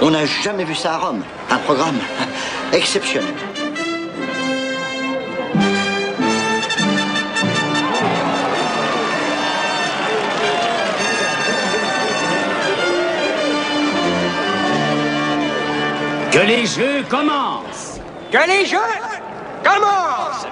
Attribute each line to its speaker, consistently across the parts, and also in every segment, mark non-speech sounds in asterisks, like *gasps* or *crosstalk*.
Speaker 1: On n'a jamais vu ça à Rome. Un programme *laughs* exceptionnel.
Speaker 2: Que les jeux commencent
Speaker 3: Que les jeux commencent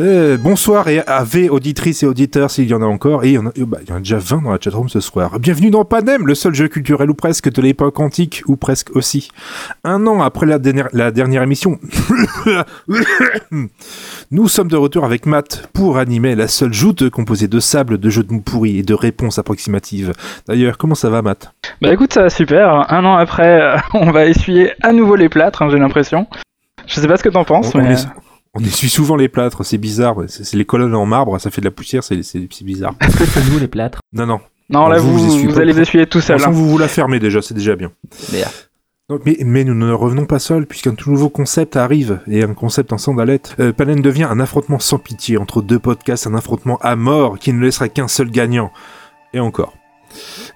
Speaker 4: Euh, bonsoir et AV auditrices et auditeurs s'il y en a encore, et il y en a, euh, bah, il y en a déjà 20 dans la chatroom ce soir. Bienvenue dans Panem, le seul jeu culturel ou presque de l'époque antique, ou presque aussi. Un an après la, dernière- la dernière émission, *coughs* nous sommes de retour avec Matt pour animer la seule joute composée de sable, de jeux de mots pourris et de réponses approximatives. D'ailleurs, comment ça va Matt
Speaker 5: Bah écoute, ça va super. Un an après, euh, *laughs* on va essuyer à nouveau les plâtres, hein, j'ai l'impression. Je sais pas ce que t'en penses,
Speaker 4: on, on
Speaker 5: mais. euh,
Speaker 4: essu- on essuie souvent les plâtres, c'est bizarre, ouais. c'est c'est les colonnes en marbre, ça fait de la poussière, c'est c'est- c'est bizarre.
Speaker 6: C'est nous les plâtres.
Speaker 4: Non, non,
Speaker 5: Non, là,
Speaker 4: vous,
Speaker 5: vous,
Speaker 4: vous essuyez
Speaker 5: vous
Speaker 4: pas.
Speaker 5: allez les essuyer tout
Speaker 4: De
Speaker 5: seul.
Speaker 4: toute
Speaker 5: hein.
Speaker 4: façon, vous vous la fermez déjà, c'est déjà bien.
Speaker 6: Merde.
Speaker 4: Donc, mais, mais nous ne revenons pas seuls, puisqu'un tout nouveau concept arrive, et un concept en sandalette. Euh, Panem devient un affrontement sans pitié entre deux podcasts, un affrontement à mort qui ne laissera qu'un seul gagnant. Et encore.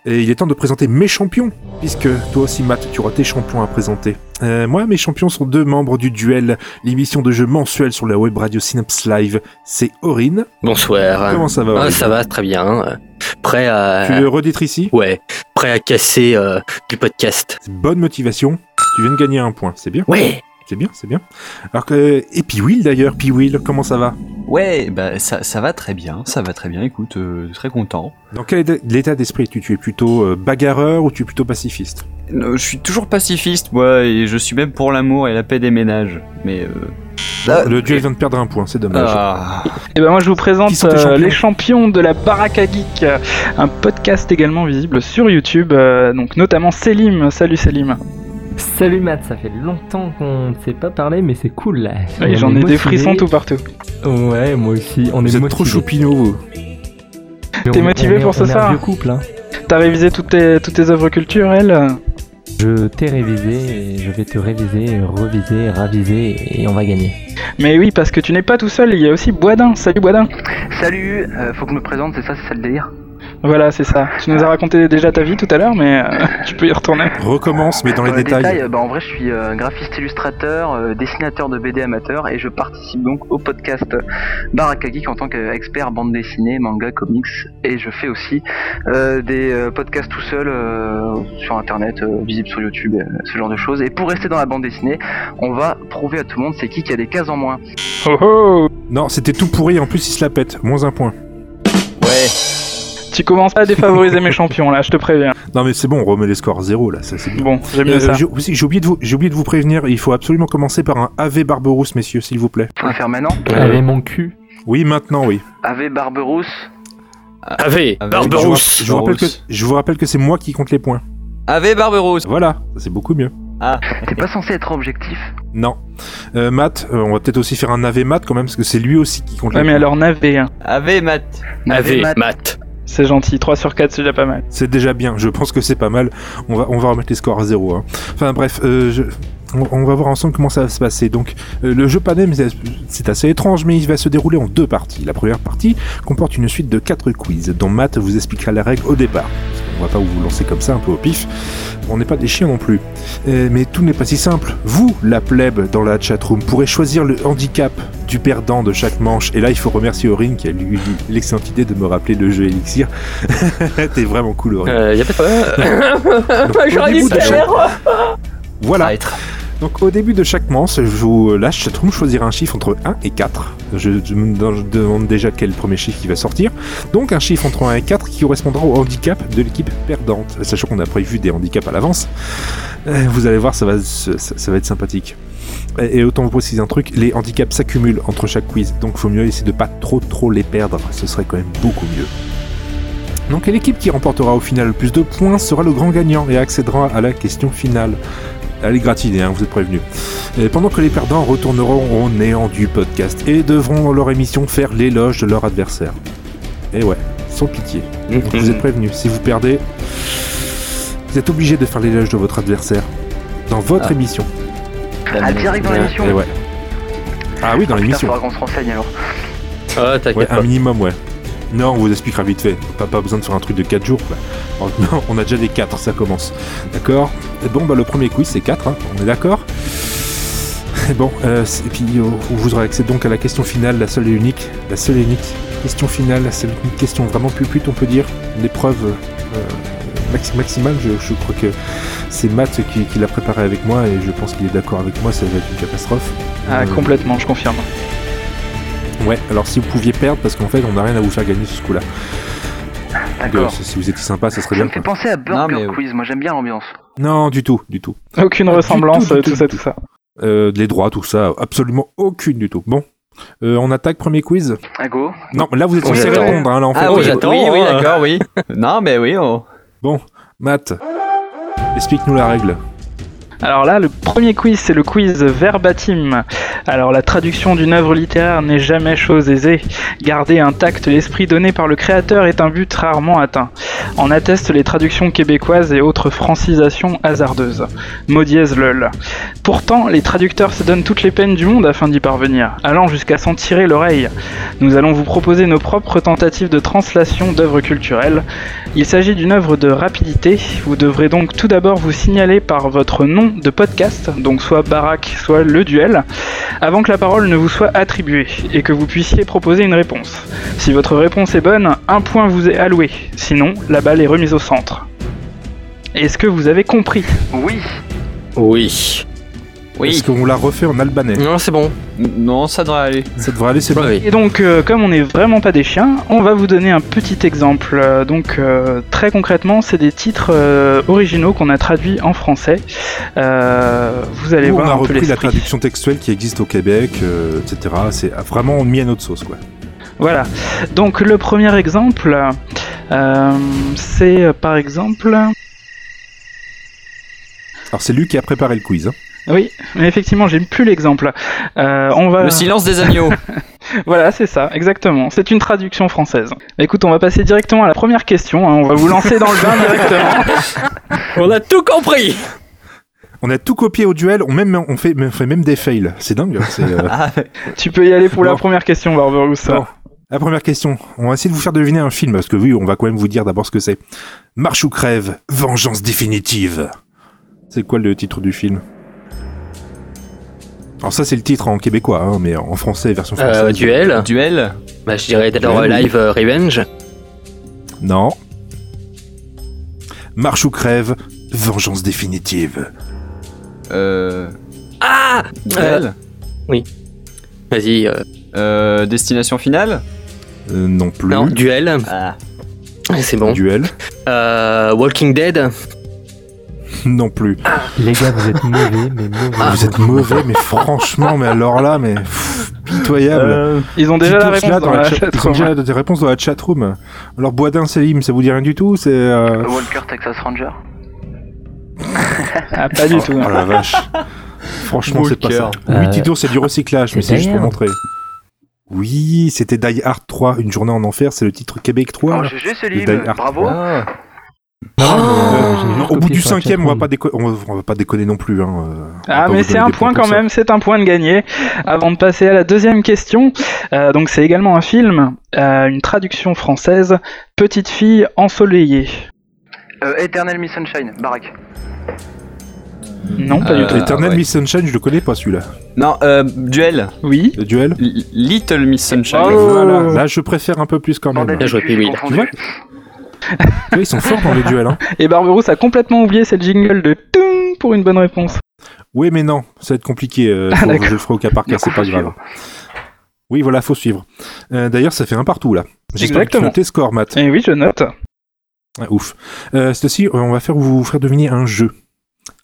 Speaker 4: Et il est temps de présenter mes champions, puisque toi aussi Matt, tu auras tes champions à présenter. Euh, moi, mes champions sont deux membres du duel, l'émission de jeu mensuelle sur la web radio Synapse Live. C'est Aurine.
Speaker 7: Bonsoir.
Speaker 4: Comment ça va
Speaker 7: Ah,
Speaker 4: Aurine
Speaker 7: ça va très bien. Euh, Prêt à
Speaker 4: Tu veux redire ici
Speaker 7: ouais, prêt à casser euh, du podcast.
Speaker 4: Bonne motivation. Tu viens de gagner un point, c'est bien.
Speaker 7: Ouais.
Speaker 4: C'est bien, c'est bien. Alors que et puis Will d'ailleurs, puis Will, comment ça va
Speaker 8: Ouais, bah ça, ça va très bien, ça va très bien, écoute, euh, très content.
Speaker 4: Dans quel état- état d'esprit es-tu Tu es plutôt euh, bagarreur ou tu es plutôt pacifiste
Speaker 8: Euh, je suis toujours pacifiste, moi, et je suis même pour l'amour et la paix des ménages, mais... Euh... Ah,
Speaker 4: Le duel vient de perdre un point, c'est dommage.
Speaker 8: ah,
Speaker 5: Et ben moi, je vous présente
Speaker 4: Qui sont tes
Speaker 5: euh,
Speaker 4: champions
Speaker 5: les champions de la Baraka Geek, euh, un podcast également visible sur YouTube, euh, donc notamment Selim. Salut Selim.
Speaker 6: Salut Matt, ça fait longtemps qu'on ne s'est pas parlé, mais c'est cool là.
Speaker 5: Et
Speaker 4: Ah,
Speaker 6: On
Speaker 5: J'en
Speaker 6: est
Speaker 5: ai des
Speaker 6: motivés.
Speaker 5: frissons tout partout.
Speaker 6: Ouais, moi aussi, on
Speaker 4: Vous
Speaker 6: est
Speaker 4: êtes
Speaker 6: motivés.
Speaker 4: trop choupineau, vous.
Speaker 6: Mais on
Speaker 5: T'es
Speaker 6: est-
Speaker 5: motivé
Speaker 6: on est-
Speaker 5: pour ce
Speaker 6: on est un
Speaker 5: soir
Speaker 6: vieux couple, hein.
Speaker 5: T'as révisé toutes tes, toutes tes œuvres culturelles euh
Speaker 6: Je t'ai révisé, et je vais te réviser, reviser, raviser, et on va gagner.
Speaker 5: Mais oui, parce que tu n'es pas tout seul, il y a aussi Boisdin. Salut Boisdin.
Speaker 9: Salut, euh, faut que je me présente, c'est ça, c'est ça le délire
Speaker 5: Voilà, c'est ça. Tu nous as raconté déjà ta vie tout à l'heure, mais euh, *laughs* tu peux y retourner.
Speaker 4: Recommence, mais dans les détails.
Speaker 9: euh, bah, En vrai, je suis euh, graphiste illustrateur, euh, dessinateur de BD amateur et je participe donc au podcast Baraka Geek en tant qu'expert bande dessinée, manga, comics. Et je fais aussi euh, des euh, podcasts tout seul euh, sur internet, euh, visibles sur YouTube, euh, ce genre de choses. Et pour rester dans la bande dessinée, on va prouver à tout le monde c'est qui qui a des cases en moins.
Speaker 5: Oh oh
Speaker 4: Non, c'était tout pourri. En plus, il se la pète. Moins un point.
Speaker 5: Tu commences pas à défavoriser mes champions là, je te préviens.
Speaker 4: Non, mais c'est bon, on remet les scores à zéro là. Ça, c'est bien.
Speaker 5: Bon, j'aime
Speaker 4: Euh,
Speaker 5: mieux ça.
Speaker 4: j'ai aussi- j'ai oublié de vous, j'ai oublié de vous prévenir. Il faut absolument commencer par un AV Barberousse, messieurs, s'il vous plaît.
Speaker 9: Faut
Speaker 8: Ah.
Speaker 9: le faire maintenant.
Speaker 6: Allez, mon cul.
Speaker 4: Oui, maintenant, oui.
Speaker 9: Ave Barberousse.
Speaker 7: Ave,
Speaker 8: Ave,
Speaker 4: Je vous,
Speaker 7: Barberousse.
Speaker 4: je vous rappelle que,
Speaker 8: Barberousse.
Speaker 4: je vous rappelle que c'est moi qui compte les points.
Speaker 8: Ave Barberousse
Speaker 4: Voilà, ça, c'est beaucoup mieux.
Speaker 9: T'es pas censé être objectif.
Speaker 4: Non. Euh, Matt, euh, on va peut-être aussi faire un AV Matt quand même, parce que c'est lui aussi qui compte.
Speaker 5: Ouais,
Speaker 4: les
Speaker 5: mais
Speaker 4: points.
Speaker 5: alors Navé, hein.
Speaker 8: Ave Matt
Speaker 7: Ave,
Speaker 9: Mat-
Speaker 7: Matt.
Speaker 5: c'est gentil, 3 sur 4, c'est déjà pas mal.
Speaker 4: C'est déjà bien, je pense que c'est pas mal. On va, on va remettre les scores à zéro. hein. Enfin bref, euh, je- on, on va voir ensemble comment ça va se passer. Donc euh, le jeu Panem, c'est- c'est assez étrange, mais il va se dérouler en deux parties. La première partie comporte une suite de quatre quiz, dont Matt vous expliquera la règle au départ. On va pas vous lancer comme ça un peu au pif. On n'est pas des chiens non plus. Euh, mais tout n'est pas si simple. Vous, la plèbe dans la chatroom, pourrez choisir le handicap du perdant de chaque manche. Et là, il faut remercier Aurine qui a eu l'excellente idée de me rappeler le jeu Elixir. *laughs* T'es vraiment cool, Aurine.
Speaker 7: Euh, y a pas de problème.
Speaker 4: Donc, au début de chaque-
Speaker 10: Ah,
Speaker 4: Voilà. Donc au début de chaque manche, je vous là, chatroom choisira un chiffre entre 1 et 4. Je, je me je demande déjà quel premier chiffre qui va sortir. Donc un chiffre entre 1 et 4 qui correspondra au handicap de l'équipe perdante. Sachant qu'on a prévu des handicaps à l'avance. Euh, Vous allez voir, ça va, se- ça, ça va être sympathique. Et, et autant vous préciser un truc, les handicaps s'accumulent entre chaque quiz, donc faut mieux essayer de pas trop trop les perdre, ce serait quand même beaucoup mieux. Donc et l'équipe qui remportera au final le plus de points sera le grand gagnant et accédera à la question finale. Elle est gratinée, hein, vous êtes prévenus. Et pendant que les perdants retourneront au néant du podcast et devront dans leur émission faire l'éloge de leur adversaire. Et ouais, sans pitié. Donc, vous êtes prévenus, si vous perdez, vous êtes obligé de faire l'éloge de votre adversaire. Dans votre
Speaker 8: Ah.
Speaker 4: émission.
Speaker 9: Ah, direct dans l'émission.
Speaker 4: Et ouais. Ah oui, dans
Speaker 9: Putain,
Speaker 4: l'émission.
Speaker 9: faudra qu'on se renseigne alors.
Speaker 7: Ah, t'inquiète
Speaker 4: Ouais, un
Speaker 7: pas.
Speaker 4: minimum, ouais. Non, on vous expliquera vite fait. Pas, pas besoin de faire un truc de 4 jours. quoi. Oh, non, on a déjà des 4, ça commence. D'accord Bon, bah le premier quiz, c'est 4, on est d'accord Bon, euh, c'est- et puis euh, on vous aurez accès donc à la question finale, la seule et unique. La seule et unique question finale, la seule et unique question vraiment pupute, on peut dire. Une épreuve euh, maxi- maximale, je, je crois que c'est Matt qui, qui l'a préparée avec moi et je pense qu'il est d'accord avec moi, ça va être une catastrophe.
Speaker 5: Ah,
Speaker 4: Euh,
Speaker 5: complètement, je confirme.
Speaker 4: Ouais, alors si vous pouviez perdre, parce qu'en fait on n'a rien à vous faire gagner sur ce coup-là. Donc, euh,
Speaker 9: D'accord.
Speaker 4: si si vous étiez sympa, ça serait
Speaker 9: Ça
Speaker 4: bien.
Speaker 9: me fait
Speaker 4: quoi.
Speaker 9: penser à Burger
Speaker 8: mais-
Speaker 9: Quiz, moi j'aime bien l'ambiance.
Speaker 4: Non, du tout, du tout.
Speaker 5: Aucune
Speaker 4: Ah, du
Speaker 5: ressemblance,
Speaker 4: tout, du
Speaker 5: tout
Speaker 4: tout,
Speaker 5: ça,
Speaker 4: du
Speaker 5: tout ça.
Speaker 4: Euh, les droits, tout ça, absolument aucune du tout. Bon, Euh, on attaque premier quiz.
Speaker 9: À Ah, go.
Speaker 4: Non, là vous êtes
Speaker 7: Oui,
Speaker 4: censé
Speaker 7: j'attends.
Speaker 4: répondre, hein, là en fait.
Speaker 7: Ah oui,
Speaker 4: Euh,
Speaker 7: j'attends,
Speaker 8: Oui, oui,
Speaker 7: hein.
Speaker 8: d'accord, oui. non, mais oui, on-
Speaker 4: Matt, explique-nous la règle.
Speaker 5: Alors là, le premier quiz, c'est le quiz verbatim. Alors la traduction d'une œuvre littéraire n'est jamais chose aisée. Garder intact l'esprit donné par le créateur est un but rarement atteint. En attestent les traductions québécoises et autres francisations hasardeuses. Maudiez lol. Pourtant, les traducteurs se donnent toutes les peines du monde afin d'y parvenir, allant jusqu'à s'en tirer l'oreille. Nous allons vous proposer nos propres tentatives de translation d'œuvres culturelles. Il s'agit d'une œuvre de rapidité. Vous devrez donc tout d'abord vous signaler par votre nom de podcast, donc soit Barak, soit Le Duel, avant que la parole ne vous soit attribuée et que vous puissiez proposer une réponse. Si votre réponse est bonne, un point vous est alloué. Sinon, la balle est remise au centre. Est-ce que vous avez compris
Speaker 9: Oui.
Speaker 7: Oui.
Speaker 8: Oui.
Speaker 4: Est-ce qu'on l'a refait en albanais
Speaker 7: Non, c'est bon.
Speaker 8: Non, ça devrait aller.
Speaker 4: Ça devrait aller, c'est bon.
Speaker 7: Oui.
Speaker 5: Et donc, euh, comme on n'est vraiment pas des chiens, on va vous donner un petit exemple. Euh, donc, euh, très concrètement, c'est des titres euh, originaux qu'on a traduits en français. Euh, vous allez
Speaker 4: Nous, on
Speaker 5: voir
Speaker 4: a
Speaker 5: un peu
Speaker 4: repris la
Speaker 5: l'esprit.
Speaker 4: traduction textuelle qui existe au Québec, euh, etc. C'est vraiment mis à notre sauce, quoi.
Speaker 5: Voilà. Donc, le premier exemple, euh, c'est euh, par exemple.
Speaker 4: Alors c'est lui qui a préparé le quiz. hein.
Speaker 5: Oui, mais effectivement, j'ai plus l'exemple. Euh, on
Speaker 4: Ah.
Speaker 5: va.
Speaker 8: Le silence
Speaker 4: *laughs*
Speaker 8: des agneaux.
Speaker 5: Voilà, c'est ça, exactement. C'est une traduction française. Écoute, on va passer directement à la première question. hein. On va vous lancer dans le
Speaker 4: *laughs*
Speaker 5: bain directement.
Speaker 7: On a tout compris.
Speaker 4: On a tout copié au duel, on, même, on, fait, on fait même des fails. C'est dingue. c'est, euh,
Speaker 8: Ah,
Speaker 5: Tu peux y aller pour la
Speaker 4: Bon.
Speaker 5: première question, Barberousse.
Speaker 4: Bon. La première question, on va essayer de vous faire deviner un film, parce que oui, on va quand même vous dire d'abord ce que c'est. Marche ou crève, vengeance définitive. C'est quoi le titre du film Alors ça c'est le titre en québécois, hein, mais en français, version française.
Speaker 7: Euh, duel.
Speaker 8: duel.
Speaker 7: Bah, je dirais Dead or
Speaker 4: Duel, oui.
Speaker 7: Alive euh, Revenge.
Speaker 4: Non. Marche ou crève, vengeance définitive.
Speaker 8: Euh,
Speaker 7: Ah Euh,
Speaker 8: duel.
Speaker 7: Vas-y. euh,
Speaker 8: Euh, destination finale.
Speaker 4: Euh, non plus.
Speaker 7: non, duel.
Speaker 8: Ah.
Speaker 7: C'est bon.
Speaker 4: Duel.
Speaker 7: Euh, Walking Dead.
Speaker 4: Non plus.
Speaker 6: Les gars, vous êtes mauvais, mais mauvais.
Speaker 4: Ah,
Speaker 7: Ah.
Speaker 4: Vous êtes mauvais, mais franchement, mais alors là, mais pff, pitoyable.
Speaker 5: Ils ont déjà la
Speaker 4: Dites-nous cela
Speaker 5: réponse dans la
Speaker 4: cha-
Speaker 5: chat.
Speaker 4: ils ont déjà des réponses dans la chatroom. Alors Boisdin, Selim, ça vous dit rien du tout C'est euh,
Speaker 9: Walker Texas Ranger.
Speaker 5: Ah, pas du tout.
Speaker 4: Oh
Speaker 5: non.
Speaker 4: la vache. *laughs* Franchement, c'est pas ça.
Speaker 8: Walker.
Speaker 6: Euh,
Speaker 4: Oui, Tito, c'est du recyclage, mais
Speaker 6: c'est
Speaker 4: c'est juste pour
Speaker 6: derrière.
Speaker 4: montrer. Oui, c'était Die Hard 3, Une journée en enfer, c'est le titre Québec 3.
Speaker 9: Oh, GG
Speaker 4: Die
Speaker 9: Selim,
Speaker 4: Hard.
Speaker 9: bravo.
Speaker 8: Ah.
Speaker 5: Ah,
Speaker 4: Euh,
Speaker 6: j'ai juste
Speaker 4: non, au
Speaker 6: copié
Speaker 4: bout du
Speaker 6: sur la
Speaker 4: cinquième, on va
Speaker 6: chatroom.
Speaker 4: pas, déco- on va- on va pas déconner non plus. Hein. euh, on va pas
Speaker 5: Ah
Speaker 4: vous
Speaker 5: mais
Speaker 4: donner
Speaker 5: c'est
Speaker 4: des
Speaker 5: un
Speaker 4: points
Speaker 5: point
Speaker 4: pour
Speaker 5: quand
Speaker 4: ça.
Speaker 5: même, c'est un point de gagné. Avant de passer à la deuxième question, euh, donc c'est également un film, euh, une traduction française, Petite fille ensoleillée.
Speaker 9: Euh, Eternal Miss Sunshine, Barak.
Speaker 4: Ah,
Speaker 5: Non, pas du
Speaker 8: Euh,
Speaker 5: tout.
Speaker 4: Eternal
Speaker 8: ouais.
Speaker 4: Miss Sunshine, je le connais pas celui-là.
Speaker 8: Non, euh, duel.
Speaker 5: Oui.
Speaker 4: Le duel
Speaker 8: L- Little Miss Sunshine.
Speaker 5: Oh.
Speaker 4: Voilà, là je préfère un peu plus quand même.
Speaker 9: Bordel
Speaker 4: Tu
Speaker 7: Bien
Speaker 9: de
Speaker 7: joué,
Speaker 9: cul,
Speaker 7: Pee-wee.
Speaker 9: j'ai
Speaker 4: vois
Speaker 9: confondu.
Speaker 4: Tu vois, ils sont forts dans les duels. Hein.
Speaker 5: Et Barberousse a complètement oublié cette jingle de Toum pour une bonne réponse.
Speaker 4: Oui, mais non, ça va être compliqué. euh,
Speaker 5: Ah,
Speaker 4: faut-
Speaker 5: d'accord.
Speaker 4: je le ferai au cas par cas,
Speaker 9: Du coup,
Speaker 4: c'est pas
Speaker 9: faut
Speaker 4: grave. Oui, voilà, faut suivre. Euh, D'ailleurs, ça fait un partout là. J'espère que tu
Speaker 5: Exactement.
Speaker 4: notes tes scores, Matt.
Speaker 5: Et oui, je note.
Speaker 4: Ah, ouf. Euh, cette fois-ci, euh, on va faire vous faire deviner un jeu.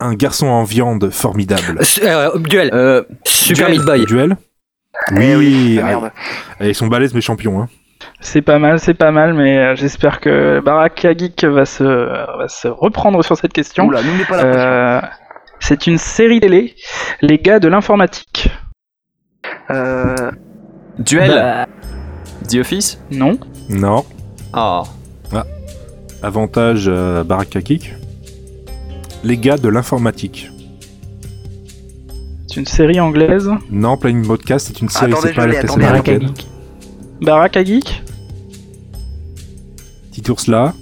Speaker 4: Un garçon en viande formidable.
Speaker 7: S- euh, duel.
Speaker 8: Euh,
Speaker 7: Super
Speaker 8: Duel.
Speaker 7: Meat Boy.
Speaker 4: Duel Oui,
Speaker 9: Ah,
Speaker 4: ah,
Speaker 9: merde.
Speaker 4: ah, ils sont balèzes mes champions. Hein.
Speaker 5: C'est pas mal, c'est pas mal, mais euh, j'espère que Baraka Geek va se, va se reprendre sur cette question.
Speaker 9: Oula, n'oublie pas la pression.
Speaker 5: Euh, c'est une série télé, les gars de l'informatique.
Speaker 9: Euh,
Speaker 8: duel. The Office.
Speaker 5: Non.
Speaker 4: Non.
Speaker 8: Ah.
Speaker 4: Avantage euh, Baraka Kick. Les gars de l'informatique.
Speaker 5: C'est une série anglaise.
Speaker 4: Non, Planning Podcast, c'est une série,
Speaker 9: Attendez,
Speaker 4: c'est pas
Speaker 9: je l'ai,
Speaker 4: la
Speaker 9: attendez,
Speaker 4: c'est pas la
Speaker 6: Baraka
Speaker 4: peine.
Speaker 6: Geek.
Speaker 5: Baraka Geek
Speaker 4: petit ours là.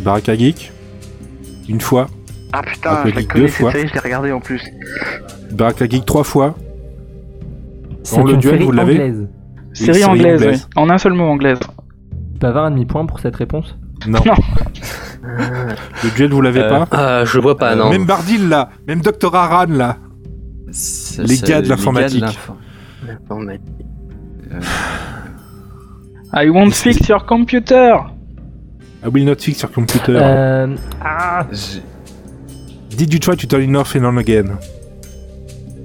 Speaker 4: Baraka Geek. Une fois.
Speaker 9: Ah putain,
Speaker 4: Aquatic
Speaker 9: je la
Speaker 4: deux
Speaker 9: connais
Speaker 4: fois.
Speaker 9: cette série, je l'ai regardée en plus.
Speaker 4: Baraka Geek trois fois.
Speaker 6: C'est
Speaker 4: Dans le
Speaker 6: une
Speaker 4: duel,
Speaker 6: série
Speaker 4: vous l'avez
Speaker 6: anglaise.
Speaker 5: Série
Speaker 4: série
Speaker 5: anglaise,
Speaker 4: anglaise.
Speaker 5: oui. En un seul mot anglaise.
Speaker 6: Tu peux avoir un demi-point pour cette réponse
Speaker 4: Non.
Speaker 5: Non.
Speaker 4: *laughs* le duel, vous l'avez
Speaker 8: Euh,
Speaker 4: pas
Speaker 7: Ah, je vois pas,
Speaker 8: Euh,
Speaker 7: non.
Speaker 4: Même Bardil là. Même Dr. Aran là.
Speaker 8: Ça-
Speaker 4: Les
Speaker 8: ça-
Speaker 4: gars de l'informatique.
Speaker 8: l'info-
Speaker 7: Non, mais-
Speaker 5: I won't fix your computer.
Speaker 4: I will not fix your computer.
Speaker 6: euh, ah,
Speaker 8: J'ai-
Speaker 4: Did you try to turn it off and on again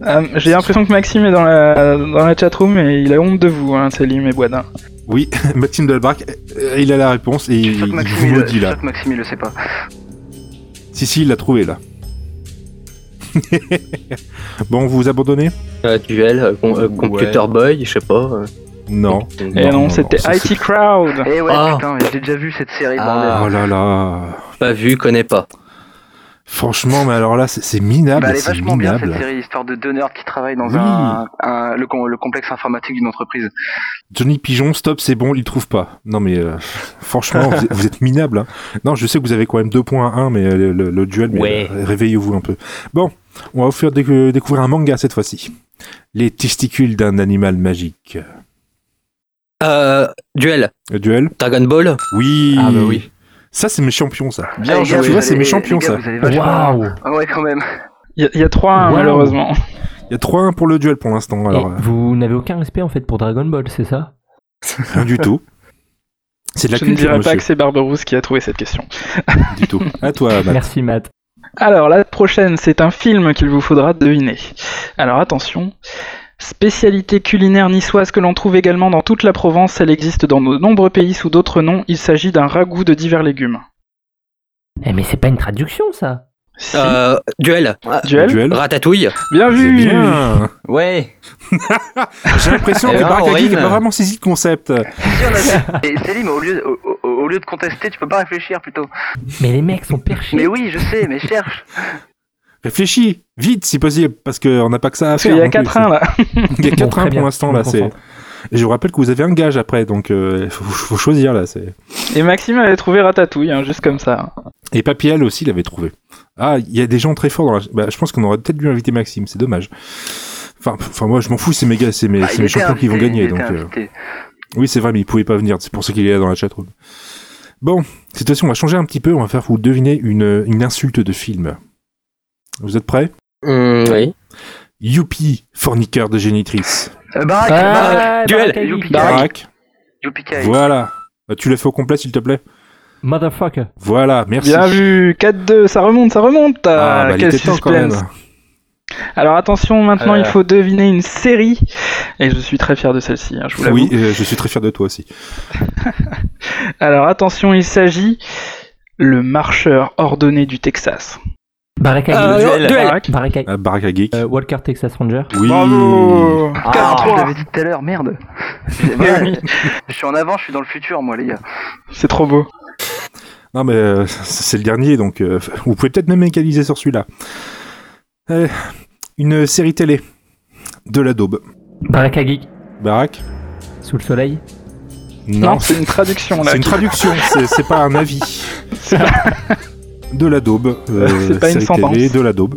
Speaker 4: *laughs*
Speaker 5: Euh, J'ai l'impression que Maxime est dans la, dans la chatroom et il a honte de vous, hein, Célim et Boisdin.
Speaker 4: Oui, Maxime Delbarc, euh, il a la réponse et
Speaker 9: Je
Speaker 4: il
Speaker 9: suis sûr que Maxime,
Speaker 4: vous
Speaker 9: il, le-
Speaker 4: maudit
Speaker 9: je suis
Speaker 4: là.
Speaker 9: sûr que Maxime, il le sait pas.
Speaker 4: Si, si, il l'a trouvé là. *laughs* bon, vous vous abandonnez
Speaker 7: Euh, duel, euh, com- euh, Computer Boy, je sais pas. euh.
Speaker 4: Non.
Speaker 5: Et non, Eh c'était
Speaker 4: ça, c'est-
Speaker 5: IT Crowd.
Speaker 9: Eh ouais,
Speaker 7: Ah.
Speaker 9: putain, j'ai déjà vu cette série,
Speaker 8: Ah.
Speaker 9: bordel.
Speaker 4: Oh là là.
Speaker 7: Pas vu, connais pas.
Speaker 4: Franchement, mais alors là, c'est- c'est minable.
Speaker 9: Bah, elle est
Speaker 4: Ah, c'est
Speaker 9: vachement bien
Speaker 4: minable.
Speaker 9: cette série, histoire de deux nerds qui travaillent dans
Speaker 4: Oui.
Speaker 9: un, un- le, com- le complexe informatique d'une entreprise.
Speaker 4: Johnny Pigeon, stop, c'est bon, il trouve pas. Non mais euh, franchement, vous, êtes- vous êtes minable. hein. Non, je sais que vous avez quand même deux points à 1, mais euh, le, le- le duel, mais,
Speaker 7: Ouais.
Speaker 4: euh, réveillez-vous un peu. Bon, on va vous faire déc- euh, découvrir un manga cette fois-ci. Les testicules d'un animal magique.
Speaker 7: Euh, duel,
Speaker 4: Le duel
Speaker 7: Dragon Ball.
Speaker 4: Oui.
Speaker 8: Ah bah oui.
Speaker 4: Ça, c'est mes champions, ça.
Speaker 9: Eh,
Speaker 8: Bien
Speaker 9: les gars,
Speaker 4: Tu
Speaker 8: joué.
Speaker 4: vois,
Speaker 9: vous
Speaker 4: c'est
Speaker 9: allez-
Speaker 4: mes champions,
Speaker 9: les gars,
Speaker 4: ça.
Speaker 9: vous allez vachement-
Speaker 6: waouh
Speaker 9: Ah ouais, quand même.
Speaker 5: Il y a- il y, a trois, hein,
Speaker 6: Wow.
Speaker 5: malheureusement.
Speaker 4: Il y a 3-1 pour le duel pour l'instant, alors
Speaker 6: Et Vous n'avez aucun respect en fait pour Dragon Ball, c'est ça
Speaker 4: euh, rien du tout. C'est de la
Speaker 5: Je ne
Speaker 4: culture,
Speaker 5: dirais pas
Speaker 4: monsieur.
Speaker 5: que c'est Barberousse qui a trouvé cette question.
Speaker 4: Du tout. À toi, Matt.
Speaker 6: Merci Matt.
Speaker 5: Alors, la prochaine, c'est un film qu'il vous faudra deviner. Alors, attention. Spécialité culinaire niçoise que l'on trouve également dans toute la Provence, elle existe dans de nombreux pays sous d'autres noms, il s'agit d'un ragoût de divers légumes.
Speaker 6: Eh, mais c'est pas une traduction ça
Speaker 5: Si.
Speaker 7: Euh, duel, Ah,
Speaker 5: Duel,
Speaker 4: Duel.
Speaker 7: Ratatouille.
Speaker 5: Bien
Speaker 4: C'est
Speaker 5: vu
Speaker 4: bien.
Speaker 8: Ouais.
Speaker 4: J'ai l'impression
Speaker 8: Eh
Speaker 4: que
Speaker 8: ben,
Speaker 4: Barakaki
Speaker 8: Aurine.
Speaker 4: n'a pas vraiment saisi le concept.
Speaker 9: Si, on a- Et Céline, au lieu, au, au- au lieu de contester, tu peux pas réfléchir plutôt.
Speaker 6: Mais les mecs sont perchés.
Speaker 9: Mais oui, je sais, mais cherche.
Speaker 4: Réfléchis, vite si possible, parce qu'on n'a pas que ça à
Speaker 5: Parce
Speaker 4: faire.
Speaker 5: qu'il y a
Speaker 4: non plus.
Speaker 5: 4-1 là.
Speaker 4: Il y a
Speaker 6: Bon,
Speaker 4: 4
Speaker 6: très bien,
Speaker 4: pour l'instant
Speaker 6: je
Speaker 4: là.
Speaker 6: me
Speaker 4: C'est...
Speaker 6: concentre.
Speaker 4: Et je vous rappelle que vous avez un gage après, donc il faut, faut choisir là. C'est...
Speaker 5: Et Maxime avait trouvé Ratatouille, hein, juste comme ça.
Speaker 4: Et Papiel aussi l'avait trouvé. Ah, il y a des gens très forts dans la. Bah, je pense qu'on aurait peut-être dû inviter Maxime, c'est dommage. Enfin, pff, enfin moi je m'en fous, c'est mes gars, c'est mes,
Speaker 9: Bah,
Speaker 4: c'est
Speaker 9: il
Speaker 4: mes
Speaker 9: était
Speaker 4: champions qui vont
Speaker 9: invité,
Speaker 4: gagner.
Speaker 9: il était
Speaker 4: Donc, euh,
Speaker 9: invité.
Speaker 4: Oui, c'est vrai, mais il pouvait pas venir, c'est pour ça qu'il est là dans la chatroom. Bon, cette fois-ci on va changer un petit peu, on va faire vous deviner une, une insulte de film. Vous êtes prêts
Speaker 7: Hum, oui.
Speaker 4: Youpi, forniqueur de génitrice.
Speaker 9: Euh, Barak, Barak,
Speaker 6: Ah,
Speaker 7: Duel.
Speaker 6: Barakali.
Speaker 9: Youpi.
Speaker 6: Barak-
Speaker 4: Barack,
Speaker 9: Yupikai.
Speaker 4: voilà. Bah, tu l'as fait au complet s'il te plaît
Speaker 6: Motherfucker.
Speaker 4: Voilà, merci.
Speaker 5: Bien vu 4-2, ça remonte, ça remonte
Speaker 4: Ah,
Speaker 5: Ah,
Speaker 4: bah, les
Speaker 5: Quel
Speaker 4: tétons,
Speaker 5: suspense
Speaker 4: quand même.
Speaker 5: Alors attention, maintenant
Speaker 8: Euh.
Speaker 5: il faut deviner une série. Et je suis très fier de celle-ci, hein, je vous l'avoue.
Speaker 4: Oui, euh, je suis très fier de toi aussi.
Speaker 5: Alors attention, il s'agit le marcheur ordonné du Texas.
Speaker 7: Euh,
Speaker 6: Barakali.
Speaker 7: duel.
Speaker 5: Barack.
Speaker 6: Barakali.
Speaker 4: Ah, Baraka Geek.
Speaker 6: Euh, Walker Texas Ranger.
Speaker 4: oui.
Speaker 5: Bravo
Speaker 9: Ah, je
Speaker 5: 4-3
Speaker 9: l'avais dit tout à l'heure,
Speaker 4: *laughs*
Speaker 9: merde.
Speaker 6: Eh
Speaker 9: Voilà, je suis en avant, je suis dans le futur, moi, les gars.
Speaker 5: C'est trop beau.
Speaker 4: Non, mais euh, c- c'est le dernier, donc euh, vous pouvez peut-être même égaliser sur celui-là. Euh, une série télé. De la daube.
Speaker 6: Barakali.
Speaker 4: Barak
Speaker 6: Sous le soleil.
Speaker 5: Non, c'est une traduction là.
Speaker 4: c'est une
Speaker 5: qui-
Speaker 4: traduction, c'est- c'est pas un avis.
Speaker 5: C'est pas-
Speaker 4: De la daube. euh,
Speaker 5: *laughs* C'est pas une
Speaker 4: série télé,
Speaker 5: sentence.
Speaker 4: de la daube.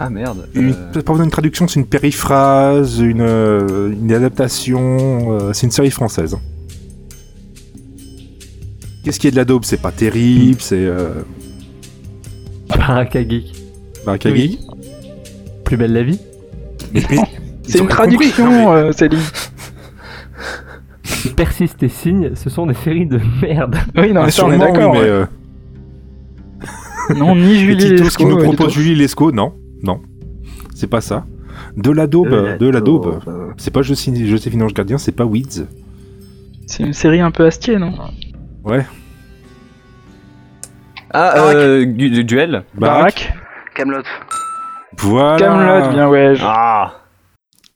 Speaker 8: Ah merde.
Speaker 4: Une-
Speaker 8: Euh,
Speaker 4: C'est pas vraiment une traduction, c'est une périphrase, une, euh, une adaptation. euh, c'est une série française. Qu'est-ce qui est de la daube C'est pas terrible, c'est. Euh,
Speaker 6: Barakali.
Speaker 4: Baraka
Speaker 6: Oui.
Speaker 4: Geek.
Speaker 6: Plus belle la vie.
Speaker 4: Mais- mais-
Speaker 5: *laughs*
Speaker 4: *laughs* ils
Speaker 5: C'est
Speaker 4: ont
Speaker 5: une
Speaker 4: rien
Speaker 5: traduction,
Speaker 4: compris. Non, mais-
Speaker 5: euh, Céline.
Speaker 6: Persiste et signe, ce sont des séries de merde.
Speaker 5: Oui, non,
Speaker 4: Ah,
Speaker 5: mais ça on est
Speaker 4: sûrement, oui,
Speaker 5: d'accord.
Speaker 4: mais,
Speaker 5: ouais.
Speaker 4: euh,
Speaker 5: Non, ni Julie
Speaker 4: Petit tour qui
Speaker 5: Lescaut,
Speaker 4: me
Speaker 5: ouais, du
Speaker 4: propose
Speaker 5: tout.
Speaker 4: Julie Lescaut, non, non, c'est pas ça. De la daube, de la daube. C'est pas Joséphine Joséphine Ange Gardien, c'est pas Weeds.
Speaker 5: C'est une série un peu astier, non
Speaker 8: Ah, euh, du, du duel.
Speaker 4: Barack.
Speaker 9: Camelot.
Speaker 4: Bah, Voilà.
Speaker 5: Camelot, bien ouais. je-
Speaker 8: Ah.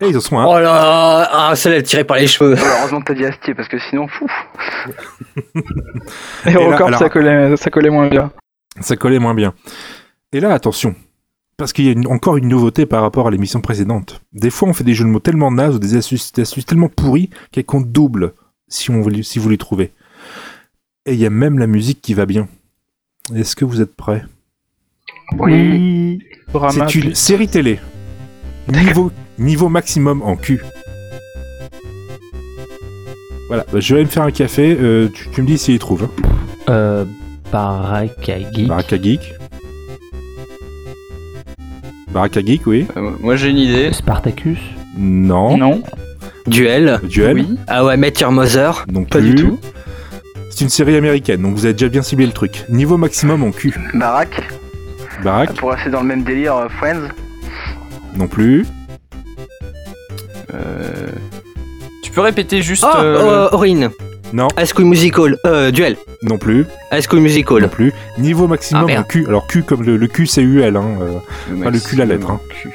Speaker 4: Eh, ils en sont un.
Speaker 7: Oh là là, ah, celle-là, elle tirait par les cheveux.
Speaker 9: Heureusement que t'as dit Astier, parce que sinon, fou.
Speaker 5: Et,
Speaker 4: là,
Speaker 5: encore,
Speaker 4: alors-
Speaker 5: ça, collait, ça collait moins bien.
Speaker 4: Ça collait moins bien. Et là, attention. Parce qu'il y a une- encore une nouveauté par rapport à l'émission précédente. Des fois, on fait des jeux de mots tellement nazes ou des astuces, des astuces tellement pourries qu'elles comptent double. si, on, veut- si vous les trouvez. Et il y a même la musique qui va bien. Est-ce que vous êtes prêts
Speaker 9: Oui.
Speaker 5: Dorama,
Speaker 4: C'est une série télé. Niveau, niveau maximum en cul. Voilà, bah, je vais aller me faire un café. euh, tu, tu me dis s'il y trouve. Hein.
Speaker 6: Euh, Barakagi.
Speaker 4: Baraka Geek. Baraka Geek, oui.
Speaker 8: Euh, moi j'ai une idée.
Speaker 6: Spartacus.
Speaker 4: Non.
Speaker 5: Non.
Speaker 7: Duel
Speaker 4: Duel.
Speaker 7: Oui. Ah ouais, Met Your Mother
Speaker 4: Non
Speaker 7: Pas du
Speaker 4: plus.
Speaker 7: tout.
Speaker 4: C'est une série américaine, donc vous avez déjà bien ciblé le truc. Niveau maximum en cul.
Speaker 9: Barack,
Speaker 4: Barak,
Speaker 9: pour rester dans le même délire, euh, Friends.
Speaker 4: non plus.
Speaker 8: Euh, Tu peux répéter juste.
Speaker 4: Ah,
Speaker 7: Oh,
Speaker 8: euh, le-
Speaker 7: euh, Orin
Speaker 4: Non,
Speaker 7: High School Musical Euh, Duel
Speaker 4: non plus.
Speaker 7: High School
Speaker 4: Non
Speaker 7: Musical
Speaker 4: plus. Niveau
Speaker 7: Ah,
Speaker 4: maximum en
Speaker 7: merde.
Speaker 4: cul. Alors cul comme le, le cul c'est UL. Hein. euh, pas le cul, la lettre, hein.
Speaker 8: Cul.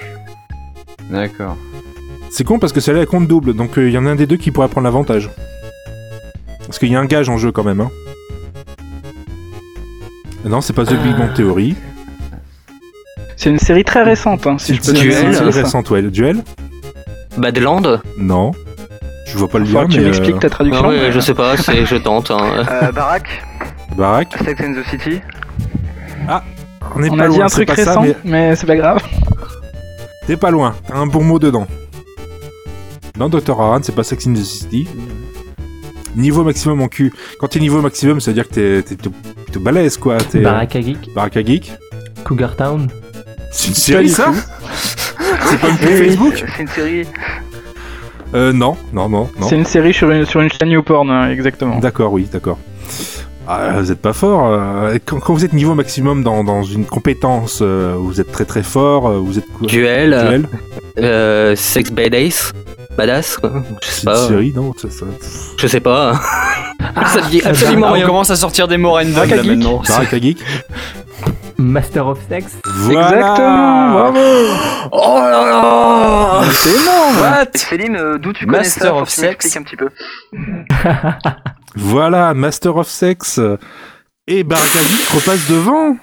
Speaker 8: D'accord.
Speaker 4: C'est con parce que celle-là elle compte double, donc euh, il y en a un des deux qui pourrait prendre l'avantage. Parce qu'il y a un gage en jeu quand même. Hein. Non, c'est pas The Big Bang Theory.
Speaker 5: C'est une série très récente, hein, si je peux
Speaker 4: C'est une
Speaker 5: dire.
Speaker 7: Duel.
Speaker 4: série
Speaker 5: ça.
Speaker 4: récente, ouais. Duel
Speaker 7: Badland
Speaker 4: Non. Je vois pas le lien,
Speaker 5: Faudra que
Speaker 4: mais...
Speaker 5: tu
Speaker 4: euh,
Speaker 5: m'expliques ta traduction.
Speaker 10: Ah
Speaker 7: Non, ouais, je sais pas, c'est, je tente. hein.
Speaker 9: Euh, Barack,
Speaker 4: Barack
Speaker 9: Sex and the City.
Speaker 4: On n'est
Speaker 5: On
Speaker 4: pas
Speaker 5: a dit
Speaker 4: loin,
Speaker 5: un
Speaker 4: c'est
Speaker 5: truc
Speaker 4: pas ça,
Speaker 5: récent,
Speaker 4: mais
Speaker 5: mais c'est pas grave.
Speaker 4: t'es pas loin. T'as un bon mot dedans. Non, Dr. Aran, c'est pas Sex in the City. Niveau maximum en cul. Quand t'es niveau maximum, ça veut dire que t'es- t'es plutôt plutôt balèze, quoi. T'es
Speaker 6: Barakagi.
Speaker 4: Baraka Geek.
Speaker 6: Cougar Town.
Speaker 4: C'est une série, ça *laughs* C'est pas une pub
Speaker 9: Oui,
Speaker 4: Facebook
Speaker 9: C'est une série.
Speaker 4: Euh, non, non, non, non.
Speaker 5: C'est une série sur une, sur une chaîne YouPorn, hein, exactement.
Speaker 4: D'accord, oui, d'accord. Ah, vous êtes pas fort. euh, quand, quand vous êtes niveau maximum dans, dans une compétence, euh, vous êtes très très fort. euh, vous êtes quoi
Speaker 7: Duel, euh,
Speaker 4: Duel
Speaker 7: euh, Sex Badass Badass quoi. Je sais
Speaker 4: C'est une
Speaker 7: pas.
Speaker 4: série, non ça- ça-
Speaker 7: Je sais pas. hein. ça dit absolument
Speaker 8: Ah, on
Speaker 7: rien.
Speaker 8: commence à sortir des mots
Speaker 4: Ah,
Speaker 8: random là maintenant.
Speaker 4: Baraka Geek
Speaker 6: Master of Sex.
Speaker 4: Voilà
Speaker 5: Exactement, bravo
Speaker 7: Oh là là
Speaker 5: C'est énorme
Speaker 9: Et Céline, euh, d'où tu connais
Speaker 8: Master
Speaker 9: ça Faut
Speaker 8: of
Speaker 9: que tu m'expliques
Speaker 8: Sex.
Speaker 9: un petit peu. Euh,
Speaker 4: Voilà, Master of Sex euh, et Baraka Geek repasse devant.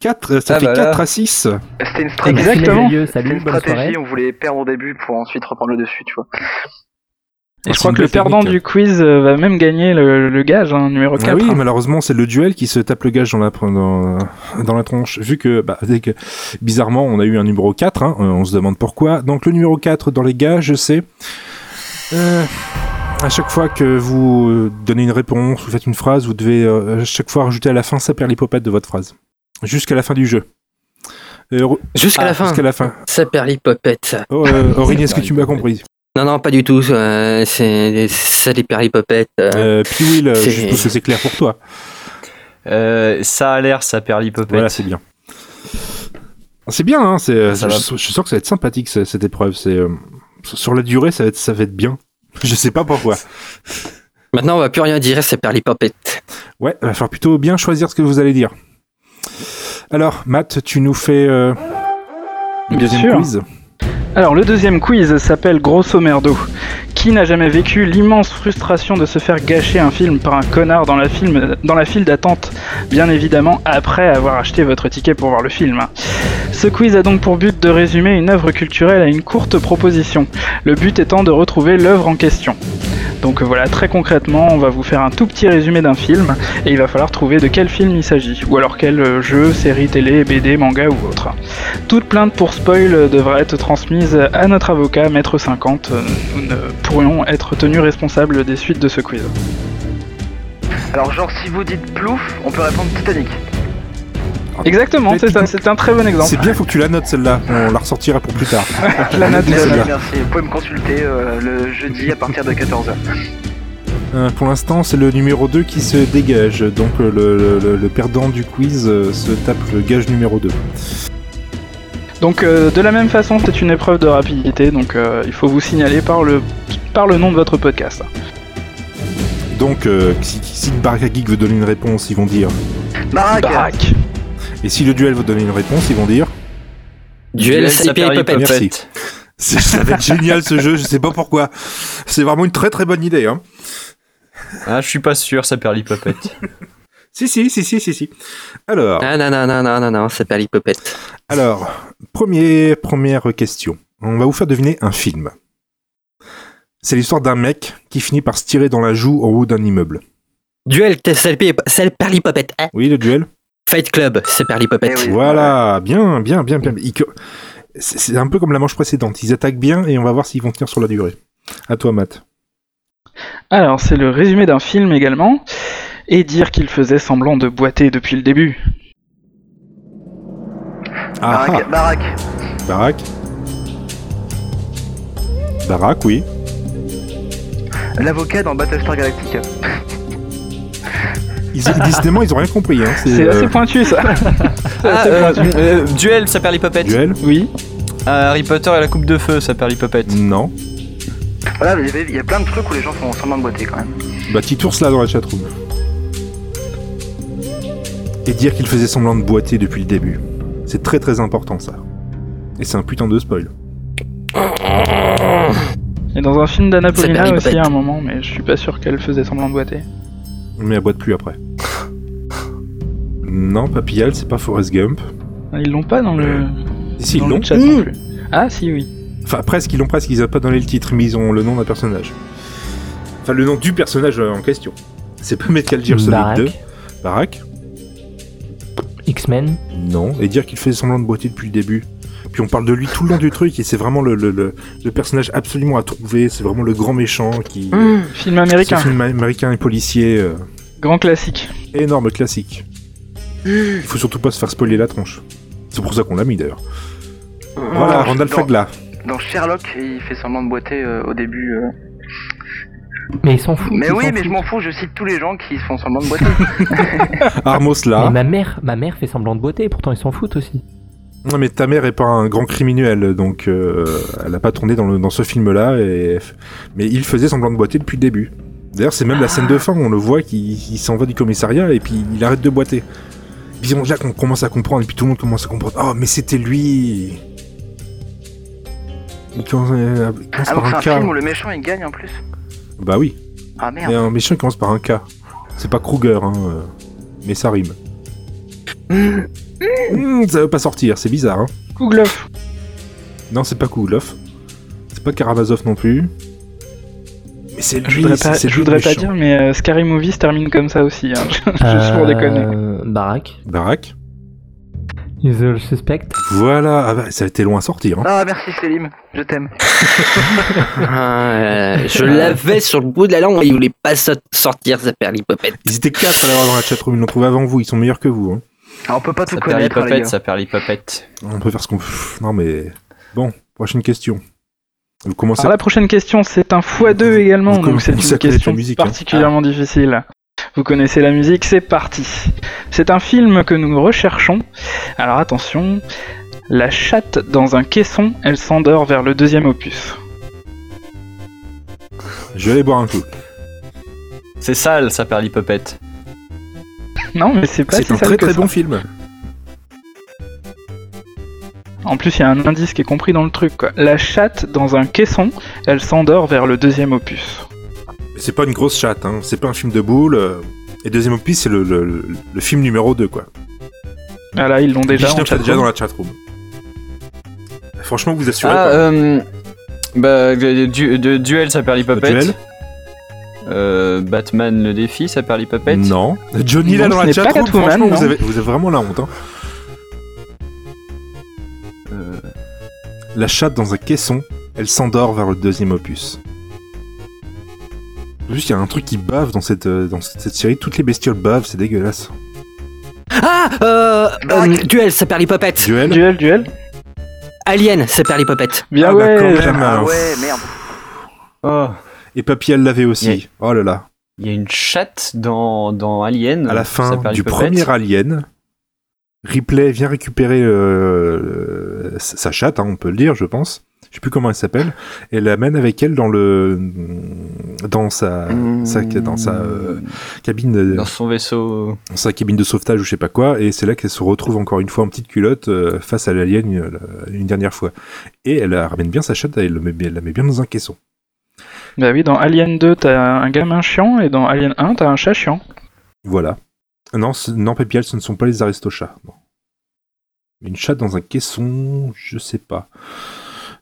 Speaker 4: 4, ça
Speaker 8: Ah,
Speaker 4: fait
Speaker 8: bah là.
Speaker 4: 4 à 6.
Speaker 9: C'était une stratégie. euh,
Speaker 5: Exactement.
Speaker 6: Merci les yeux,
Speaker 9: C'était
Speaker 6: Salut,
Speaker 9: une
Speaker 6: bonne soirée.
Speaker 9: stratégie, on voulait perdre au début pour ensuite reprendre le dessus, tu vois.
Speaker 5: ah, Et je crois que le perdant du quiz euh, va même gagner le, le gage, hein, numéro 4.
Speaker 4: Ah oui,
Speaker 5: hein.
Speaker 4: malheureusement, c'est le duel qui se tape le gage dans la, dans, dans la tronche. Vu que, bah, dès que- bizarrement, on a eu un numéro 4, hein, euh, on se demande pourquoi. Donc, le numéro 4 dans les gages, c'est. euh, à chaque fois que vous euh, donnez une réponse ou faites une phrase, vous devez euh, à chaque fois rajouter à la fin sa perlipopette de votre phrase. Jusqu'à la fin du jeu. Euh, re-
Speaker 7: Jusqu'à
Speaker 4: ah,
Speaker 7: la fin.
Speaker 4: Jusqu'à la fin.
Speaker 7: Ça perd les popettes.
Speaker 4: Oh,
Speaker 5: *laughs*
Speaker 4: euh, Aurine, est-ce que tu m'as compris
Speaker 7: Non, non, pas du tout. euh, c'est ça les péripopettes. euh.
Speaker 4: euh, Puis Will, euh,
Speaker 7: C'est-
Speaker 4: je suppose que c'est clair pour toi.
Speaker 8: Euh, ça a l'air, ça perd l'hypopète.
Speaker 4: Voilà, c'est bien. C'est bien, hein, c'est,
Speaker 8: Ça
Speaker 4: je,
Speaker 8: va.
Speaker 4: je suis sûr que ça va être sympathique ce- cette épreuve. C'est, euh, sur la durée, ça va, être, ça va être bien. Je sais pas
Speaker 5: *laughs*
Speaker 4: pourquoi.
Speaker 7: Maintenant, on va plus rien dire, ça perd les popettes.
Speaker 4: Ouais, il va falloir plutôt bien choisir ce que vous allez dire. Alors, Matt, tu nous fais euh, le
Speaker 5: Bien
Speaker 4: deuxième
Speaker 5: sûr.
Speaker 4: quiz.
Speaker 5: Alors, le deuxième quiz s'appelle Grosso Merdo. Qui n'a jamais vécu l'immense frustration de se faire gâcher un film par un connard dans la, film, dans la file d'attente Bien évidemment, après avoir acheté votre ticket pour voir le film. Ce quiz a donc pour but de résumer une œuvre culturelle à une courte proposition, le but étant de retrouver l'œuvre en question. Donc euh, voilà, très concrètement, on va vous faire un tout petit résumé d'un film, et il va falloir trouver de quel film il s'agit, ou alors quel euh, jeu, série télé, BD, manga ou autre. Toute plainte pour spoil euh, devra être transmise à notre avocat, Maître 50. Euh, Nous ne pourrions être tenus responsables des suites de ce quiz.
Speaker 9: Alors, genre, si vous dites plouf, on peut répondre Titanic.
Speaker 5: Exactement, c'est ça, c'est un très bon exemple.
Speaker 4: C'est bien, faut que tu la notes celle-là. On la ressortira pour plus
Speaker 5: *laughs*
Speaker 4: tard.
Speaker 5: La note,
Speaker 4: C'est
Speaker 9: Merci,
Speaker 4: bien.
Speaker 9: merci. Vous pouvez me consulter euh, le jeudi à partir de 14h.
Speaker 4: Euh, pour l'instant, c'est le numéro 2 qui se dégage. Donc, euh, le, le- le perdant du quiz euh, se tape le gage numéro 2.
Speaker 5: Donc euh, de la même façon, c'est une épreuve de rapidité, donc euh, il faut vous signaler par le, par le nom de votre podcast.
Speaker 4: Donc, euh, si, si Baraka Geek veut donner une réponse, ils vont dire
Speaker 9: Barack,
Speaker 5: Barac.
Speaker 4: Et si le duel vous donne une réponse, ils vont dire eh,
Speaker 7: Duel,
Speaker 8: Duel,
Speaker 7: ça les
Speaker 8: ça perd les
Speaker 7: péripopettes.
Speaker 4: Merci. *laughs*
Speaker 8: popettes.
Speaker 4: C'est- Ça va être génial ce jeu, je sais pas pourquoi. C'est vraiment une très très bonne idée. Hein.
Speaker 8: Ah, je suis pas sûr, ça
Speaker 4: *laughs*
Speaker 8: perd l'hypopète.
Speaker 4: Ah, Si, si, si, si, si, si. Alors,
Speaker 7: Ah non, non, non, non, non, non, ça perd les popettes.
Speaker 4: alors premier, première question. On va vous faire deviner un film. C'est l'histoire d'un mec qui finit par se tirer dans la joue en haut d'un immeuble.
Speaker 10: Duel, c'est le perlipopette. hein.
Speaker 4: Oui, le duel
Speaker 10: Fight Club, c'est perlipopette.
Speaker 9: Eh oui.
Speaker 4: Voilà, bien, bien, bien, bien. Ils co- C'est c'est un peu comme la manche précédente. Ils attaquent bien et on va voir s'ils vont tenir sur la durée. À toi, Matt.
Speaker 5: Alors, c'est le résumé d'un film également, et dire qu'il faisait semblant de boiter depuis le début.
Speaker 4: Ah,
Speaker 9: Baraque, baraque.
Speaker 4: ah, Barak. Barak, oui.
Speaker 9: L'avocat dans Battlestar Galactica.
Speaker 4: Ils, décidément, ils ont rien compris. Hein.
Speaker 5: C'est
Speaker 4: euh,
Speaker 5: assez pointu ça
Speaker 4: *laughs*
Speaker 8: Ah, euh, euh, duel, ça perd les popettes.
Speaker 4: duel
Speaker 5: Oui,
Speaker 8: Ah, Harry Potter et la coupe de feu, ça perd les popettes.
Speaker 4: Non.
Speaker 9: Voilà, il y avait- il y a plein de trucs où les gens font semblant de boiter quand même.
Speaker 4: Bah, tours là dans la chatroom. Et dire qu'il faisait semblant de boiter depuis le début. C'est très très important ça. Et c'est un putain de spoil.
Speaker 5: et dans un film d'Anna
Speaker 10: C'est
Speaker 5: Paulina
Speaker 10: Perry
Speaker 5: aussi
Speaker 10: Poppet.
Speaker 5: à un moment, mais je suis pas sûr qu'elle faisait semblant de boiter.
Speaker 4: Mais elle boite plus après. non, Papillal, c'est pas Forrest Gump.
Speaker 5: Ils l'ont pas dans le,
Speaker 4: Si, ils
Speaker 5: dans le
Speaker 4: l'ont.
Speaker 5: chat non plus. Ah si, oui.
Speaker 4: Enfin, presque, ils l'ont presque, ils ont pas donné le titre, mais ils ont le nom d'un personnage. Enfin, le nom du personnage euh, en question. C'est pas Metal Gear Solid
Speaker 6: Barak.
Speaker 4: 2. Barak
Speaker 6: X-Men,
Speaker 4: Non. Et dire qu'il faisait semblant de boiter depuis le début. Puis on parle de lui tout le long du truc, et c'est vraiment le, le, le, le personnage absolument à trouver, c'est vraiment le grand méchant qui.
Speaker 5: Film
Speaker 4: C'est un
Speaker 5: Mmh, américain,
Speaker 4: film américain et policier, euh,
Speaker 5: grand classique.
Speaker 4: énorme classique. Il faut surtout pas se faire spoiler la tronche. C'est pour ça qu'on l'a mis d'ailleurs. Voilà,
Speaker 9: Dans-
Speaker 4: Randall
Speaker 9: dans-
Speaker 4: Fagla.
Speaker 9: Dans Sherlock, il fait semblant de boiter euh, au début. euh.
Speaker 6: mais ils s'en foutent.
Speaker 9: Mais
Speaker 6: ils
Speaker 9: oui,
Speaker 6: s'en
Speaker 9: mais je
Speaker 6: foutent.
Speaker 9: m'en fous, je cite tous les gens qui font semblant de
Speaker 4: *laughs*
Speaker 9: boiter.
Speaker 4: Armos
Speaker 6: Mais
Speaker 4: là.
Speaker 6: ma mère, ma mère fait semblant de beauté, pourtant ils s'en foutent aussi.
Speaker 4: Non mais ta mère est pas un grand criminel, donc euh, elle a pas tourné dans, le- dans ce film-là. Et... Mais il faisait semblant de boiter depuis le début. D'ailleurs, c'est même la scène de fin où on le voit qui il s'en va du commissariat et puis il arrête de boiter. Puis on- là qu'on commence à comprendre, et puis tout le monde commence à comprendre. Oh, mais c'était lui. Il commence, euh, il commence
Speaker 9: ah donc
Speaker 4: par
Speaker 9: c'est
Speaker 4: un
Speaker 9: un
Speaker 4: cas.
Speaker 9: film où le méchant il gagne en plus.
Speaker 4: Bah oui.
Speaker 9: Ah
Speaker 4: Et
Speaker 9: merde.
Speaker 4: un méchant qui commence par un K. C'est pas Kruger, hein, euh, mais
Speaker 9: *gasps*
Speaker 4: ça rime. Hmm, ça veut pas sortir, c'est bizarre. Hein.
Speaker 5: Kougloff,
Speaker 4: Non, c'est pas Kougloff. C'est pas Karamazov non plus. Mais c'est
Speaker 5: je
Speaker 4: lui,
Speaker 5: voudrais
Speaker 4: Ah c'est
Speaker 5: pas,
Speaker 4: c'est
Speaker 5: je
Speaker 4: lui le
Speaker 5: voudrais pas
Speaker 4: méchant.
Speaker 5: dire, mais euh, Scary Movie se termine comme ça aussi. hein. *laughs* Juste pour déconner.
Speaker 6: Euh, Barack,
Speaker 4: Barak.
Speaker 6: The Suspect,
Speaker 4: Voilà, ah bah, ça a été loin à sortir. hein.
Speaker 9: Ah merci Selim, je t'aime.
Speaker 10: Ah, euh, je l'avais sur le bout de la langue, il voulait pas so- sortir sa perlipopette.
Speaker 4: Ils étaient quatre à l'avoir dans la chatroom, ils l'ont trouvé avant vous, ils sont meilleurs que vous. hein.
Speaker 9: Ah, on peut pas tout
Speaker 8: Ça perd les
Speaker 9: connaître hein, les
Speaker 8: popettes,
Speaker 9: gars.
Speaker 8: ça perd les popettes.
Speaker 4: On peut faire ce qu'on veut. Non mais. Bon, prochaine question. Vous commencez
Speaker 5: Alors la prochaine question, c'est un
Speaker 4: Vous-
Speaker 5: x2 également,
Speaker 4: vous
Speaker 5: donc c'est
Speaker 4: commencez à
Speaker 5: une
Speaker 4: connaître la
Speaker 5: question
Speaker 4: musique, hein.
Speaker 5: particulièrement difficile. Vous connaissez la musique, c'est parti. C'est un film que nous recherchons. Alors attention, la chatte dans un caisson, elle s'endort vers le deuxième opus.
Speaker 4: Je vais aller boire un coup.
Speaker 8: C'est sale, ça perd les popettes.
Speaker 5: Non, mais c'est pas
Speaker 4: c'est
Speaker 5: si
Speaker 4: un
Speaker 5: sale
Speaker 4: très
Speaker 5: que
Speaker 4: très
Speaker 5: ça.
Speaker 4: bon film.
Speaker 5: En plus, il y a un indice qui est compris dans le truc. Quoi. La chatte dans un caisson, elle s'endort vers le deuxième opus.
Speaker 4: C'est pas une grosse chatte, hein. c'est pas un film de boule. euh, Et deuxième opus, c'est le, le- le- le film numéro 2, quoi.
Speaker 5: Ah là, ils l'ont déjà. en
Speaker 4: Bichneuf l'a déjà
Speaker 5: chatroom.
Speaker 4: dans la chatroom. Franchement, vous assurez
Speaker 8: ah,
Speaker 4: pas.
Speaker 8: euh, bah, du, du- du- duel, ça perd les popettes.
Speaker 4: Duel
Speaker 8: Euh, Batman le défi, ça perd les popettes.
Speaker 4: Non. Johnny
Speaker 5: Non,
Speaker 4: là dans
Speaker 5: ce
Speaker 4: la
Speaker 5: n'est pas
Speaker 4: chatroom,
Speaker 5: Catwoman,
Speaker 4: franchement,
Speaker 5: non.
Speaker 4: vous avez, vous avez vraiment la honte. Hein.
Speaker 8: Euh,
Speaker 4: La chatte dans un caisson, elle s'endort vers le deuxième opus. Juste, il y a un truc qui bave dans cette, euh, dans cette série. Toutes les bestioles bavent, c'est
Speaker 5: *laughs*
Speaker 4: dégueulasse.
Speaker 10: Ah, euh,
Speaker 9: Barack.
Speaker 10: euh, duel, ça perd les popettes.
Speaker 4: Duel
Speaker 5: Duel, duel.
Speaker 10: Alien, ça perd les popettes.
Speaker 5: Bien
Speaker 4: Ah,
Speaker 5: ouais.
Speaker 4: d'accord, jamais,
Speaker 9: Ah
Speaker 4: hein.
Speaker 9: ouais merde.
Speaker 8: Oh,
Speaker 4: Et Papy, elle l'avait aussi.
Speaker 8: Yeah.
Speaker 4: Oh là là.
Speaker 8: il y a une chatte dans, dans Alien.
Speaker 4: à la
Speaker 8: ça
Speaker 4: fin
Speaker 8: perd les
Speaker 4: du
Speaker 8: popettes.
Speaker 4: premier Alien, Ripley vient récupérer euh, euh, sa sa chatte, hein, on peut le dire, je pense. Je sais plus comment elle s'appelle. Elle l'amène avec elle dans le dans sa, sa- dans sa euh, cabine de-
Speaker 8: Mm. Dans son vaisseau.
Speaker 4: dans sa cabine de sauvetage ou je sais pas quoi. Et c'est là qu'elle se retrouve encore une fois en petite culotte euh, face à l'alien euh, une dernière fois. Et elle la ramène bien sa chatte, elle, le met, bien- elle la met bien dans un caisson.
Speaker 5: Bah oui, dans Alien 2, t'as un gamin chiant, et dans Alien 1, t'as un chat chiant.
Speaker 4: Voilà. Non, ce- non Pépial, ce ne sont pas les aristochats. Non. Une chatte dans un caisson, je sais pas.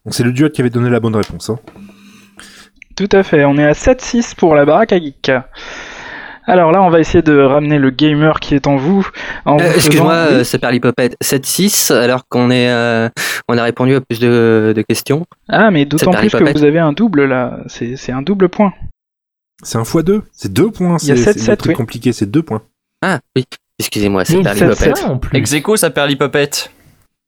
Speaker 4: Bon, c'est le duel qui avait donné la bonne réponse. hein.
Speaker 5: Tout à fait, on est à 7-6 pour la baraque à geek. Alors là, on va essayer de ramener le gamer qui est en vous. en vous
Speaker 10: Euh, Excuse-moi,
Speaker 5: faisant-
Speaker 10: euh, c'est Perlipopette. 7-6, alors qu'on est, euh, on a répondu à plus de, de questions.
Speaker 5: Ah, mais d'autant
Speaker 10: Paris
Speaker 5: plus que
Speaker 10: Papette.
Speaker 5: vous avez un double là. C'est c'est un double point.
Speaker 4: C'est un fois deux. C'est deux points.
Speaker 5: Il y a
Speaker 4: C'est
Speaker 5: sept,
Speaker 4: c'est le
Speaker 5: sept,
Speaker 4: truc
Speaker 5: oui.
Speaker 4: compliqué, c'est deux points.
Speaker 10: Ah oui, excusez-moi, c'est
Speaker 6: Mille sept cents
Speaker 10: Perlipopette.
Speaker 6: en plus.
Speaker 8: Execo, ça perd l'hypopète.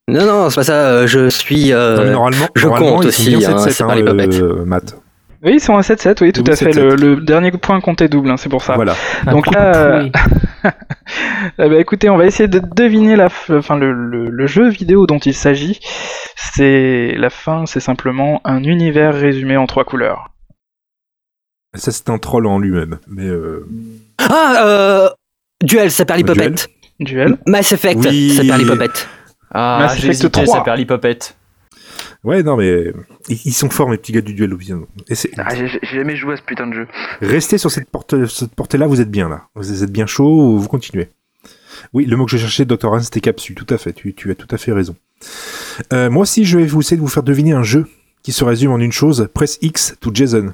Speaker 10: Non, non, c'est pas ça. euh, je suis. euh,
Speaker 4: Non, mais normalement,
Speaker 10: je
Speaker 4: normalement,
Speaker 10: compte
Speaker 4: ils sont
Speaker 10: aussi,
Speaker 4: bien
Speaker 10: hein,
Speaker 4: 7-7,
Speaker 10: c'est pas les
Speaker 4: euh,
Speaker 10: papettes.
Speaker 4: Matt.
Speaker 5: Oui, ils sont à 7-7, oui, tout
Speaker 4: Oui,
Speaker 5: à fait.
Speaker 4: 7-7.
Speaker 5: Le, le dernier point comptait double, hein, c'est pour ça.
Speaker 4: Voilà.
Speaker 6: Un
Speaker 5: Donc
Speaker 6: coup
Speaker 5: là,
Speaker 6: de trouille.
Speaker 5: Eh ben, écoutez, on va essayer de deviner la, f- enfin, le, le- le jeu vidéo dont il s'agit. C'est la fin, c'est simplement un univers résumé en trois couleurs.
Speaker 4: Ça, c'est un troll en lui-même. Mais euh,
Speaker 10: Ah, euh, duel, ça
Speaker 4: Duel.
Speaker 10: Perlipopette.
Speaker 5: Duel.
Speaker 10: Mass Effect,
Speaker 4: Oui.
Speaker 10: ça Perlipopette.
Speaker 8: Ah,
Speaker 5: Mass
Speaker 8: j'ai
Speaker 5: Effect
Speaker 8: hésité,
Speaker 5: 3.
Speaker 8: ça perd l'hypopète.
Speaker 4: ouais, non, mais ils, ils sont forts, mes petits gars du duel. Et c'est-
Speaker 9: Ah, j'ai j'ai jamais joué à ce putain de jeu.
Speaker 4: Restez sur cette porte, cette portée-là, vous êtes bien là. Vous êtes bien chaud, vous continuez. Oui, le mot que je cherchais, Dr. Hans, c'était capsule. Tout à fait, tu, tu as tout à fait raison. Euh, moi aussi, je vais vous essayer de vous faire deviner un jeu qui se résume en une chose presse X to Jason.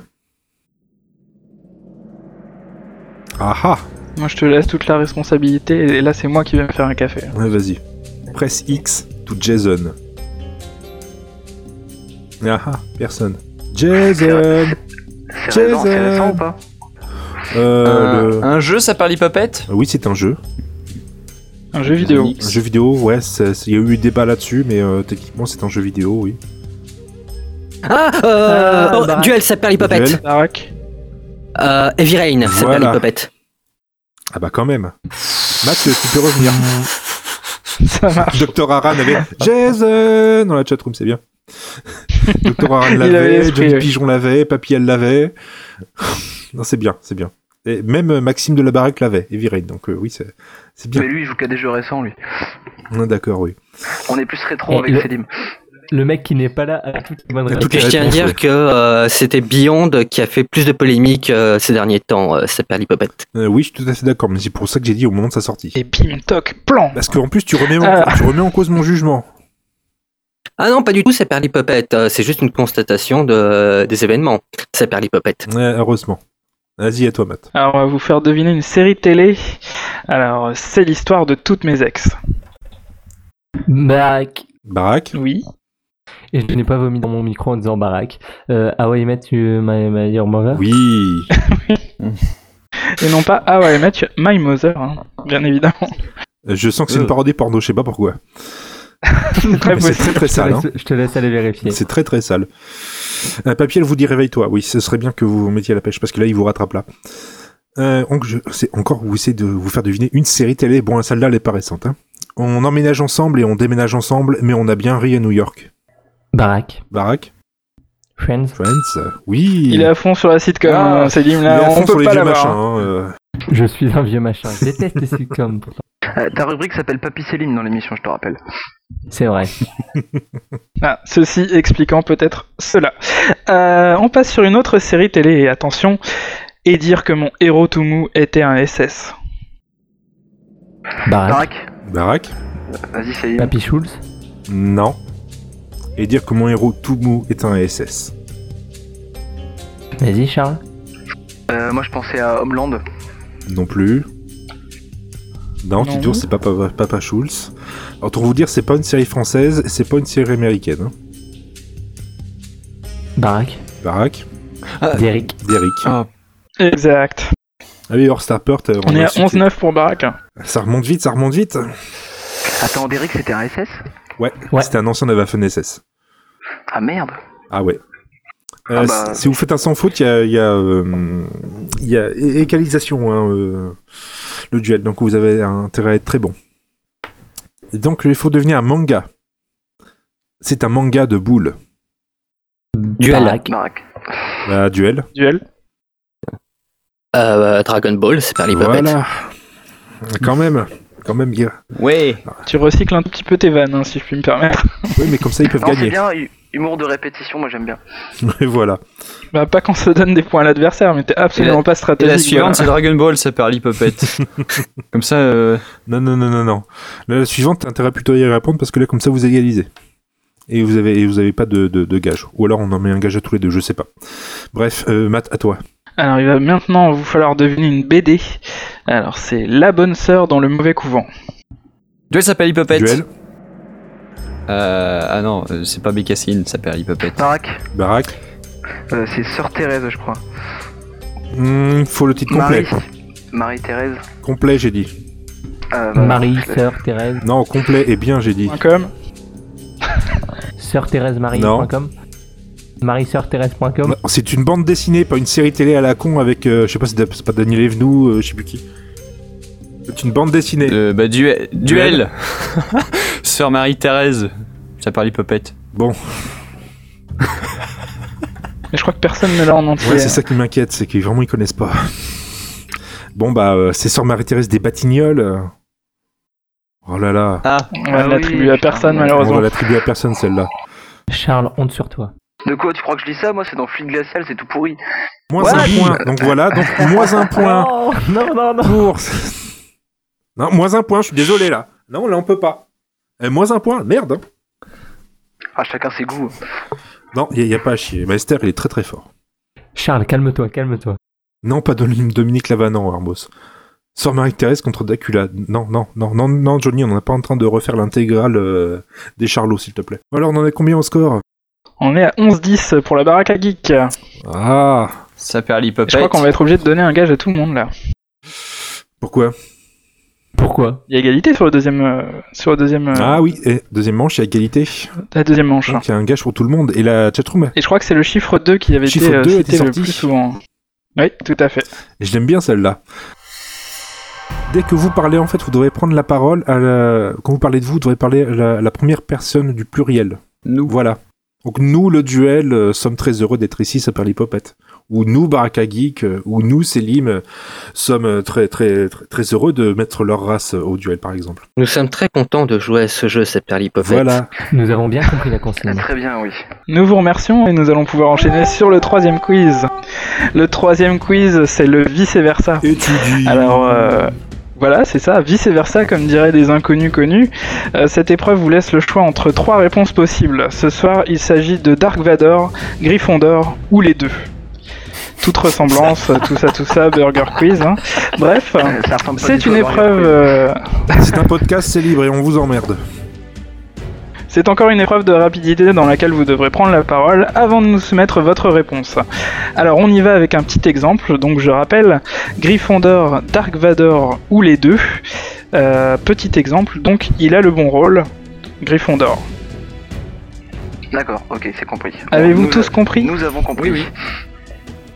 Speaker 4: Ah ah
Speaker 5: Moi, je te laisse toute la responsabilité, et là, c'est moi qui vais me faire un café.
Speaker 4: Ouais, vas-y. Presse X to Jason. Ah ah, personne. Jason
Speaker 9: C'est récent, c'est
Speaker 4: Jason.
Speaker 9: récent ou pas
Speaker 4: Euh,
Speaker 8: un,
Speaker 4: le-
Speaker 8: un jeu, ça perd l'hypopète
Speaker 4: Oui, c'est un jeu.
Speaker 5: Un jeu vidéo.
Speaker 4: Un jeu vidéo, ouais, c'est- c'est- il y a eu débat là-dessus, mais euh, techniquement c'est un jeu vidéo, oui.
Speaker 10: Ah, euh,
Speaker 5: Ah,
Speaker 10: oh,
Speaker 5: bah.
Speaker 10: duel, ça Perlipopette.
Speaker 4: Duel.
Speaker 5: Baraque.
Speaker 10: Euh, Heavy Rain, ça
Speaker 4: Voilà.
Speaker 10: Perlipopette.
Speaker 4: Ah bah quand même. Matt, tu peux revenir.
Speaker 5: *laughs* Ça marche.
Speaker 4: Docteur Aran
Speaker 5: *laughs*
Speaker 4: avait Jason dans la chatroom, c'est bien. Docteur Aran
Speaker 5: avait
Speaker 4: l'avait,
Speaker 5: l'esprit,
Speaker 4: Johnny
Speaker 5: oui.
Speaker 4: Pigeon l'avait, Papy elle l'avait. *laughs* non, c'est bien, c'est bien. Et même euh, Maxime de la Barrette l'avait, Heavy Rain, donc euh, oui, c'est c'est bien.
Speaker 9: Mais lui, il joue qu'à des jeux récents, lui.
Speaker 4: On est D'accord, oui.
Speaker 9: On est plus rétro
Speaker 6: Et
Speaker 9: avec
Speaker 6: le-
Speaker 9: Selim.
Speaker 6: Le mec qui n'est pas là a toutes les bonnes
Speaker 4: À
Speaker 6: réponses.
Speaker 4: toutes
Speaker 10: Et
Speaker 4: les
Speaker 10: je tiens à
Speaker 4: réponses,
Speaker 10: dire
Speaker 4: ouais.
Speaker 10: que euh, c'était Beyond qui a fait plus de polémiques euh, ces derniers temps, euh, ça Perlipopette.
Speaker 4: Euh, oui, je suis tout à fait d'accord, mais c'est pour ça que j'ai dit au moment de sa sortie.
Speaker 5: Et bim, toc, plan.
Speaker 4: Parce qu'en plus, tu remets, en-
Speaker 5: Ah.
Speaker 4: tu remets en cause mon jugement.
Speaker 10: Ah non, pas du tout, ça Perlipopette. euh, c'est juste une constatation de, des événements, ça Perlipopette.
Speaker 4: Ouais, Euh, heureusement. Vas-y, à toi, Matt.
Speaker 5: Alors, on va vous faire deviner une série télé. Alors, c'est l'histoire de toutes mes ex.
Speaker 6: Baraque.
Speaker 4: Baraque
Speaker 5: Oui.
Speaker 6: Et je n'ai pas vomi dans mon micro en disant baraque. Euh, ah ouais, Matt, tu m'as m'as dit au
Speaker 5: Hein
Speaker 6: revoir
Speaker 4: Oui.
Speaker 5: Et non pas Ah ouais, Match My Mother, hein, bien évidemment.
Speaker 4: *laughs* Euh, Je sens que
Speaker 5: Euh.
Speaker 4: c'est une parodie porno, je sais pas pourquoi.
Speaker 5: C'est très
Speaker 4: Mais c'est très très
Speaker 5: possible.
Speaker 6: Je te
Speaker 4: sale. hein.
Speaker 6: laisse- je te laisse aller vérifier.
Speaker 4: C'est très très sale. Un papier, elle vous dit réveille-toi. Oui, ce serait bien que vous vous mettiez à la pêche parce que là, il vous rattrape là. Euh, donc, je- c'est encore vous essayez de vous faire deviner une série télé. Bon, celle-là, elle est pas récente. hein. On emménage ensemble et on déménage ensemble, mais on a bien ri à New York.
Speaker 6: Baraque.
Speaker 4: Barack,
Speaker 6: Friends.
Speaker 4: Friends, euh, oui.
Speaker 5: Il est à fond sur la sitcom,
Speaker 4: Ah,
Speaker 5: hein, Céline,
Speaker 4: Il est
Speaker 5: là,
Speaker 4: à
Speaker 5: on
Speaker 4: fond sur
Speaker 5: peut
Speaker 4: les
Speaker 5: pas
Speaker 4: vieux
Speaker 5: l'avoir.
Speaker 4: machins.
Speaker 5: hein.
Speaker 4: hein, euh.
Speaker 6: Je suis un vieux machin. Je déteste *laughs* les sitcoms. pourtant.
Speaker 9: Euh, ta rubrique s'appelle Papy Selim dans l'émission, je te rappelle.
Speaker 6: C'est vrai.
Speaker 5: Ah, ceci expliquant peut-être cela. Euh, on passe sur une autre série télé, et attention, et dire que mon héros tout mou était un SS.
Speaker 6: Baraque.
Speaker 9: Barak,
Speaker 4: Barack,
Speaker 9: vas-y Selim.
Speaker 6: Papy Schulz.
Speaker 4: non. Et dire que mon héros tout mou est un SS.
Speaker 6: Vas-y, Charles.
Speaker 9: Euh, moi, je pensais à Homeland.
Speaker 4: Non plus. Non,
Speaker 5: Non.
Speaker 4: Tito, c'est Papa, Papa Schulz. Alors, pour vous dire, c'est pas une série française, c'est pas une série américaine. hein.
Speaker 6: Baraque.
Speaker 4: Barack,
Speaker 6: Derrick.
Speaker 4: Derrick.
Speaker 8: Ah.
Speaker 5: Exact.
Speaker 4: Ah oui, hors Starport, euh,
Speaker 5: On est à
Speaker 4: a su que-
Speaker 5: 11-9 pour Barack.
Speaker 4: Ça remonte vite, ça remonte vite.
Speaker 9: Attends, Derek, c'était un SS
Speaker 4: Ouais,
Speaker 6: Ouais.
Speaker 4: c'était un ancien de la Fun SS.
Speaker 9: Ah merde
Speaker 4: Ah ouais. Euh,
Speaker 9: Ah bah.
Speaker 4: Si vous faites un sans faute, il y a, il y, a, euh, il y a é- égalisation, hein, euh, le duel, donc vous avez intérêt à être très bon. Et donc il faut devenir un manga. C'est un manga de boules.
Speaker 10: Duel.
Speaker 6: Baraque.
Speaker 9: Barak.
Speaker 4: Bah, duel.
Speaker 5: Duel.
Speaker 10: Euh, Dragon Ball, c'est Perlipopette.
Speaker 4: Voilà. Quand même. Quand même, gars.
Speaker 8: Ouais.
Speaker 5: Tu recycles un petit peu tes vannes, hein, si je puis me permettre.
Speaker 4: Oui, mais comme ça, ils peuvent
Speaker 9: Non, c'est
Speaker 4: gagner.
Speaker 9: bien, hu- humour de répétition, moi j'aime bien.
Speaker 4: *laughs* Et voilà.
Speaker 5: Bah, pas qu'on se donne des points à l'adversaire, mais t'es absolument
Speaker 8: Et la-
Speaker 5: pas
Speaker 8: Et
Speaker 5: stratégique.
Speaker 8: la suivante, c'est Dragon Ball, ça perd l'hypopète. Comme ça, euh,
Speaker 4: Non, non, non, non, non. La, la suivante, t'as intérêt plutôt à y répondre parce que là, comme ça, vous égalisez. et vous avez, et vous avez pas de, de, de gage. Ou alors on en met un gage à tous les deux, je sais pas. Bref, euh, Matt, à toi.
Speaker 5: Alors il va maintenant vous falloir deviner une BD. Alors c'est La bonne sœur dans le mauvais couvent.
Speaker 8: Duel s'appelle Hippopète.
Speaker 4: Duel,
Speaker 8: Euh, ah non, euh, c'est pas Bécassine, ça s'appelle Hippopète.
Speaker 9: Baraque,
Speaker 4: Baraque.
Speaker 9: euh, c'est Sœur Thérèse, je crois.
Speaker 4: Hmm, faut le titre complet.
Speaker 9: Marie. Marie-Thérèse.
Speaker 4: Complet, j'ai dit.
Speaker 9: Euh, bah,
Speaker 6: Marie,
Speaker 9: je l'ai-
Speaker 6: sœur Thérèse,
Speaker 4: Non, complet et bien, j'ai dit.
Speaker 5: Point .com.
Speaker 6: sœur Thérèse Marie.
Speaker 4: Non.
Speaker 6: point com. Marie sœur Thérèse.com.
Speaker 4: Non, C'est une bande dessinée, pas une série télé à la con avec, euh, je sais pas, c'est c'est pas Daniel Evenou, euh, je sais plus qui. C'est une bande dessinée.
Speaker 8: Euh, bah, duel. Duel *laughs* Sœur Marie-Thérèse, ça parle Hippopète.
Speaker 4: Bon,
Speaker 5: Mais je crois que personne ne l'a en entier.
Speaker 4: ouais, c'est ça qui m'inquiète, c'est qu'ils vraiment ils connaissent pas. Bon bah, euh, c'est Sœur Marie-Thérèse des Batignolles. euh. Oh là là.
Speaker 8: Ah,
Speaker 5: On va
Speaker 9: Ah oui,
Speaker 5: l'attribuer à personne
Speaker 9: putain.
Speaker 4: On
Speaker 5: malheureusement.
Speaker 4: va l'attribuer à personne celle-là.
Speaker 6: Charles, honte sur toi.
Speaker 9: De quoi tu crois que je lis ça Moi, c'est dans Fluide Glacial, c'est tout pourri.
Speaker 4: Moins
Speaker 9: Ouais.
Speaker 4: un point. Donc voilà, donc moins un point
Speaker 6: Non, non, non, *laughs* non.
Speaker 4: pour. Non, moins un point. Je suis désolé là. Non, là on peut pas. Eh, moins un point. Merde. hein.
Speaker 9: Ah, chacun ses goûts.
Speaker 4: Non, il y, a pas à chier. Maester, il est très très fort.
Speaker 6: Charles, calme-toi, calme-toi.
Speaker 4: Non, pas Don- Dominique Lavanant, Armos. Sœur Marie-Thérèse contre Dracula. Non, non, non, non, non, Johnny, on n'est pas en train de refaire l'intégrale euh, des Charlots, s'il te plaît. Alors, on en est combien au score
Speaker 5: On est à 11-10 pour la baraque à geek.
Speaker 4: Ah
Speaker 8: ça perd
Speaker 5: Je crois
Speaker 8: l'Hippopète.
Speaker 5: qu'on va être obligé de donner un gage à tout le monde là.
Speaker 4: Pourquoi
Speaker 6: Pourquoi
Speaker 5: Il y a égalité sur le deuxième, euh, sur le deuxième, euh, Ah.
Speaker 4: Ah oui, et deuxième manche, il y a égalité.
Speaker 5: la deuxième manche.
Speaker 4: Donc, il y a un gage pour tout le monde. Et la chatroom
Speaker 5: Et je crois que c'est le chiffre 2 qui avait
Speaker 4: Chiffre
Speaker 5: été euh,
Speaker 4: 2 était
Speaker 5: cité le
Speaker 4: sorti.
Speaker 5: plus souvent. Oui, tout à fait.
Speaker 4: Je l'aime bien celle-là. Dès que vous parlez, en fait, vous devrez prendre la parole à la... Quand vous parlez de vous, vous devrez parler à la, la première personne du pluriel.
Speaker 8: Nous.
Speaker 4: Voilà. Donc nous, le duel, euh, sommes très heureux d'être ici, ça parle l'hypopète. Ou nous, Baraka Geek, euh, ou nous, Selim, euh, sommes euh, très, très, très, très heureux de mettre leur race euh, au duel, par exemple.
Speaker 10: Nous sommes très contents de jouer à ce jeu, ça perd l'hypopète.
Speaker 4: Voilà.
Speaker 6: Nous avons bien compris la consigne.
Speaker 9: Très bien, oui.
Speaker 5: Nous vous remercions et nous allons pouvoir enchaîner sur le troisième quiz. Le troisième quiz, c'est le vice-versa.
Speaker 4: Et tu dis...
Speaker 5: Alors euh, voilà, c'est ça, vice versa, comme diraient des inconnus connus. Euh, cette épreuve vous laisse le choix entre trois réponses possibles. Ce soir, il s'agit de Dark Vador, Gryffondor ou les deux. Toute ressemblance, tout ça, tout ça, Burger Quiz. hein. Bref,
Speaker 9: Euh, Ça ressemble pas du
Speaker 5: c'est
Speaker 9: tout
Speaker 5: une
Speaker 9: à Burger
Speaker 5: épreuve.
Speaker 9: Quiz.
Speaker 5: euh,
Speaker 4: C'est un podcast, c'est libre et on vous emmerde.
Speaker 5: C'est encore une épreuve de rapidité dans laquelle vous devrez prendre la parole avant de nous soumettre votre réponse. Alors on y va avec un petit exemple, donc je rappelle, Gryffondor, Dark Vador ou les deux. Euh, petit exemple, donc il a le bon rôle, Gryffondor.
Speaker 9: D'accord, ok, c'est compris.
Speaker 5: Avez-vous
Speaker 9: Nous-
Speaker 5: tous compris
Speaker 9: Nous avons compris.
Speaker 8: Oui,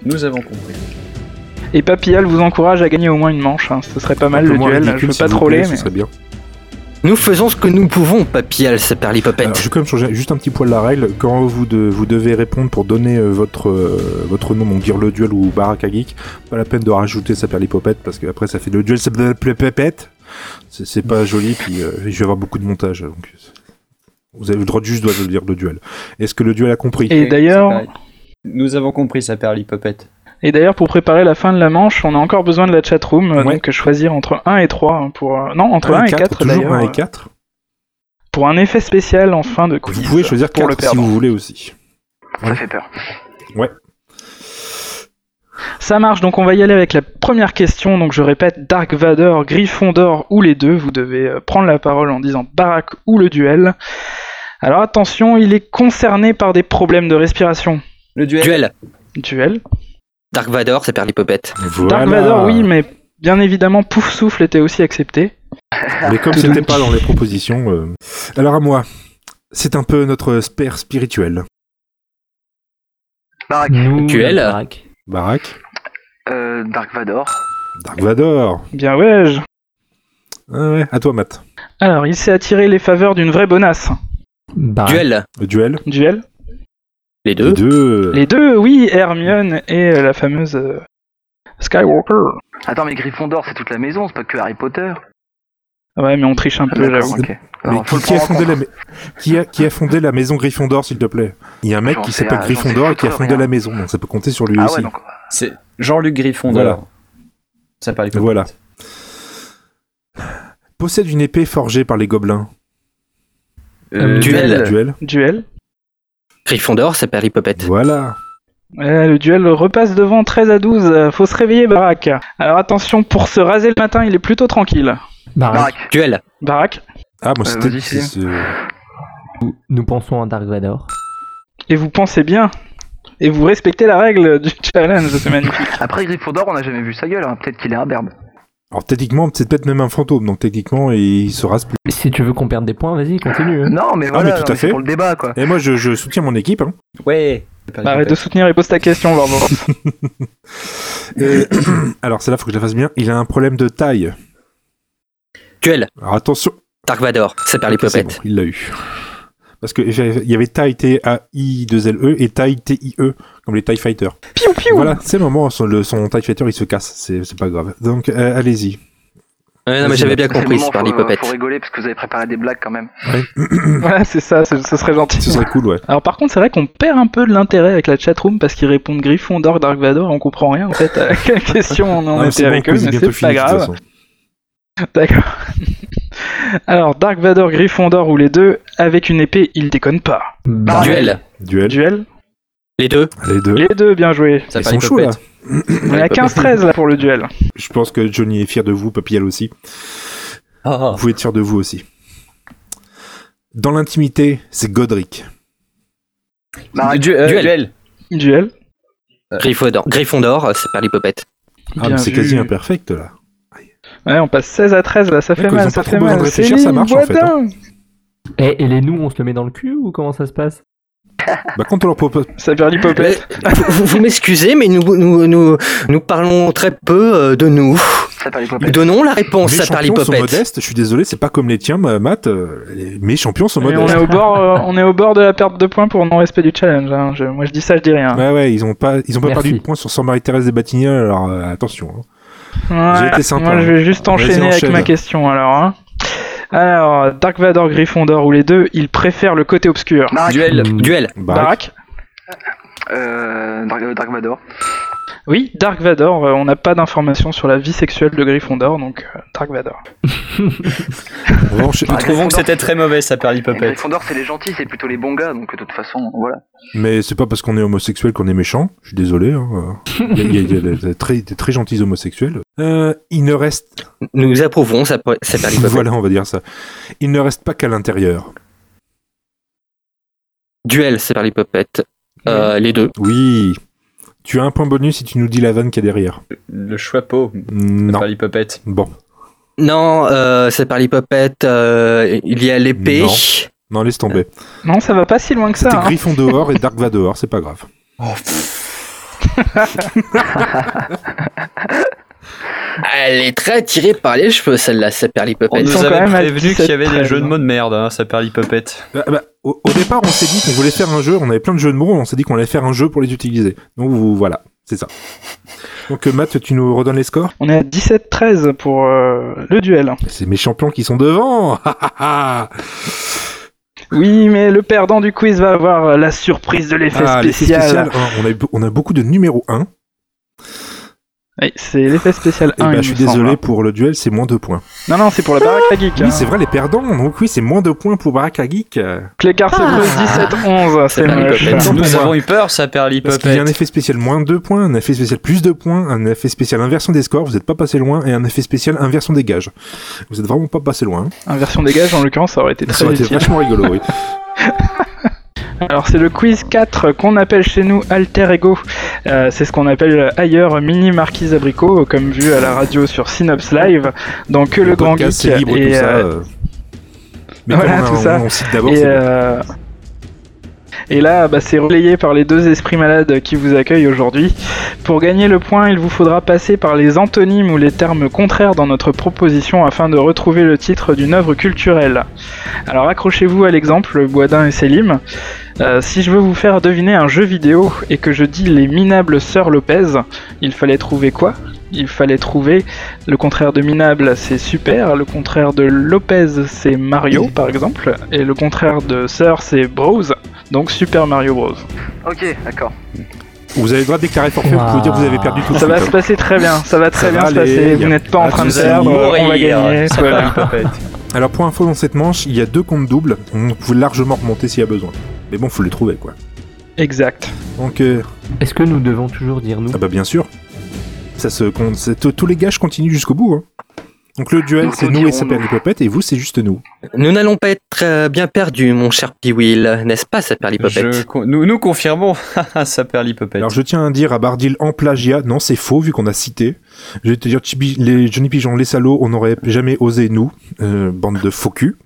Speaker 8: Nous avons compris.
Speaker 5: Et Papillal vous encourage à gagner au moins une manche, hein. ce serait pas mal
Speaker 4: Un peu
Speaker 5: le
Speaker 4: moins
Speaker 5: duel, je
Speaker 4: ridicule,
Speaker 5: veux
Speaker 4: s'il
Speaker 5: pas
Speaker 4: vous
Speaker 5: troller,
Speaker 4: plaît, ce
Speaker 5: mais...
Speaker 4: serait bien.
Speaker 10: Nous faisons ce que nous pouvons, Papial, ça perd
Speaker 4: Alors, je
Speaker 10: l'hypopète.
Speaker 4: vais quand même changer juste un petit poil la règle. Quand vous, de- vous devez répondre pour donner euh, votre, euh, votre nom, donc dire le duel ou Baraka Geek, pas la peine de rajouter ça perd l'hypopète parce que après ça fait le duel ça perd l'hypopète. C'est c'est pas joli, puis euh, je vais avoir beaucoup de montage. Donc, vous avez le droit de juste de dire le duel. Est-ce que le duel a compris
Speaker 5: Et d'ailleurs,
Speaker 8: Nous avons compris, ça perd l'Hippopète.
Speaker 5: Et d'ailleurs, pour préparer la fin de la manche, on a encore besoin de la chatroom, euh,
Speaker 4: Ouais.
Speaker 5: donc choisir entre 1 et 3 hein, pour euh, non entre 1
Speaker 4: Un
Speaker 5: et 4
Speaker 4: toujours
Speaker 5: d'ailleurs
Speaker 4: 1
Speaker 5: euh,
Speaker 4: et 4.
Speaker 5: pour un effet spécial en fin de quiz.
Speaker 4: Vous pouvez choisir
Speaker 5: pour le
Speaker 4: 4 si
Speaker 5: perdant.
Speaker 4: vous voulez aussi.
Speaker 9: Ça fait peur.
Speaker 5: Ça marche, donc on va y aller avec la première question. Donc je répète, Dark Vador, Gryffondor ou les deux, vous devez euh, prendre la parole en disant Barack ou le duel. Alors attention, il est concerné par des problèmes de respiration.
Speaker 8: Le duel.
Speaker 10: Duel,
Speaker 5: Duel.
Speaker 10: Dark Vador, ça perd l'hypopète.
Speaker 4: Voilà.
Speaker 5: Dark Vador, oui, mais bien évidemment, Pouf Souffle était aussi accepté.
Speaker 4: Mais
Speaker 5: *laughs*
Speaker 4: comme c'était pas dans les propositions. euh, Alors à moi, c'est un peu notre père spirituel.
Speaker 9: Baraque,
Speaker 6: Nous,
Speaker 10: Duel.
Speaker 6: la baraque.
Speaker 4: Barak.
Speaker 9: euh, Dark Vador.
Speaker 4: Dark Vador
Speaker 5: Bien ouais. je-
Speaker 4: Ah ouais, à toi Matt.
Speaker 5: Alors il s'est attiré les faveurs d'une vraie bonasse.
Speaker 6: Baraque.
Speaker 10: Duel,
Speaker 4: Le duel
Speaker 5: Duel.
Speaker 10: les deux.
Speaker 4: Deux.
Speaker 5: Les deux, oui, Hermione et euh, la fameuse euh, Skywalker.
Speaker 9: Attends, mais Gryffondor, c'est toute la maison, c'est pas que Harry Potter.
Speaker 5: Ouais, mais on triche un peu,
Speaker 9: D'accord,
Speaker 5: j'avoue.
Speaker 9: ok.
Speaker 4: Mais
Speaker 9: Alors, faut
Speaker 4: qui,
Speaker 9: le
Speaker 4: qui a
Speaker 9: prendre en
Speaker 4: fondé
Speaker 9: compte.
Speaker 4: la, ma- qui, a, qui a fondé la maison Gryffondor, s'il te plaît Il y a un mec
Speaker 9: J'en
Speaker 4: qui
Speaker 9: sais
Speaker 4: s'appelle
Speaker 9: rien,
Speaker 4: Gryffondor
Speaker 9: j'en
Speaker 4: et qui a
Speaker 9: sais
Speaker 4: fondé
Speaker 9: rien. hein.
Speaker 4: la maison, donc ça peut compter sur lui
Speaker 9: Ah
Speaker 4: aussi.
Speaker 9: ouais, donc
Speaker 8: C'est Jean-Luc Griffon.
Speaker 4: Voilà.
Speaker 8: Ça perd l'Hippopète.
Speaker 4: Voilà. Possède une épée forgée par les gobelins.
Speaker 10: Euh, duel.
Speaker 4: Duel.
Speaker 5: Duel.
Speaker 10: Gryffondor, c'est Perlipopette.
Speaker 4: Voilà.
Speaker 5: Euh, le duel repasse devant 13 à 12. euh, Faut se réveiller, Barak. Alors attention, pour se raser le matin, il est plutôt tranquille.
Speaker 6: Barak,
Speaker 9: Baraque.
Speaker 10: Duel.
Speaker 5: Barak.
Speaker 4: Ah, moi,
Speaker 9: Euh,
Speaker 4: c'était.
Speaker 9: vas-y,
Speaker 4: c'est- c'est-
Speaker 6: nous- nous pensons à Dark Vador.
Speaker 5: Et vous pensez bien. Et vous respectez la règle du *laughs* challenge, c'est magnifique.
Speaker 9: Après Gryffondor, on n'a jamais vu sa gueule. hein. Peut-être qu'il est imberbe.
Speaker 4: Alors, techniquement, c'est peut-être même un fantôme, donc techniquement, il se rase plus.
Speaker 6: Si tu veux qu'on perde des points, vas-y, continue. hein.
Speaker 9: Non, mais
Speaker 4: Ah,
Speaker 9: voilà,
Speaker 4: mais tout
Speaker 9: non,
Speaker 4: à
Speaker 9: mais c'est
Speaker 4: fait.
Speaker 9: pour le débat, quoi.
Speaker 4: Et moi, je, je soutiens mon équipe. hein.
Speaker 8: Ouais.
Speaker 5: Bah, arrête de soutenir et pose ta question, Varbo.
Speaker 4: *laughs* Euh, *clears throat* alors, celle-là, faut que je la fasse bien. Il a un problème de taille.
Speaker 10: Duel.
Speaker 4: Alors, attention.
Speaker 10: Dark Vador, c'est
Speaker 4: C'est
Speaker 10: Perlipopette.
Speaker 4: bon, il l'a eu. Parce que j'avais- il y avait taille T-A-I-2-L-E E et taille T-I-E, comme les TIE Fighters.
Speaker 5: Piou piou
Speaker 4: Voilà, c'est le moment, son, le, son TIE Fighter il se casse, c'est c'est pas grave. Donc euh, allez-y.
Speaker 10: Ouais, non, mais j'avais bien
Speaker 9: C'est le
Speaker 10: compris,
Speaker 9: moment,
Speaker 10: c'est
Speaker 9: faut,
Speaker 10: Perlipopette.
Speaker 9: faut rigoler parce que vous avez préparé des blagues quand même.
Speaker 5: Voilà, c'est ça, ce ce serait gentil.
Speaker 4: Ce serait cool, ouais.
Speaker 5: Alors par contre, c'est vrai qu'on perd un peu de l'intérêt avec la chatroom parce qu'ils répondent Griffon, Dark, Dark Vador, on comprend rien
Speaker 4: *laughs*
Speaker 5: en fait à quelle question on en
Speaker 4: Ah,
Speaker 5: était
Speaker 4: c'est
Speaker 5: avec
Speaker 4: bon,
Speaker 5: eux,
Speaker 4: c'est
Speaker 5: mais
Speaker 4: bientôt
Speaker 5: c'est
Speaker 4: fini,
Speaker 5: pas
Speaker 4: de toute
Speaker 5: grave.
Speaker 4: façon.
Speaker 5: D'accord. *laughs* Alors Dark Vador, Gryffondor ou les deux, avec une épée, ils déconnent pas.
Speaker 6: Barak,
Speaker 10: Duel.
Speaker 4: Duel,
Speaker 5: Duel
Speaker 10: Les deux.
Speaker 4: les deux.
Speaker 5: Les deux, bien joué.
Speaker 7: Ça
Speaker 4: Ils sont chauds là.
Speaker 5: hein. On est à 15-13 là pour le duel.
Speaker 4: Je pense que Johnny est fier de vous, Papillal aussi.
Speaker 8: Oh,
Speaker 4: Vous pouvez être fier de vous aussi. Dans l'intimité, c'est Godric.
Speaker 8: Du- euh,
Speaker 10: Duel.
Speaker 8: duel.
Speaker 5: Duel
Speaker 10: Gryffondor, Gryffondor c'est Perlipopette.
Speaker 4: Ah, mais
Speaker 5: Bien
Speaker 4: c'est
Speaker 5: vu.
Speaker 4: quasi imperfect là.
Speaker 5: Ouais, on passe 16 à 13 là, ça fait
Speaker 4: D'accord, ils ont
Speaker 5: mal,
Speaker 4: pas
Speaker 5: ça
Speaker 4: trop
Speaker 5: fait
Speaker 4: besoin de
Speaker 5: mal.
Speaker 4: réfléchir, ça
Speaker 5: Céline
Speaker 4: marche, en fait, hein.
Speaker 5: Boitin
Speaker 6: Eh, Et, et les nous, on se le met dans le cul ou comment ça se passe
Speaker 4: Bah, quand on leur propose.
Speaker 5: Ça perd l'hypopète.
Speaker 10: vous vous- vous m'excusez, mais nous, nous, nous, nous parlons très peu euh, de nous.
Speaker 9: Ça parle pas.
Speaker 10: Donnons la réponse
Speaker 4: mes
Speaker 10: à
Speaker 4: champions sont
Speaker 10: Perlipopette.
Speaker 4: modestes, je suis désolé, c'est pas comme les tiens, ma- Matt. euh, les- Mes champions sont
Speaker 5: Mais on est,
Speaker 4: modestes.
Speaker 5: au bord, euh, on est au bord de la perte de points pour non-respect du challenge. hein. Je- moi je dis ça, je dis rien.
Speaker 4: Ouais, ouais, ils ont pas, ils ont pas
Speaker 6: Merci.
Speaker 4: perdu de points sur Saint Marie-Thérèse des Batignolles, alors euh, attention. hein.
Speaker 5: Ouais,
Speaker 4: été sympa. hein.
Speaker 5: Moi je vais juste
Speaker 4: Vas-y,
Speaker 5: enchaîner avec
Speaker 4: enchaîne.
Speaker 5: ma question alors. hein. Alors, Dark Vador, Gryffondor ou les deux, ils préfèrent le côté obscur.
Speaker 9: Baraque.
Speaker 8: Duel.
Speaker 6: Mm.
Speaker 10: Duel.
Speaker 4: Barack,
Speaker 5: Barak
Speaker 9: Euh, Dark, Dark Vador.
Speaker 5: Oui, Dark Vador, euh, on n'a pas d'informations sur la vie sexuelle de Gryffondor, donc euh, Dark Vador.
Speaker 4: on va enchaîner.
Speaker 8: Nous trouvons que c'était très mauvais, ça, Perlipopette.
Speaker 9: Gryffondor, c'est les gentils, c'est plutôt les bons gars, donc de toute façon, voilà.
Speaker 4: Mais c'est pas parce qu'on est homosexuel qu'on est méchant. Je suis désolé. hein. Il y a, il y a- il y a des- des très, des très gentils homosexuels. Euh, il ne reste.
Speaker 10: Nous approuvons, ça peut- c'est Perlipopette.
Speaker 4: Voilà, on va dire ça. Il ne reste pas qu'à l'intérieur.
Speaker 10: Duel, c'est Perlipopette. Euh,
Speaker 9: Mmh.
Speaker 10: les deux.
Speaker 4: Oui. Tu as un point bonus si tu nous dis la vanne qu'il y a derrière.
Speaker 8: Le chapeau.
Speaker 4: Non.
Speaker 8: Perlipopette.
Speaker 4: Bon.
Speaker 10: Non, euh, c'est Perlipopette. euh, il y a l'épée.
Speaker 4: Non. Non, laisse tomber.
Speaker 5: Non, ça va pas si loin que ça.
Speaker 4: T'es
Speaker 5: hein.
Speaker 4: Griffon dehors et Dark va dehors, c'est pas grave.
Speaker 10: Elle est très tirée par les cheveux, celle-là, c'est
Speaker 8: On
Speaker 10: Perlipopette.
Speaker 5: Ils
Speaker 8: nous
Speaker 5: sont quand
Speaker 8: avait
Speaker 5: même à
Speaker 8: prévenu qu'il y avait des
Speaker 5: 17-13,
Speaker 8: jeux de
Speaker 5: hein.
Speaker 8: mots de merde, hein, ça Perlipopette.
Speaker 4: Bah, bah, au, au départ, on s'est dit qu'on voulait faire un jeu. On avait plein de jeux de mots. On s'est dit qu'on allait faire un jeu pour les utiliser. Donc vous- voilà, c'est ça. Donc euh, Matt, tu nous redonnes les scores
Speaker 5: On est à 17-13 pour euh, le duel.
Speaker 4: C'est mes champions qui sont devant. *laughs* Ah, ah, ah.
Speaker 5: Oui, mais le perdant du quiz va avoir euh, la surprise de l'effet
Speaker 4: Ah, l'effet
Speaker 5: spécial.
Speaker 4: spécial, hein, on, a, eu be- on a beaucoup de numéro 1.
Speaker 5: Oui, c'est l'effet spécial
Speaker 4: Et
Speaker 5: 1.
Speaker 4: bah, je
Speaker 5: il
Speaker 4: suis
Speaker 5: me semble.
Speaker 4: désolé pour le duel, c'est moins 2 points.
Speaker 5: Non, non, c'est pour la baraque à geek.
Speaker 4: Oui,
Speaker 5: hein.
Speaker 4: c'est vrai, les perdants. Donc oui, c'est moins 2 points pour Baraka Geek. euh,
Speaker 5: Clécart se pose 17-11. Ah. C'est
Speaker 10: pas
Speaker 5: moche.
Speaker 10: rigolo.
Speaker 4: Tant pour
Speaker 8: Nous
Speaker 4: moi.
Speaker 8: avons eu peur, ça
Speaker 4: Parce qu'il y a un
Speaker 8: Perlipopette.
Speaker 4: effet spécial moins 2 points, un effet spécial plus 2 points, un effet spécial inversion des scores, vous n'êtes pas passé loin, et un effet spécial inversion des gages. Vous n'êtes vraiment pas passé loin. hein.
Speaker 5: Inversion des gages, en l'occurrence, ça aurait été
Speaker 4: Ça
Speaker 5: très
Speaker 4: aurait été
Speaker 5: utile.
Speaker 4: vachement rigolo, oui.
Speaker 5: Alors, c'est le quiz 4 qu'on appelle chez nous Alter Ego. Euh, c'est ce qu'on appelle ailleurs Mini Marquise Abricot, comme vu à la radio sur Synops Live, dans Que le, Grand Geek.
Speaker 4: podcast, c'est libre,
Speaker 5: et,
Speaker 4: tout ça.
Speaker 5: euh,
Speaker 4: euh. Mais
Speaker 5: voilà,
Speaker 4: comme on, a-
Speaker 5: tout ça.
Speaker 4: on- on cite d'abord,
Speaker 5: Et,
Speaker 4: c'est-
Speaker 5: euh, et là, bah, c'est relayé par les deux esprits malades qui vous accueillent aujourd'hui. Pour gagner le point, il vous faudra passer par les antonymes ou les termes contraires dans notre proposition afin de retrouver le titre d'une œuvre culturelle. Alors accrochez-vous à l'exemple, Boisdin et Selim. Euh, si je veux vous faire deviner un jeu vidéo et que je dis les minables sœurs Lopez, il fallait trouver quoi Il fallait trouver le contraire de minable, c'est super. Le contraire de Lopez, c'est Mario, par exemple. Et le contraire de Sir, c'est Bros. Donc Super Mario Bros.
Speaker 9: Ok, d'accord.
Speaker 4: Vous avez le droit de déclarer forfait, vous pouvez dire que vous avez perdu tout
Speaker 5: Ça
Speaker 4: de
Speaker 5: va
Speaker 4: suite,
Speaker 5: se passer très bien, ça va très
Speaker 4: Ah, Ça
Speaker 5: bien
Speaker 4: va
Speaker 5: se
Speaker 4: aller,
Speaker 5: passer.
Speaker 4: y a
Speaker 5: Vous n'êtes pas
Speaker 4: pas
Speaker 5: en
Speaker 4: de
Speaker 5: train de
Speaker 4: soucis.
Speaker 5: perdre, on va gagner.
Speaker 8: ça
Speaker 5: voilà.
Speaker 8: va, Pépette.
Speaker 4: hein. Alors pour info dans cette manche, il y a deux comptes doubles, on peut largement remonter s'il y a besoin. Mais bon, faut les trouver quoi.
Speaker 5: Exact.
Speaker 4: Donc euh,
Speaker 6: Est-ce que nous devons toujours dire nous
Speaker 4: ah bah bien sûr. Ça se compte, c'est- tous les gages continuent jusqu'au bout. hein. Donc le duel,
Speaker 9: Nous
Speaker 4: c'est nous et
Speaker 9: dirons
Speaker 4: Saper
Speaker 9: nous.
Speaker 4: Lipopette, et vous, c'est juste nous.
Speaker 10: Nous n'allons pas être euh, bien perdus, mon cher Piwil, n'est-ce pas, ça perd
Speaker 8: Je con- nous, nous confirmons, *laughs* ça perd l'hypopète.
Speaker 4: Alors je tiens à dire à Bardil en plagiat, non c'est faux vu qu'on a cité. Je vais te dire Chibi- les Johnny Pigeon, les salauds, on n'aurait jamais osé nous, euh, bande de faux culs.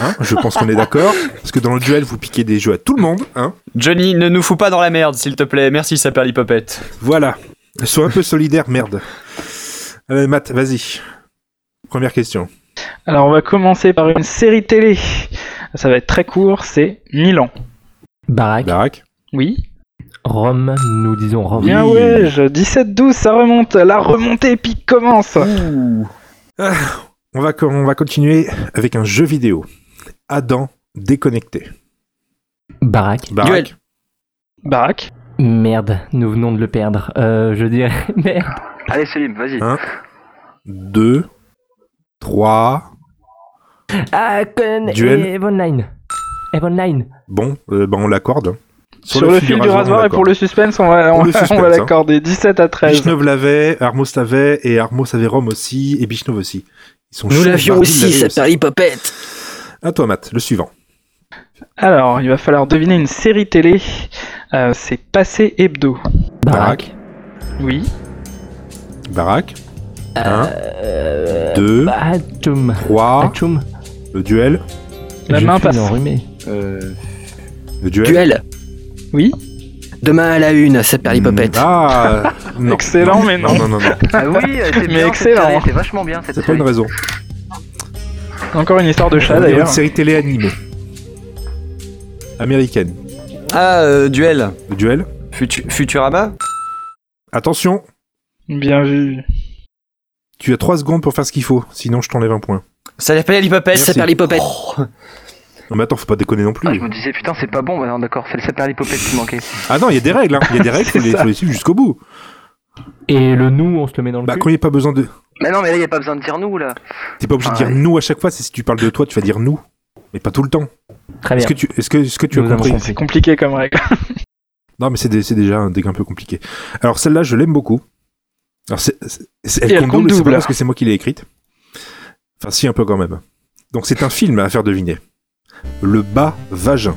Speaker 4: Hein, je pense qu'on est d'accord, parce que dans le duel vous piquez des jeux à tout le monde. Hein.
Speaker 8: Johnny, ne nous fous pas dans la merde, s'il te plaît. Merci, ça perd l'hypopète.
Speaker 4: Voilà, sois un peu solidaire, merde. Allez Matt, vas-y. Première question.
Speaker 5: Alors on va commencer par une série télé. Ça va être très court, c'est Milan.
Speaker 6: Baraque,
Speaker 4: Barak.
Speaker 5: Oui.
Speaker 6: Rome, nous disons Rome.
Speaker 5: Bien ouais, je 17-12, ça remonte, la remontée épique commence.
Speaker 4: On va, co- on va continuer avec un jeu vidéo. Adam déconnecté.
Speaker 6: Baraque.
Speaker 4: Barak.
Speaker 10: Duel.
Speaker 5: Baraque.
Speaker 6: Merde, nous venons de le perdre. Euh, je dirais *laughs* merde.
Speaker 9: Allez, Selim, vas-y.
Speaker 4: 2, 3,
Speaker 6: Ah, Conan
Speaker 4: Duel.
Speaker 6: et Evenline. Evenline.
Speaker 4: bon, euh, ben, on l'accorde.
Speaker 5: Sur, le fil du
Speaker 4: on
Speaker 5: rasoir et
Speaker 4: l'accorde.
Speaker 5: pour le suspense, on va,
Speaker 4: Pour
Speaker 5: on,
Speaker 4: le
Speaker 5: va- on
Speaker 4: suspense,
Speaker 5: va
Speaker 4: hein.
Speaker 5: l'accorder. 17 à 13.
Speaker 4: Bishnov l'avait, Armos l'avait, et Armos avait Rome aussi, et Bishnov aussi. Ils sont
Speaker 10: Nous
Speaker 4: chauds,
Speaker 10: l'avions
Speaker 4: Bardil
Speaker 10: aussi,
Speaker 4: l'avait
Speaker 10: ça perd l'hypopète.
Speaker 4: À toi, Matt, le suivant.
Speaker 5: Alors, il va falloir deviner une série télé. Euh, c'est Passé Hebdo.
Speaker 6: Baraque.
Speaker 5: Oui.
Speaker 4: Barak.
Speaker 10: Euh,
Speaker 4: 1, 2,
Speaker 10: bah,
Speaker 6: Atum.
Speaker 4: 3,
Speaker 6: Atum.
Speaker 4: le duel.
Speaker 5: La
Speaker 6: je
Speaker 5: main
Speaker 6: suis
Speaker 5: passe.
Speaker 6: enrhumé.
Speaker 8: Euh,
Speaker 4: Le duel.
Speaker 10: Duel,
Speaker 5: Oui.
Speaker 10: demain à la une, ça perd l'hypopète.
Speaker 4: Mm,
Speaker 10: *laughs*
Speaker 4: Ah non,
Speaker 5: Excellent, mais non.
Speaker 4: Non, non, non, non.
Speaker 9: Ah oui, euh, c'est
Speaker 5: Mais
Speaker 9: bien, cette
Speaker 5: excellent.
Speaker 9: série, C'est vachement bien cette
Speaker 4: c'est pas
Speaker 9: série.
Speaker 4: une raison.
Speaker 5: Encore une histoire de chat
Speaker 4: On dirait Une
Speaker 5: Ah, d'ailleurs.
Speaker 4: série télé animée. Américaine.
Speaker 8: Ah, euh, duel.
Speaker 4: Le duel.
Speaker 8: Futu- Futurama
Speaker 4: Attention,
Speaker 5: Bien vu.
Speaker 4: tu as 3 secondes pour faire ce qu'il faut, sinon je t'enlève un point.
Speaker 8: Ça perd l'hypopète.
Speaker 10: ça perd l'hypopète.
Speaker 8: Oh.
Speaker 4: Non mais attends, faut pas déconner non
Speaker 9: Ah,
Speaker 4: plus.
Speaker 9: je me disais, putain, c'est pas bon. Bah, non, d'accord, c'est le sapin l'hypopète qui manquait.
Speaker 4: Ah non, il y a des règles, hein. il y
Speaker 9: *laughs*
Speaker 4: a des règles, faut les, faut les suivre jusqu'au bout.
Speaker 6: Et le nous, on se le met dans le
Speaker 4: Bah
Speaker 6: cul.
Speaker 4: quand il n'y a pas besoin de...
Speaker 9: Mais non, mais là, y a pas besoin de dire nous, là.
Speaker 4: T'es pas obligé de
Speaker 9: Ah
Speaker 4: dire
Speaker 9: ouais.
Speaker 4: nous à chaque fois, c'est si tu parles de toi, tu vas dire nous. Mais pas tout le temps.
Speaker 6: Très bien.
Speaker 4: Est-ce que tu, est-ce que, est-ce que tu as
Speaker 6: Ah, Nous avons
Speaker 4: compris
Speaker 6: compris.
Speaker 5: C'est compliqué comme règle. *laughs*
Speaker 4: Non, mais c'est, dé- c'est déjà un dégât un peu compliqué. Alors celle-là, je l'aime beaucoup. Alors c'est, c'est- c'est- elle,
Speaker 5: Et elle
Speaker 4: compte
Speaker 5: compte
Speaker 4: double, c'est pas
Speaker 5: double.
Speaker 4: parce que c'est moi qui l'ai écrite. Enfin, si, un peu quand même. Donc c'est un film à faire deviner. Le bas vagin.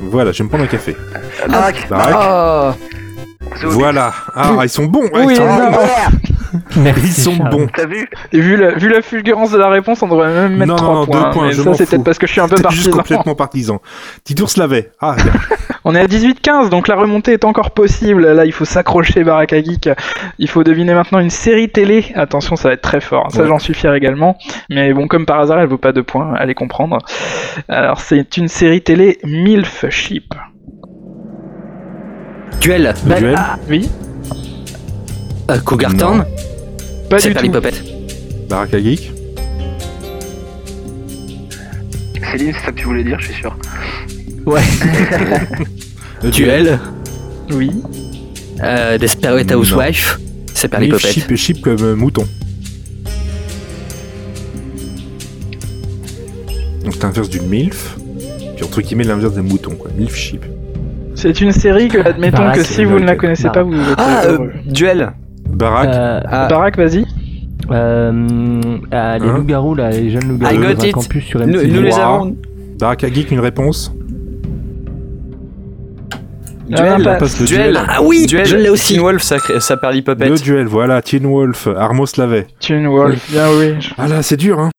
Speaker 4: Voilà, je vais me prendre un café.
Speaker 9: Baraque,
Speaker 4: Baraque.
Speaker 8: Ah
Speaker 9: c'est au-
Speaker 4: Voilà. Ah, ils sont bons. ouais,
Speaker 5: Oui,
Speaker 4: ils sont
Speaker 5: non.
Speaker 4: bons.
Speaker 6: Merci,
Speaker 4: *laughs* Ils sont
Speaker 6: Charles.
Speaker 4: bons.
Speaker 9: T'as vu
Speaker 5: Et vu la, vu la fulgurance de la réponse, on devrait même mettre
Speaker 4: Non,
Speaker 5: 3
Speaker 4: non, deux
Speaker 5: points.
Speaker 4: points,
Speaker 5: mais
Speaker 4: je
Speaker 5: ça,
Speaker 4: m'en
Speaker 5: c'est
Speaker 4: fous.
Speaker 5: peut-être parce que je suis un peu
Speaker 4: T'es juste
Speaker 5: partisan.
Speaker 4: complètement partisan. Tidours l'avait. Ah,
Speaker 5: On est à 18-15, donc la remontée est encore possible. Là, il faut s'accrocher, Baraka Geek. Il faut deviner maintenant une série télé. Attention, ça va être très fort. Ça,
Speaker 4: Ouais.
Speaker 5: j'en suis fier également. Mais bon, comme par hasard, elle vaut pas deux points. Allez comprendre. Alors, c'est une série télé MILF Sheep.
Speaker 10: Duel,
Speaker 5: Bah,
Speaker 4: le duel.
Speaker 5: Oui
Speaker 10: euh, Cougarton,
Speaker 5: Pas
Speaker 10: ça
Speaker 5: du
Speaker 10: perd
Speaker 5: tout.
Speaker 10: l'hypopète.
Speaker 4: Baraka Geek.
Speaker 9: Céline, c'est ça que tu voulais dire, je suis sûr.
Speaker 4: Le
Speaker 10: euh, Duel,
Speaker 5: Oui.
Speaker 10: euh, Desperate
Speaker 4: Non.
Speaker 10: Housewife, ça perd
Speaker 4: Mif,
Speaker 10: l'hypopète.
Speaker 4: Chip, chip comme euh, mouton. Donc c'est l'inverse du MILF. Puis entre guillemets l'inverse des moutons quoi. MILF chip.
Speaker 5: C'est une série que, admettons
Speaker 6: Baraka,
Speaker 5: que
Speaker 6: c'est
Speaker 5: si vous ne la
Speaker 4: Baraka.
Speaker 5: connaissez pas,
Speaker 6: Baraka.
Speaker 5: vous êtes
Speaker 8: Ah, euh,
Speaker 5: heureux.
Speaker 8: duel.
Speaker 4: Barak.
Speaker 6: Euh,
Speaker 8: Ah,
Speaker 5: Barak, vas-y.
Speaker 6: euh, ah, les
Speaker 4: Hein
Speaker 6: loups-garous, là, les jeunes loups-garous,
Speaker 8: I got
Speaker 6: dans un
Speaker 8: it.
Speaker 6: campus sur
Speaker 8: nous,
Speaker 6: MTV.
Speaker 8: nous les
Speaker 4: Noir.
Speaker 8: avons.
Speaker 5: Euh.
Speaker 4: Barak à geek une réponse.
Speaker 5: Ah,
Speaker 8: Duel.
Speaker 5: pas-
Speaker 4: Passe le
Speaker 8: Duel.
Speaker 4: duel.
Speaker 10: Ah oui,
Speaker 8: duel.
Speaker 10: je l'ai aussi.
Speaker 8: Teen Wolf, ça, crée- ça perd l'hypopète.
Speaker 4: Le duel, voilà, Teen Wolf, Armos l'avait.
Speaker 5: Teen Wolf, bien oui.
Speaker 4: Ah là, c'est dur, hein.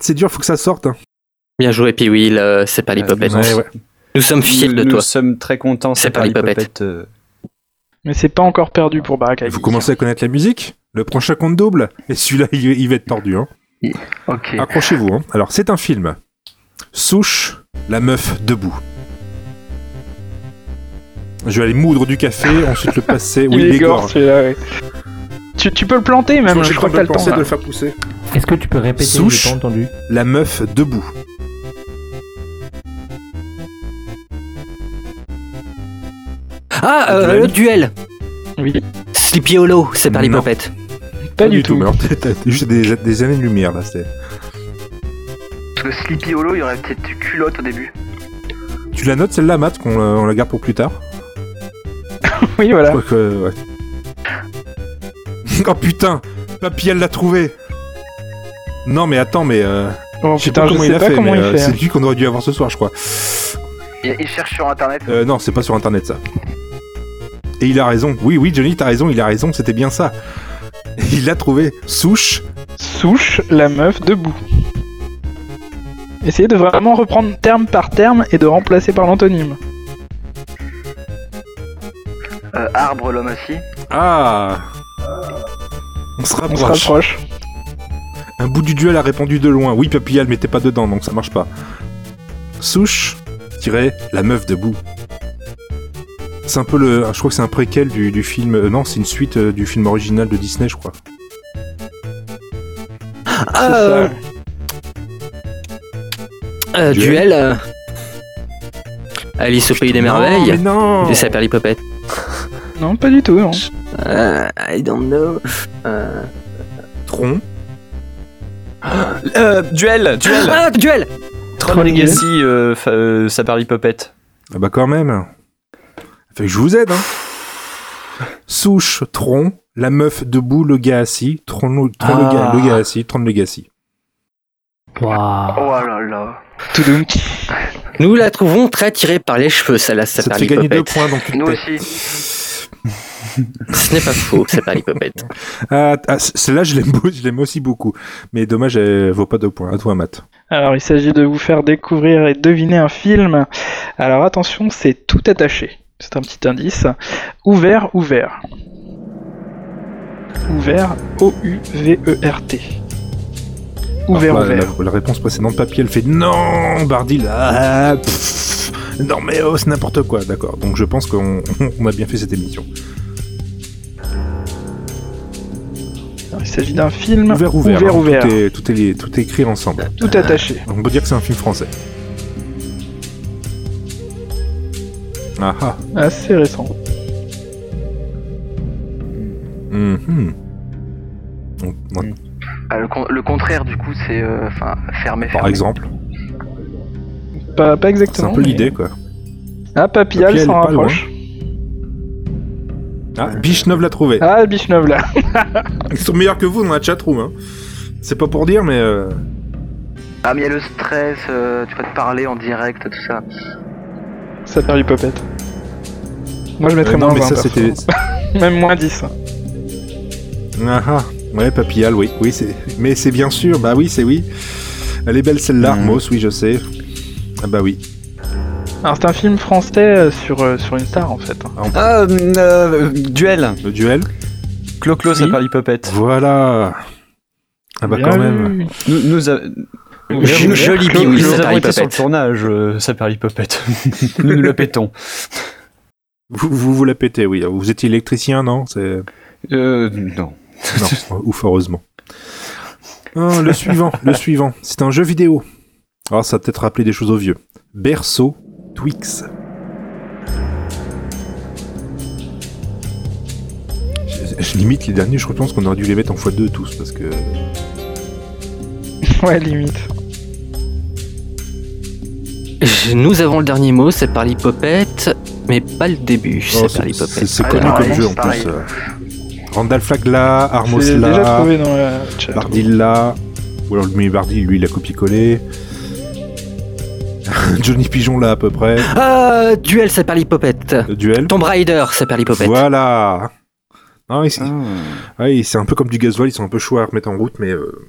Speaker 4: C'est dur, faut que ça sorte. Hein.
Speaker 10: Bien joué, Piwil, euh, c'est pas l'hypopète.
Speaker 4: Ouais, ouais.
Speaker 10: Nous sommes fiers
Speaker 8: nous,
Speaker 10: de
Speaker 8: nous
Speaker 10: toi.
Speaker 8: sommes très contents.
Speaker 10: C'est
Speaker 8: ça
Speaker 10: pas
Speaker 8: perd
Speaker 10: l'hypopète.
Speaker 8: euh.
Speaker 5: Mais c'est pas encore perdu pour Baraka Geek.
Speaker 4: Vous commencez à connaître la musique. Le prochain compte double. Et celui-là, il, il va être tordu, hein.
Speaker 9: Ok.
Speaker 4: Accrochez-vous, hein. Alors, c'est un film. Souche, la meuf debout. Je vais aller moudre du café, ensuite le
Speaker 5: *laughs*
Speaker 4: passer.
Speaker 5: Il
Speaker 4: Oui,
Speaker 5: est
Speaker 4: il
Speaker 5: gore,
Speaker 4: égorge.
Speaker 5: celui-là, oui. Tu, tu peux le planter même, je crois que t'as le temps. là.
Speaker 4: faire pousser.
Speaker 6: Est-ce que tu peux répéter
Speaker 4: Souche.
Speaker 6: J'ai pas entendu.
Speaker 4: La meuf debout.
Speaker 10: Ah, euh,
Speaker 4: duel.
Speaker 10: le duel
Speaker 5: Oui.
Speaker 10: Sleepy Hollow, c'est par
Speaker 4: Non.
Speaker 10: l'hypopète.
Speaker 5: Pas, du tout.
Speaker 4: mais alors, t'as- t'as juste des, des années-lumière là. c'est-
Speaker 9: Parce que Sleepy Hollow, il y aurait peut-être du culotte au début.
Speaker 4: Tu la notes celle-là, Matt, qu'on la, on la garde pour plus tard
Speaker 5: Oui, voilà.
Speaker 4: Je crois que. ouais. *laughs* oh putain Papy, elle l'a trouvé Non, mais attends, mais. euh,
Speaker 5: Oh,
Speaker 4: je sais
Speaker 5: putain,
Speaker 4: pas comment
Speaker 5: je
Speaker 4: il
Speaker 5: sais
Speaker 4: a
Speaker 5: pas
Speaker 4: fait,
Speaker 5: comment
Speaker 4: mais
Speaker 5: il
Speaker 4: euh,
Speaker 5: fait.
Speaker 4: c'est lui qu'on aurait dû avoir ce soir, je crois.
Speaker 9: Il, il cherche sur internet.
Speaker 4: Euh, non, c'est pas sur internet ça. Et il a raison. Oui, oui, Johnny, t'as raison, il a raison, c'était bien ça. *laughs* Il l'a trouvé. Souche.
Speaker 5: Souche la meuf debout. Essayez de vraiment reprendre terme par terme et de remplacer par l'antonyme.
Speaker 9: Euh, arbre, l'homme assis.
Speaker 4: Ah On se
Speaker 5: On se
Speaker 4: rapproche.
Speaker 5: rapproche.
Speaker 4: Un bout du duel a répondu de loin. Oui, Papilla, elle mettait pas dedans, donc ça marche pas. Souche, tirait la meuf debout. C'est un peu le. Je crois que c'est un préquel du, du film. euh, non, c'est une suite euh, du film original de Disney, je crois.
Speaker 10: Ah,
Speaker 5: C'est ça.
Speaker 10: euh, euh, duel. euh, Alice au pays des
Speaker 4: Non, mais
Speaker 10: merveilles.
Speaker 4: non
Speaker 10: Et ça perd l'hypopète.
Speaker 5: Non, pas du tout, non.
Speaker 10: Euh, I don't know. Euh,
Speaker 4: Tronc.
Speaker 8: Euh, duel, duel.
Speaker 10: Ah, duel
Speaker 8: Tron Legacy, euh, fa- euh, ça parle hypopète.
Speaker 4: Ah bah quand même. Fait que je vous aide, hein. Souche, tronc, la meuf debout, le gars assis, tronc, le, tronc, le gars,
Speaker 10: Ah.
Speaker 4: le gars assis, tronc, le gars assis.
Speaker 6: Waouh.
Speaker 9: Oh là là.
Speaker 5: Tout d'un
Speaker 10: Nous la trouvons très tirée par les cheveux, ça là,
Speaker 4: Ça
Speaker 10: ça,
Speaker 4: te
Speaker 10: perd
Speaker 4: fait gagner deux
Speaker 10: l'hypopète.
Speaker 4: points donc tu
Speaker 9: Nous
Speaker 4: te
Speaker 9: aussi.
Speaker 10: Ce n'est pas faux, ça perd l'hypopète.
Speaker 4: Ah, ah, c- celle-là, je l'aime beau- je l'aime aussi beaucoup. Mais dommage, elle vaut pas deux points. À toi, Matt.
Speaker 5: Alors, il s'agit de vous faire découvrir et deviner un film. Alors, attention, c'est tout attaché. C'est un petit indice. Ouvert, ouvert. Ouvert, O-U-V-E-R-T. E Ouvert,
Speaker 4: Alors, la,
Speaker 5: ouvert.
Speaker 4: la- la réponse précédente, papier, elle fait non, Bardi, là. ah, pff, non, mais oh, c'est n'importe quoi. D'accord. Donc, je pense qu'on *laughs* on a bien fait cette émission.
Speaker 5: Alors, il s'agit d'un film
Speaker 4: Ouvert, ouvert.
Speaker 5: Ah, ouvert,
Speaker 4: hein.
Speaker 5: ouvert.
Speaker 4: Tout, est, tout, est, tout est écrit ensemble.
Speaker 5: tout attaché.
Speaker 4: On peut dire que c'est un film français. Ah ah.
Speaker 5: Assez récent.
Speaker 4: Mhm. On- on-
Speaker 5: Mm.
Speaker 9: Ah, le, con- le contraire, du coup, c'est. euh, Enfin, fermé, fermé.
Speaker 4: Par exemple,
Speaker 5: Pas, pas
Speaker 4: c'est
Speaker 5: exactement.
Speaker 4: un peu
Speaker 5: mais-
Speaker 4: l'idée quoi.
Speaker 5: Ah, Papillal
Speaker 4: Papillal
Speaker 5: s'en
Speaker 4: est pas loin.
Speaker 5: rapproche.
Speaker 4: Ah, Bichnov l'a trouvé.
Speaker 5: Ah, Bichnov là.
Speaker 4: Ils sont meilleurs que vous dans la chatroom. Hein. C'est pas pour dire, mais. euh,
Speaker 9: Ah, mais il y a le stress, euh, tu vas te parler en direct, tout ça.
Speaker 5: Ça perd l'hypopète. Moi, je mettrais
Speaker 4: euh, non,
Speaker 5: moins
Speaker 4: mais
Speaker 5: 20,
Speaker 4: ça c'était.
Speaker 5: Même moins 10.
Speaker 4: Ah ah. Ouais, Papillal, oui. oui c'est... Mais c'est bien sûr, bah oui, c'est oui. Elle est belle celle-là,
Speaker 8: Mm.
Speaker 4: Moss, oui, je sais. Ah bah oui.
Speaker 5: Alors, c'est un film français euh, sur, euh, sur une star en fait.
Speaker 8: Ah, euh, duel.
Speaker 4: Le duel.
Speaker 8: Clo-Clo, ça
Speaker 5: Oui.
Speaker 8: parle hypopète.
Speaker 4: Voilà. Ah bah
Speaker 5: Bien
Speaker 4: quand même.
Speaker 5: vu.
Speaker 8: Nous, nous, a-
Speaker 5: Ouvert,
Speaker 10: Je-
Speaker 5: ouvert.
Speaker 10: Joli
Speaker 8: nous,
Speaker 10: bim,
Speaker 8: nous
Speaker 10: ça perd
Speaker 8: avons été sur le
Speaker 10: l'hypopète.
Speaker 8: tournage, euh, ça perd l'hypopète. *laughs* nous nous le pétons.
Speaker 4: Vous, vous vous la pétez, oui. Vous étiez électricien, non C'est...
Speaker 8: Euh, non.
Speaker 4: *laughs* Non, euh, ouf, heureusement. Ah, le suivant, le suivant. C'est un jeu vidéo. Alors ça va peut-être rappeler des choses aux vieux. Berceau, Twix. Je, je limite les derniers, je pense qu'on aurait dû les mettre en x2 tous, parce que...
Speaker 5: *laughs* Ouais, limite.
Speaker 10: Je- Nous avons le dernier mot, c'est par l'hypopète, mais pas le début,
Speaker 4: Oh,
Speaker 10: c'est par
Speaker 4: c'est, c'est-
Speaker 10: l'hypopète.
Speaker 4: c'est
Speaker 9: Ah,
Speaker 4: connu
Speaker 9: ouais,
Speaker 4: comme jeu en
Speaker 9: pareil.
Speaker 4: plus. euh. Randall Flagg là, Armos
Speaker 5: C'est déjà
Speaker 4: là,
Speaker 5: trouvé dans la chat.
Speaker 4: Bardi là, ou alors mais Bardi lui il a copié-collé. *laughs* Johnny Pigeon là à peu près.
Speaker 10: Ah, duel, ça perd l'hypopète.
Speaker 4: Le duel.
Speaker 10: Tomb Raider, ça perd l'hypopète.
Speaker 4: Voilà. Ah oui, c'est
Speaker 8: Ah.
Speaker 4: oui, c'est un peu comme du gasoil, ils sont un peu chouards à remettre en route, mais euh,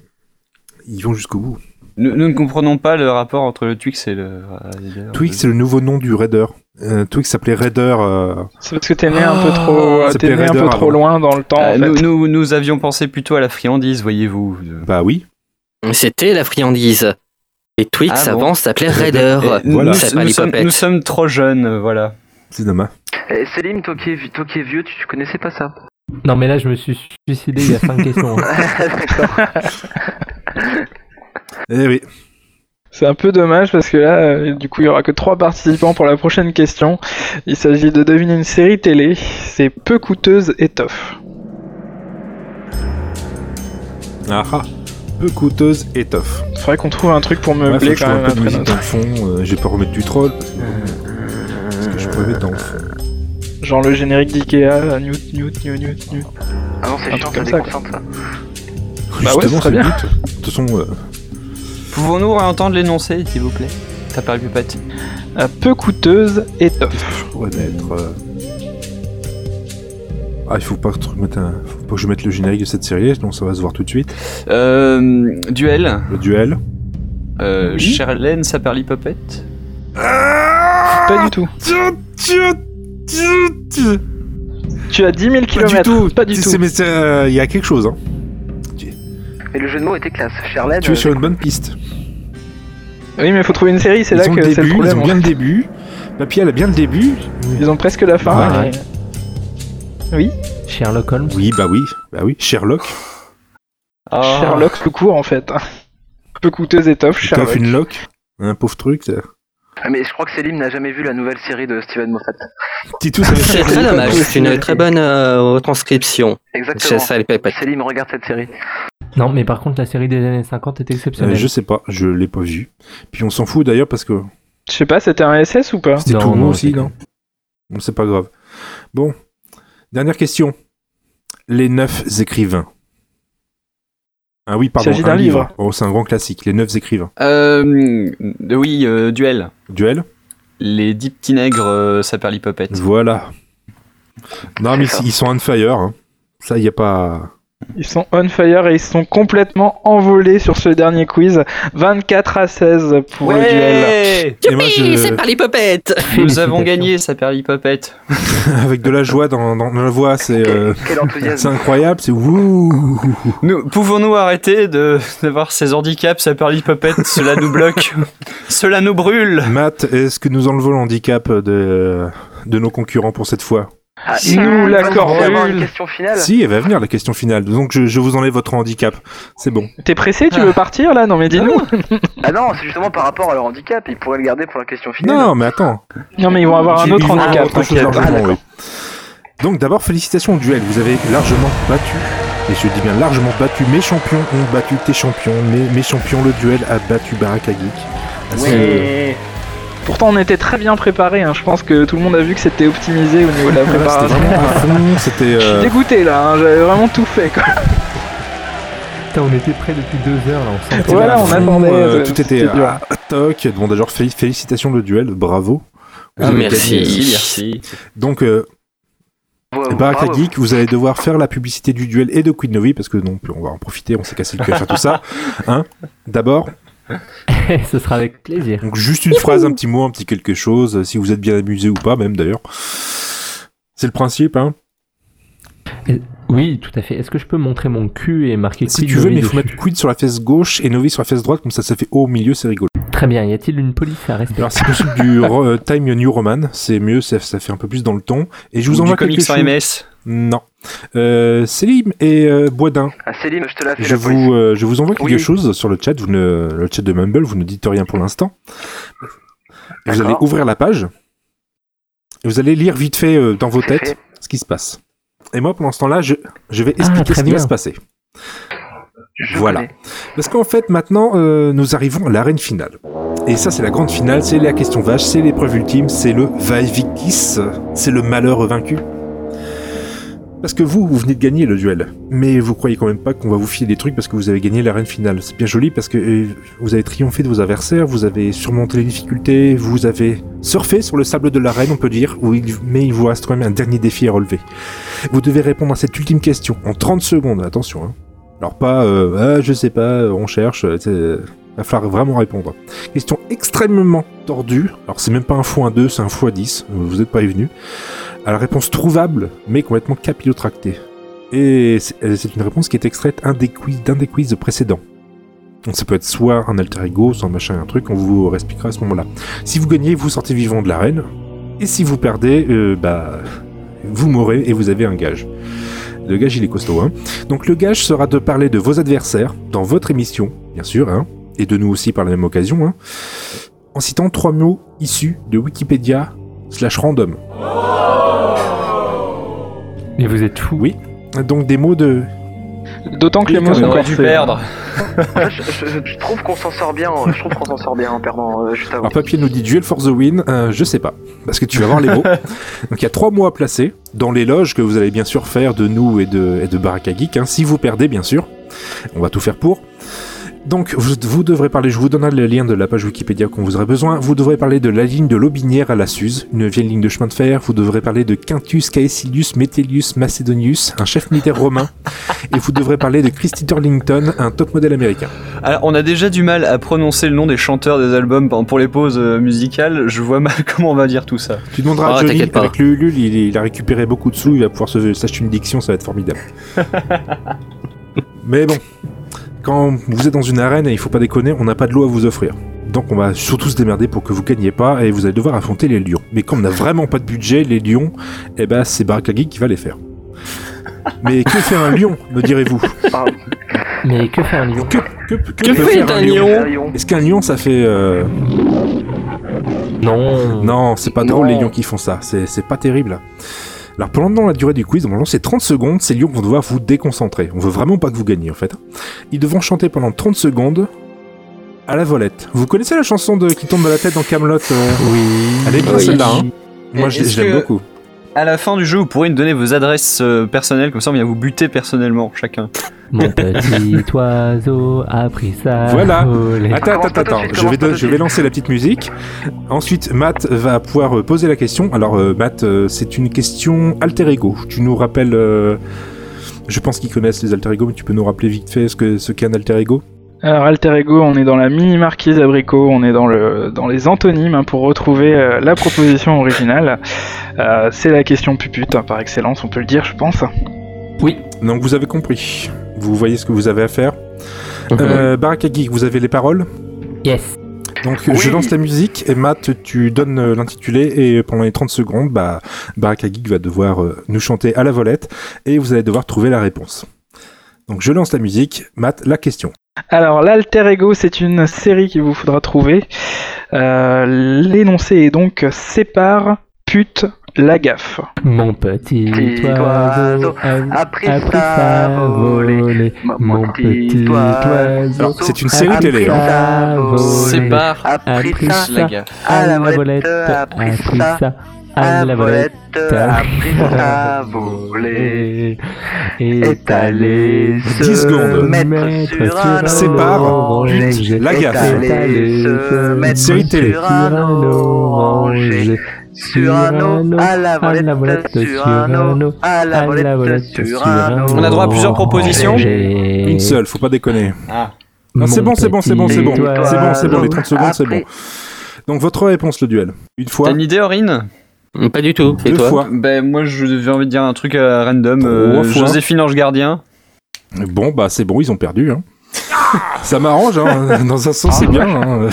Speaker 4: ils vont jusqu'au bout.
Speaker 8: Nous, nous ne comprenons pas le rapport entre le Twix et le. euh, Ah,
Speaker 4: Twix, c'est le nouveau nom du Raider. Euh, Twix s'appelait Raider. euh,
Speaker 5: C'est parce que t'es né un peu
Speaker 8: Ah,
Speaker 5: trop,
Speaker 4: c'est
Speaker 5: t'es né un
Speaker 4: Raider
Speaker 5: peu trop
Speaker 4: avant.
Speaker 5: loin dans le temps.
Speaker 8: Ah,
Speaker 5: en fait.
Speaker 8: nous, nous, nous avions pensé plutôt à la friandise, voyez-vous. Euh,
Speaker 4: Bah oui.
Speaker 10: C'était la friandise. Et Twix
Speaker 8: Ah bon
Speaker 10: avant s'appelait
Speaker 4: Eh ben,
Speaker 10: Raider.
Speaker 8: Et nous-
Speaker 4: Voilà.
Speaker 8: nous,
Speaker 10: Bah, Ça perd
Speaker 8: nous sommes,
Speaker 10: l'hypopète.
Speaker 8: nous sommes trop jeunes, euh, voilà.
Speaker 4: C'est dommage.
Speaker 9: Eh, Céline, toi qui es, vi- toi qui es vieux, tu, tu connaissais pas ça
Speaker 6: Non, mais là, je me suis suicidé il y
Speaker 4: *laughs*
Speaker 6: a 5 questions. hein.
Speaker 9: D'accord.
Speaker 4: Eh oui.
Speaker 5: C'est un peu dommage parce que là, euh, du coup, il y aura que trois participants pour la prochaine question. Il s'agit de deviner une série télé. C'est peu coûteuse et tough.
Speaker 4: Ah ah. Peu coûteuse et tough.
Speaker 5: Faudrait qu'on trouve un truc pour
Speaker 4: Ouais, faut
Speaker 5: meubler
Speaker 4: que je
Speaker 5: quand
Speaker 4: mette
Speaker 5: même
Speaker 4: un peu de
Speaker 5: après
Speaker 4: musique dans
Speaker 5: notre.
Speaker 4: le fond. euh, je vais pas remettre du troll. Parce que, ce que je pourrais mettre dans le fond.
Speaker 5: Genre le générique d'Ikea, euh, Newt, Newt, Newt, Newt, Newt.
Speaker 9: Ah non, c'est
Speaker 5: Un
Speaker 9: chiant, ça
Speaker 5: truc comme ça,
Speaker 9: déconcentre ça.
Speaker 5: Bah ouais,
Speaker 4: Justement,
Speaker 5: c'est
Speaker 4: c'est le
Speaker 5: bien.
Speaker 4: but. De toute façon, euh,
Speaker 8: Pouvons-nous entendre l'énoncé, s'il vous plaît Ça parle pupette.
Speaker 5: Euh, peu coûteuse et tough.
Speaker 4: je pourrais mettre. euh, Ah, il faut pas, que, mettre un- faut pas que je mette le générique de cette série, sinon ça va se voir tout de suite.
Speaker 8: Euh, duel.
Speaker 4: Le duel.
Speaker 8: Euh, Sherlene Saperly Puppet.
Speaker 5: Pas du tout. Tu as 10 000 km. Pas du tout.
Speaker 4: C'est- mais c'est, euh, Il y a quelque chose. Hein.
Speaker 9: Mais le jeu de mots était classe. Charlène,
Speaker 4: Tu es sur
Speaker 9: euh,
Speaker 4: une bonne piste.
Speaker 5: Oui, mais faut trouver une série, c'est là
Speaker 4: Ils ont
Speaker 5: que
Speaker 4: le
Speaker 5: c'est le
Speaker 4: début, ils
Speaker 5: problème. hein.
Speaker 4: ont bien le début. Papy, elle a bien Bah, le début.
Speaker 5: Ils ont presque la fin.
Speaker 6: Ouais.
Speaker 5: mais- Oui,
Speaker 6: Sherlock Holmes.
Speaker 4: Oui, bah oui, bah oui. Sherlock.
Speaker 8: Ah.
Speaker 5: Sherlock tout court en fait. *laughs* Peu coûteuse et tough,
Speaker 4: Sherlock.
Speaker 5: Sherlock.
Speaker 4: une loque. Un pauvre truc. ça.
Speaker 9: ah, mais je crois que Céline n'a jamais vu la nouvelle série de Steven Moffat.
Speaker 4: Titus, ça va
Speaker 10: *laughs* C'est
Speaker 4: faire
Speaker 10: très
Speaker 4: longtemps.
Speaker 10: dommage, c'est
Speaker 4: eh.
Speaker 10: une très bonne euh, retranscription. C'est
Speaker 9: Exactement.
Speaker 10: ça, les pépettes.
Speaker 9: Céline regarde cette série.
Speaker 6: Non, mais par contre, la série des années 50 est
Speaker 4: Euh,
Speaker 6: exceptionnelle.
Speaker 4: je sais pas, je l'ai pas vu. Puis on s'en fout d'ailleurs parce que
Speaker 5: Je sais pas, c'était un SS ou pas
Speaker 4: c'était
Speaker 6: Non,
Speaker 4: tout le
Speaker 6: non,
Speaker 4: monde aussi,
Speaker 6: c'était-
Speaker 4: non Bon, c'est pas grave. Bon, dernière question. Les neuf écrivains. Ah oui, pardon.
Speaker 5: s'agit d'un livre.
Speaker 4: Oh, c'est un grand classique. Les neuf écrivains.
Speaker 8: Euh, oui, euh, duel.
Speaker 4: Duel.
Speaker 8: Les dix petits nègres euh, Saperly Puppet.
Speaker 4: Voilà. Non, mais ils, ils sont on fire. hein. Ça, il y a pas.
Speaker 5: Ils sont on fire et ils sont complètement envolés sur ce dernier quiz. 24 à 16 pour le duel.
Speaker 4: Et moi, je-
Speaker 10: Youpi, c'est par les popettes
Speaker 8: Nous
Speaker 6: Félicitations.
Speaker 8: avons gagné Saperly Puppet.
Speaker 4: *laughs* avec de la joie dans, dans- dans la voix, c'est euh,
Speaker 9: Quel
Speaker 4: c'est *laughs*
Speaker 9: enthousiasme.
Speaker 4: incroyable. C'est wouh.
Speaker 8: Nous, pouvons-nous arrêter de d'avoir ces handicaps Saperly Puppet Cela nous bloque. Cela nous brûle.
Speaker 4: Matt, est-ce que nous enlevons l'handicap de, de nos concurrents pour cette fois
Speaker 9: Ah,
Speaker 5: Si
Speaker 9: il-
Speaker 5: nous
Speaker 9: il
Speaker 5: la
Speaker 9: va sûrement y avoir une
Speaker 5: corrule.
Speaker 9: question finale.
Speaker 4: Si, elle va venir la question finale. Donc je, je vous enlève votre handicap. C'est bon.
Speaker 5: T'es pressé, tu veux partir là Non mais dis-nous.
Speaker 9: Ah non, c'est justement par rapport à leur handicap. Ils pourraient le garder pour la question finale.
Speaker 4: Non, mais attends.
Speaker 5: Non mais ils vont avoir un
Speaker 4: J'ai-
Speaker 5: autre
Speaker 4: ils vont avoir
Speaker 5: handicap.
Speaker 4: autre chose
Speaker 8: Ah,
Speaker 5: t'inquiète.
Speaker 4: largement, oui. Donc d'abord, félicitations au duel. Vous avez largement battu. Et je dis bien largement battu. Mes champions ont battu tes champions. Mes, mes champions, le duel a battu Baraka Geek. Ah, c'est-
Speaker 5: Pourtant on était très bien préparé. Je pense que tout le monde a vu que c'était optimisé au niveau de la
Speaker 4: Voilà,
Speaker 5: préparation. *laughs*
Speaker 4: C'était vraiment à fond. C'était.
Speaker 5: Je suis
Speaker 4: euh,
Speaker 5: dégoûté là. hein, J'avais vraiment tout fait. Quoi.
Speaker 6: Putain, on était prêts depuis deux heures là, on sentait.
Speaker 4: c'était
Speaker 5: Voilà,
Speaker 4: à
Speaker 5: on
Speaker 4: fond,
Speaker 5: attendait,
Speaker 4: euh,
Speaker 5: euh,
Speaker 4: tout était
Speaker 5: c'était dur.
Speaker 4: à toc. Bon, d'ailleurs, fé- félicitations le duel. Bravo.
Speaker 8: Ah,
Speaker 4: Vous avez gagné.
Speaker 10: Merci.
Speaker 4: Donc, euh,
Speaker 9: Bravo,
Speaker 4: Baraka
Speaker 9: Oh, bravo.
Speaker 4: Geek, vous allez devoir faire la publicité du duel et de Queen Novi parce que non, plus on va en profiter, on s'est cassé le cul à faire tout
Speaker 5: *laughs*
Speaker 4: ça. Hein D'abord,
Speaker 6: Ce sera avec plaisir.
Speaker 4: donc juste une phrase, un petit mot, un petit quelque chose, euh, si vous êtes bien amusé ou pas, même d'ailleurs. C'est le principe, hein.
Speaker 6: Oui, tout à fait. Est-ce que je peux montrer mon cul et marquer
Speaker 4: Si
Speaker 6: quid
Speaker 4: tu veux,
Speaker 6: Novi
Speaker 4: mais il faut
Speaker 6: dessus
Speaker 4: mettre Quid sur la fesse gauche et Novi sur la fesse droite, comme ça, ça fait haut au milieu, c'est
Speaker 6: *laughs*
Speaker 4: rigolo.
Speaker 6: Très bien, y a-t-il une police à respecter
Speaker 4: Alors, c'est possible du ro- euh, Time New Roman, c'est mieux, ça, ça fait un peu plus dans le ton. Et je vous
Speaker 8: Ou
Speaker 4: envoie
Speaker 8: du comics
Speaker 4: quelque
Speaker 8: sans
Speaker 4: chose.
Speaker 8: MS.
Speaker 4: Non. Euh, Selim et euh, Boisdin,
Speaker 9: Ah, Céline, je te la fais.
Speaker 4: Je
Speaker 9: la police.
Speaker 4: vous, euh, je vous envoie quelque
Speaker 9: Oui.
Speaker 4: chose sur le chat, vous ne, le chat de Mumble, vous ne dites rien pour l'instant. Et Vous
Speaker 9: D'accord.
Speaker 4: allez ouvrir la page et vous allez lire vite fait euh, dans vos
Speaker 9: C'est
Speaker 4: têtes
Speaker 9: fait.
Speaker 4: ce qui se passe. Et moi, pendant ce temps-là, je, je vais
Speaker 6: Ah,
Speaker 4: expliquer
Speaker 6: très
Speaker 4: ce qui va
Speaker 6: bien.
Speaker 4: se passer.
Speaker 9: Je
Speaker 4: voilà.
Speaker 9: connais.
Speaker 4: Parce qu'en fait, maintenant, euh, nous arrivons à l'arène finale. Et ça, c'est la grande finale, c'est la question vache, c'est l'épreuve ultime, c'est le vaivictis, c'est le malheur vaincu. Parce que vous, vous venez de gagner le duel. Mais vous croyez quand même pas qu'on va vous filer des trucs parce que vous avez gagné l'arène finale. C'est bien joli parce que euh, vous avez triomphé de vos adversaires, vous avez surmonté les difficultés, vous avez surfé sur le sable de l'arène, on peut dire, où il- mais il vous reste quand même un dernier défi à relever. Vous devez répondre à cette ultime question en 30 secondes, attention. hein. Alors pas, euh, Ah, je sais pas, euh, on cherche, euh, c'est- euh, va falloir vraiment répondre. Question extrêmement tordue, alors c'est même pas un x2, c'est un x10, vous n'êtes pas venu, à la réponse trouvable, mais complètement capillotractée. Et c'est euh, c'est une réponse qui est extraite un des quiz- d'un des quiz précédents. Donc ça peut être soit un alter ego, soit un machin, un truc, on vous expliquera à ce moment-là. Si vous gagnez, vous sortez vivant de l'arène, et si vous perdez, euh, bah, vous mourrez et vous avez un gage. Le gage, il est costaud, hein. Donc le gage sera de parler de vos adversaires dans votre émission, bien sûr, hein, et de nous aussi par la même occasion, hein, en citant trois mots issus de Wikipédia slash random.
Speaker 6: Mais vous êtes fou.
Speaker 4: Oui. Donc des mots de...
Speaker 5: D'autant que les mots
Speaker 8: On
Speaker 5: sont
Speaker 8: aurait dû
Speaker 5: corsés.
Speaker 8: perdre.
Speaker 9: Là, je, je- je trouve qu'on s'en sort bien. Je trouve qu'on s'en sort bien en perdant. euh, juste avant.
Speaker 4: Alors papier nous dit Duel for the win, euh, je sais pas, parce que tu vas voir les mots. Donc il y a trois mots à placer dans l'éloge que vous allez bien sûr faire de nous et de, et de Baraka Geek, hein, si vous perdez bien sûr. On va tout faire pour. Donc vous, vous devrez parler, je vous donnerai le lien de la page Wikipédia qu'on vous aurez besoin, vous devrez parler de la ligne de l'Aubinière à la Suze, une vieille ligne de chemin de fer, vous devrez parler de Quintus Caecilius Metellus Macedonius, un chef militaire romain, et vous devrez parler de Christy Turlington, un top modèle américain.
Speaker 8: Alors, on a déjà du mal à prononcer le nom des chanteurs des albums pendant- pour les pauses euh, musicales. Je vois mal *laughs* comment on va dire tout ça.
Speaker 4: Tu demanderas à
Speaker 10: Ah,
Speaker 4: Johnny,
Speaker 10: t'inquiète pas.
Speaker 4: avec le Ulule, il, il a récupéré beaucoup de sous, il va pouvoir se- s'acheter une diction, ça va être
Speaker 10: *laughs*
Speaker 4: formidable. Mais bon, quand vous êtes dans une arène, et il faut pas déconner, on n'a pas de l'eau à vous offrir. Donc on va surtout se démerder pour que vous gagniez pas et vous allez devoir affronter les lions. Mais comme on n'a vraiment pas de budget, les lions, eh ben c'est Barakagi qui va les faire. Mais que fait un lion, me direz-vous
Speaker 9: Pardon.
Speaker 6: Mais que fait un lion
Speaker 4: Que, que, que peut
Speaker 10: fait
Speaker 4: faire
Speaker 10: un lion
Speaker 9: Lion.
Speaker 4: Est-ce qu'un lion ça fait... euh,
Speaker 6: Non.
Speaker 4: Non, c'est pas drôle
Speaker 9: Non.
Speaker 4: les lions qui font ça, c'est c'est pas terrible. Alors pendant la durée du quiz, normalement c'est 30 secondes, ces lions vont devoir vous déconcentrer. On veut vraiment pas que vous gagniez en fait. Ils devront chanter pendant 30 secondes à la volette. Vous connaissez la chanson de qui tombe de la tête dans Camelot euh
Speaker 6: Oui.
Speaker 4: Elle est bien
Speaker 10: Oui.
Speaker 4: celle-là. hein. Moi je,
Speaker 8: Est-ce
Speaker 4: je l'aime
Speaker 8: que-
Speaker 4: beaucoup.
Speaker 8: À la fin du jeu, vous pourrez nous donner vos adresses euh, personnelles, comme ça on vient vous buter personnellement, chacun.
Speaker 6: Mon
Speaker 4: *laughs*
Speaker 6: petit oiseau a pris sa
Speaker 4: Voilà.
Speaker 6: volée.
Speaker 4: Attends,
Speaker 9: commence
Speaker 4: attends,
Speaker 9: pas tout de
Speaker 4: attends,
Speaker 9: suite,
Speaker 4: je
Speaker 9: commence
Speaker 4: vais,
Speaker 9: pas
Speaker 4: don-
Speaker 9: tout de
Speaker 4: je vais
Speaker 9: suite.
Speaker 4: lancer la petite musique. Ensuite, Matt va pouvoir euh, poser la question. Alors, euh, Matt, euh, c'est une question alter ego. Tu nous rappelles. euh, je pense qu'ils connaissent les alter ego, mais tu peux nous rappeler vite fait ce qu'est ce qu'est un alter ego
Speaker 5: Alors Alter Ego, on est dans la mini marquise abricot, on est dans le dans les antonymes hein, pour retrouver euh, la proposition originale. Euh, c'est la question pupute hein, par excellence, on peut le dire, je pense.
Speaker 4: Donc vous avez compris. Vous voyez ce que vous avez à faire. Euh, Baraka Geek, vous avez les paroles.
Speaker 6: Yes.
Speaker 4: Donc euh,
Speaker 9: Oui.
Speaker 4: je lance la musique et Matt, tu donnes euh, l'intitulé et pendant les 30 secondes, bah, Baraka Geek va devoir euh, nous chanter à la volette et vous allez devoir trouver la réponse. Donc je lance la musique, Matt, la question.
Speaker 5: Alors, l'Alter Ego, c'est une série qu'il vous faudra trouver. Euh, L'énoncé est donc sépare, pute, la gaffe.
Speaker 6: Mon petit
Speaker 9: Petit
Speaker 6: oiseau
Speaker 9: oiseau
Speaker 6: a,
Speaker 9: a
Speaker 6: pris
Speaker 9: pris
Speaker 6: sa
Speaker 9: sa
Speaker 6: volée.
Speaker 9: volée.
Speaker 6: Mon petit oiseau
Speaker 4: Alors c'est une série
Speaker 6: a
Speaker 4: télé.
Speaker 6: pris
Speaker 4: hein.
Speaker 6: sa volée.
Speaker 9: C'est
Speaker 7: Sépare
Speaker 9: A
Speaker 6: A
Speaker 9: pris
Speaker 6: pris
Speaker 9: ça
Speaker 6: ça
Speaker 7: la gaffe.
Speaker 6: à la volette. A pris ça à la volette.
Speaker 9: A pris *laughs* sa volée.
Speaker 6: Est allé se
Speaker 4: 10 secondes.
Speaker 6: mettre sur un
Speaker 4: Sépare,
Speaker 6: orange.
Speaker 4: la
Speaker 9: Est
Speaker 4: gaffe.
Speaker 9: allé se mettre
Speaker 4: Série télé.
Speaker 9: Sur un orange. Sur un eau, à la volette, sur un eau, à Ah, la volette, sur un Oh, eau.
Speaker 8: On a droit à plusieurs propositions
Speaker 4: Une
Speaker 6: Une
Speaker 4: seule, faut pas déconner.
Speaker 8: Ah.
Speaker 4: Non, c'est bon, c'est bon, c'est bon, c'est bon. C'est bon, c'est bon, les 30 secondes, c'est bon. Donc votre réponse, le duel. Une fois,
Speaker 8: T'as une idée, Aurine
Speaker 10: Pas du tout. Et
Speaker 4: deux
Speaker 10: toi
Speaker 4: fois.
Speaker 8: Ben, moi j'ai envie de dire un truc euh, random. euh,
Speaker 4: Trois fois.
Speaker 8: Joséphine Ange Gardien.
Speaker 4: Bon, bah c'est bon, ils ont perdu. Hein. Ça m'arrange, hein. dans un sens c'est bien. Hein.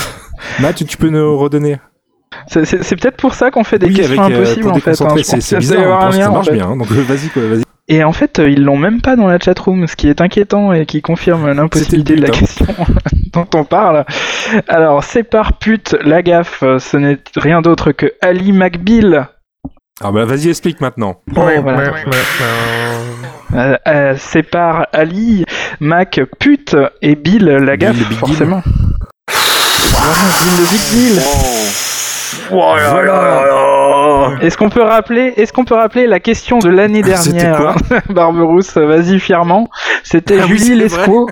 Speaker 4: Matt, tu peux nous redonner
Speaker 5: C'est- C'est c'est peut-être pour ça qu'on fait des questions
Speaker 4: euh,
Speaker 5: impossibles,
Speaker 4: pour
Speaker 5: en fait. hein.
Speaker 4: déconcentrer,
Speaker 5: Je
Speaker 4: c'est-
Speaker 5: pense
Speaker 4: c'est
Speaker 5: que ça doit y
Speaker 4: bizarre,
Speaker 5: avoir
Speaker 4: on
Speaker 5: un
Speaker 4: pense que
Speaker 5: lien,
Speaker 4: ça
Speaker 5: en
Speaker 4: marche
Speaker 5: fait.
Speaker 4: bien. hein. Donc euh, vas-y, quoi, vas-y.
Speaker 5: Et en fait, euh, ils l'ont même pas dans la chatroom, ce qui est inquiétant et qui confirme l'impossibilité de la
Speaker 4: C'était
Speaker 5: question *laughs* dont on parle. Alors, c'est par pute, la gaffe, euh, ce n'est rien d'autre que Ali McBeal.
Speaker 4: Ah bah vas-y, explique maintenant.
Speaker 5: Ouais, voilà. Euh, euh, c'est par Ali, Mac, pute et Bill, la
Speaker 4: Bill,
Speaker 5: gaffe,
Speaker 4: le Big Deal.
Speaker 5: forcément. Voilà, Bill, le Big Deal.
Speaker 4: Oh
Speaker 5: Est-ce qu'on peut rappeler, est-ce qu'on peut rappeler la question de l'année
Speaker 4: C'était
Speaker 5: dernière, *laughs* Barberousse, vas-y fièrement. C'était
Speaker 4: Ah oui,
Speaker 5: Julie
Speaker 4: c'est
Speaker 5: Lescaut.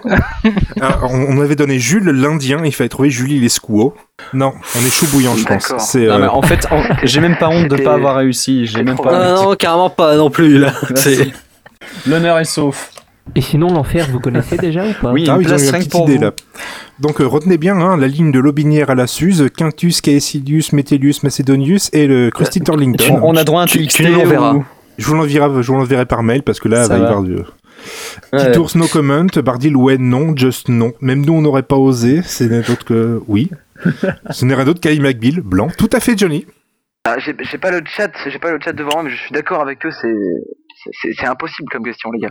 Speaker 4: Ah, on on avait donné Jules l'Indien, il fallait trouver Julie Lescouot. Non, on est chou bouillant, je pense.
Speaker 9: D'accord.
Speaker 4: C'est
Speaker 8: Non, mais
Speaker 4: euh,
Speaker 8: en fait,
Speaker 4: *laughs*
Speaker 8: en- j'ai même pas honte de
Speaker 9: T'es-
Speaker 8: pas avoir réussi. J'ai
Speaker 9: t'es
Speaker 8: même
Speaker 9: trop
Speaker 8: pas
Speaker 10: Ah
Speaker 8: honte.
Speaker 10: non, carrément pas non plus là. C'est-
Speaker 8: Merci. L'honneur est sauf.
Speaker 6: Et sinon, l'enfer,
Speaker 9: *laughs*
Speaker 6: vous connaissez déjà ou pas
Speaker 8: Oui,
Speaker 4: Ah,
Speaker 8: une
Speaker 4: ils ont eu
Speaker 8: place
Speaker 4: la
Speaker 8: rien que
Speaker 4: petite
Speaker 8: pour
Speaker 4: idée
Speaker 8: vous.
Speaker 4: là. Donc euh, retenez bien hein, la ligne de l'Aubinière à la Suze, Quintus, Caecilius, Metellus, Macedonius et le Krusty Turlington.
Speaker 8: Euh, On, on a droit à un
Speaker 10: Tu-
Speaker 8: TXT
Speaker 10: tu nous l'enverras.
Speaker 8: ou-
Speaker 4: Je vous l'enverrai, je vous l'enverrai par mail parce que là,
Speaker 8: Ça
Speaker 4: va y
Speaker 8: va.
Speaker 4: avoir du.
Speaker 8: Ouais.
Speaker 4: Petit ours, no comment, Bardil, ouais, non, just non. Même nous, on n'aurait pas osé, c'est rien d'autre que oui. Ce n'est rien d'autre qu'Ali McBeal, blanc. Tout à fait, Johnny.
Speaker 9: Ah, J'ai j'ai pas le chat, j'ai pas le chat devant moi, mais je suis d'accord avec eux, c'est. c'est- C'est impossible comme question, les gars.